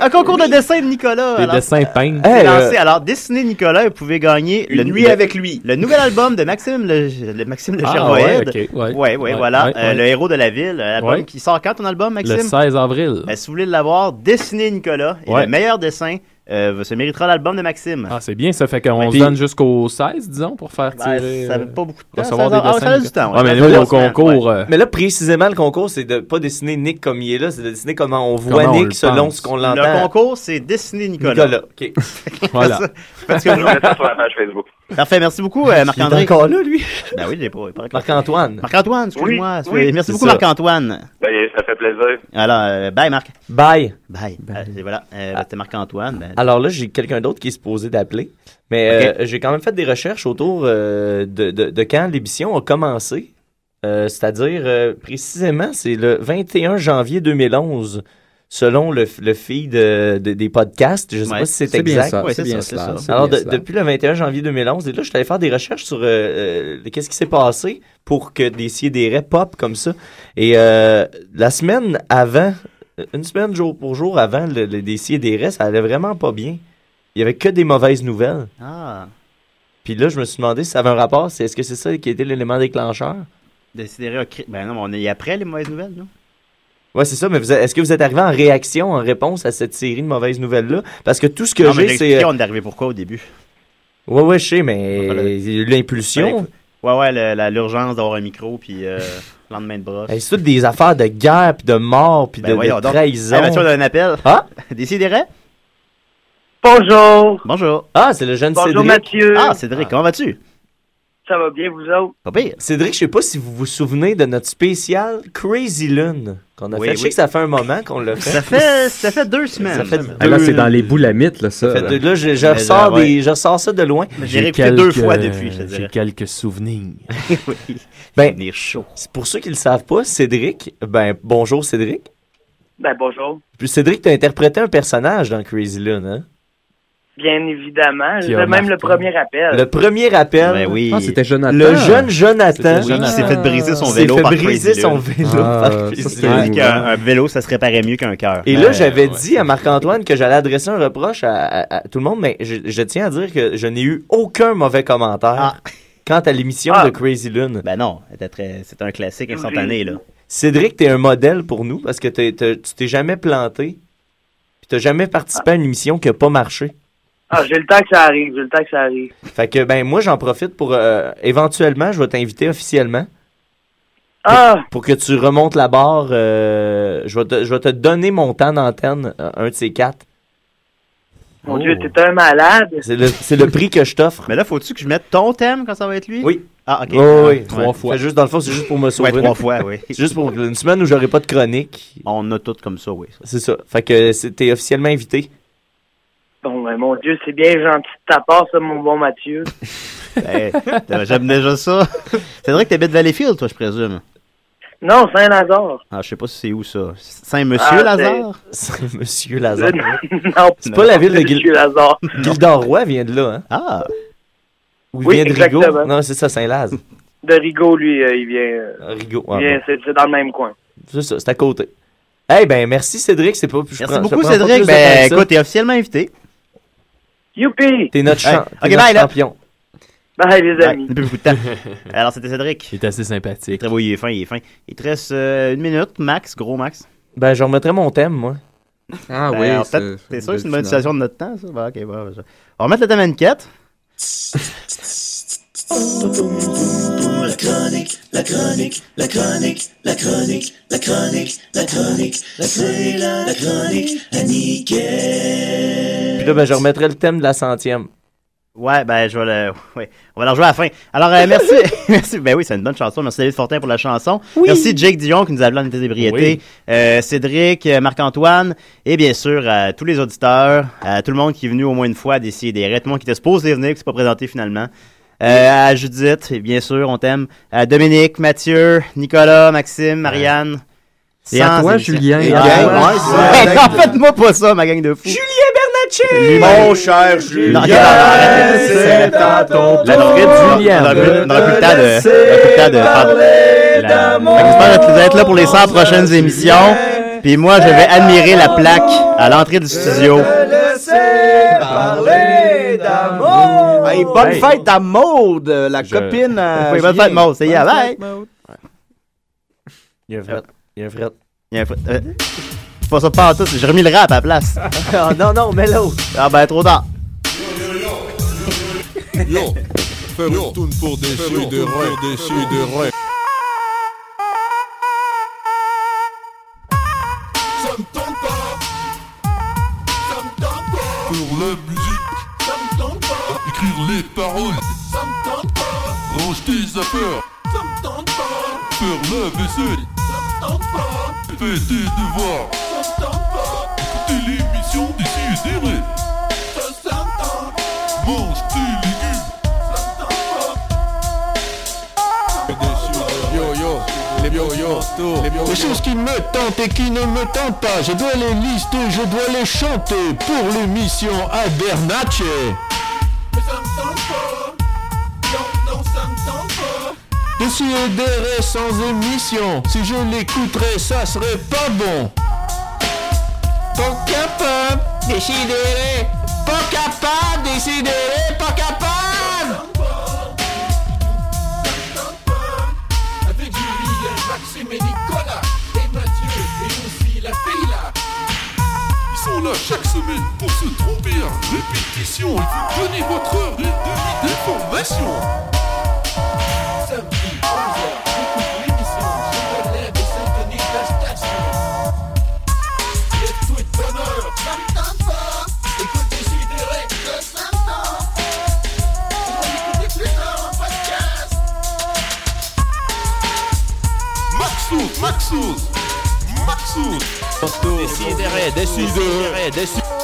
Un concours de dessin de Nicolas. Des alors. euh, dessins peints. C'est lancé. euh, Alors, dessinez Nicolas et vous pouvez gagner Une le, nuit le- avec lui. Le nouvel album de Maxime Le, le- Maxime Le Ah, Géroïde. ouais, ok, ouais. ouais, Ouais, voilà. ouais, Euh, ouais. Le héros de la ville. euh, Album Ouais. qui sort quand ton album, Maxime Le 16 avril. Ben, si vous voulez l'avoir, dessinez Nicolas. Et Ouais. le meilleur dessin euh, se méritera l'album de Maxime. Ah, c'est bien, ça fait qu'on Ouais, se Ben, puis- donne jusqu'au 16, disons, pour faire Ben, tirer. ça euh, fait pas beaucoup de temps, 16 recevoir des heures. Ah, dessins. ça a du temps, ouais. Ouais, mais Ça nous, fait au deux semaines, concours. euh, Mais là, précisément, le concours, c'est de pas dessiner Nick comme il est là, c'est de dessiner comment on voit Comment on le Nick selon pense. ce qu'on Le l'entend. concours, c'est dessiner Nicolas. Nicolas, ok. Voilà. Parce que Je vais mettre ça sur la page Facebook. Parfait, merci beaucoup, euh, Marc-André. Il est encore là, lui. Ben oui, il est pas. il est pas là. Marc-Antoine. Marc-Antoine, excuse-moi. Oui, oui, merci c'est beaucoup, ça. Marc-Antoine. Ben, ça fait plaisir. Alors, euh, bye, Marc. Bye. Ah. Bye. Euh, et voilà, euh, c'était Marc-Antoine. ben, Alors là, j'ai quelqu'un d'autre qui est supposé d'appeler, mais euh, j'ai quand même fait des recherches autour euh, de, de- de quand l'émission a commencé. Euh, C'est-à-dire, euh, précisément, c'est le 21 janvier 2011, selon le, le feed euh, de- des podcasts. Je ne sais Ouais, pas si c'est c'est bien exact. ça, Ouais, c'est c'est bien ça, cela, c'est ça. Alors, c'est bien de- cela. depuis le 21 janvier 2011, et là, je suis allé faire des recherches sur euh, euh, le- qu'est-ce qui s'est passé pour que des sidérés pop comme ça. Et euh, la semaine avant, euh, une semaine jour pour jour avant le, le des sidérés, ça allait vraiment pas bien. Il y avait que des mauvaises nouvelles. Ah, Puis là, je me suis demandé si ça avait un rapport. c'est Est-ce que c'est ça qui était l'élément déclencheur? décidéré. Ben non, mais on est après les mauvaises nouvelles, non? Ouais, c'est ça, mais vous êtes- est-ce que vous êtes arrivé en réaction, en réponse à cette série de mauvaises nouvelles-là? Parce que tout ce que Non, mais j'ai, j'ai c'est. expliqué, euh, on est arrivé pourquoi au début. Ouais, ouais, je sais, mais l'impulsion. Ouais, ouais, le- la- l'urgence d'avoir un micro, puis euh, lendemain de brosse. Hey, c'est toutes des affaires de guerre, puis de mort, puis Ben de- de, voyons donc. trahison. Hey, Mathieu, on a un appel. Ah? Décidérez? Bonjour. Bonjour. Ah, c'est le jeune Bonjour, Cédric. Mathieu. Ah, Cédric, comment vas-tu? Ça va bien, vous autres? Pas pire. Cédric, je sais pas si vous vous souvenez de notre spécial Crazy Lune qu'on a Oui, fait. Je sais oui. que ça fait un moment qu'on l'a fait. Ça fait, ça fait deux semaines. Ah. Ça fait Ah, là, c'est deux- dans les boulamites, là, ça. Ça fait là. deux- là, je, je Mais ressors ouais. des- je ressors ça de loin. j'ai quelques- euh, J'ai quelques souvenirs. Ben, c'est Pour ceux qui ne le savent pas, Cédric, ben bonjour Cédric. Ben, bonjour. Puis Cédric, tu as interprété un personnage dans Crazy Lune, hein? Bien évidemment. Qui C'est a même marqué. le premier appel. Le premier appel. Ben oui. Ah, c'était Jonathan. Le jeune Jonathan. Oui, qui s'est fait briser son Ah. S'est vélo fait par briser Crazy son Lune. vélo par Crazy ça, c'est Lune. dit qu'un un vélo, ça se réparait mieux qu'un cœur. Ah, Et là, Ouais. j'avais dit à Marc-Antoine que j'allais adresser un reproche à, à- à tout le monde, mais je, je tiens à dire que je n'ai eu aucun mauvais commentaire quant à l'émission de Crazy Lune. Ah. Ben non, c'était très- c'était un classique instantané, là. Cédric, t'es un modèle pour nous parce que t'es- t'es- tu t'es jamais planté, puis t'as jamais participé à une émission qui a pas marché. Ah, j'ai le temps que ça arrive. J'ai le temps que ça arrive. Fait que, ben, moi, j'en profite pour, euh, éventuellement, je vais t'inviter officiellement. Ah! Pour que tu remontes la barre, euh, je, vais te, je vais te donner mon temps d'antenne, euh, un de ces quatre. Mon Oh. Dieu, t'es un malade. C'est le, c'est le prix que je t'offre. Mais là, faut-tu que je mette ton thème quand ça va être lui? Oui. Ah, ok. Oui, oui, oui. Trois Ouais. fois. Fait juste, dans le fond, c'est juste pour me sauver. Ouais, trois fois, oui. C'est juste pour une semaine où j'aurai pas de chronique. On a tout comme ça, oui. C'est ça. Fait que c'est- t'es officiellement invité. Bon, ben, mon Dieu, c'est bien gentil de ta part, ça, mon bon Mathieu. Hey, t'as- J'aime déjà ça. C'est vrai que t'habites Valleyfield, toi, je présume. Non, Saint-Lazare. Ah, je sais pas si c'est où ça. Saint-Monsieur Ah, Ben, Lazare? Saint-Monsieur Lazare. non, C'est pas la ville de Monsieur Guil... Lazare. Gildor-Roy vient de là, hein? Ah! Ou Oui, vient de Rigaud? exactement. Non, c'est ça, Saint-Laz. De Rigaud, lui, euh, il vient. euh, Rigaud, il ouais, vient- bon. c'est, c'est dans le même coin. C'est ça, c'est à côté. Eh hey, ben, merci Cédric. C'est pas, je prends- Merci je beaucoup, prends pas Cédric. plus de Ben, temps que ça. écoute, t'es officiellement invité. Youpi! T'es notre, Hey, champ- ok, t'es notre bye, là. champion. Bye, ben, les amis. Depuis beaucoup de temps. Alors, c'était Cédric. Il est assez sympathique. Il est très beau, il est fin, il est fin. Il te reste euh, une minute, max, gros max. Ben, je remettrai mon thème, moi. Ah oui, c'est- T'es sûr que c'est une bonne belle finale. utilisation de notre temps, ça? Bon, ok, bon, ben, ça. On va remettre le thème à une quête. Oh, La chronique, la chronique, la chronique, la chronique, la chronique, la chronique, la chronique, la chronique, la Puis là, ben, je remettrai le thème de la centième. Ouais, ben, je vais le. ouais. On va leur jouer à la fin. Alors, euh, merci. merci. Ben oui, c'est une bonne chanson. Merci David Fortin pour la chanson. Merci Jake Dion qui nous a appelé en été d'ébriété. Euh, Cédric, euh, Marc-Antoine. Et bien sûr, à tous les auditeurs, à tout le monde qui est venu au moins une fois d'ici des rêtements qui était supposé venir, qui s'est pas présenté finalement. Euh, à Judith, et bien sûr, on t'aime. À Dominique, Mathieu, Nicolas, Maxime, Marianne. Et à Sans toi, émission. Julien. Et Et à à toi. moi. Ouais, Ouais, c'est non, Faites-moi pas ça, ma gang de fous. Julien Mon cher Julien, c'est à ton Là, on aurait dû- on aurait plus- on aurait plus le temps de- on aurait plus le temps de faire de- la- Fait que J'espère que vous allez être là pour les 100 prochaines émissions. Puis moi, je vais admirer la plaque à l'entrée du studio. Laissez parler d'amour. Hey, bonne Hey. fête à Maude, la copine. à Oui, bonne Julien. fête, Maud. C'est hier. Bonne Bye. fête, Maud. Il y a un fret. Il y a un fret. Il y a un fret. Euh, C'est pas ça, pas en tout. J'ai remis le rap à la place. Ah non, non, mais l'autre. Ah ben, trop tard. Yo, faire une toune pour des cieux de rêve, des cieux de rêve. Ça me tente pas, ça me tente pas. Pour la musique, ça me tente pas. Écrire les paroles, ça me tente pas. Range tes affaires, ça me tente pas. Faire la vaisselle, ça me tente pas. Fais tes devoirs, ça me tente pas. Écouter l'émission des cieux des rêves, ça, ça me tente. Mange tes légumes. Yo yo, les yo yo, les choses qui me tentent et qui ne me tentent pas, je dois les lister, je dois les chanter pour l'émission à Bernatche. Je suis EDR sans émission, si je l'écouterais ça serait pas bon. Tant qu'à pas, décider, pas capable, décider, pas capable. Avec Julien, Maxime et Nicolas Et Mathieu et aussi la fille là Ils sont là chaque semaine pour se tromper à répétition et vous donner votre heure et demie d'information. Samedi 11h, écoute l'émission, je me lève et syntonique la station. Les tweets bonheur, ça me tente pas. Écoute déciderait que ça me tente. On va l'écouter plus tard en podcast. Maxos, Maxos, Maxos. Déciderait, déciderait, déciderait.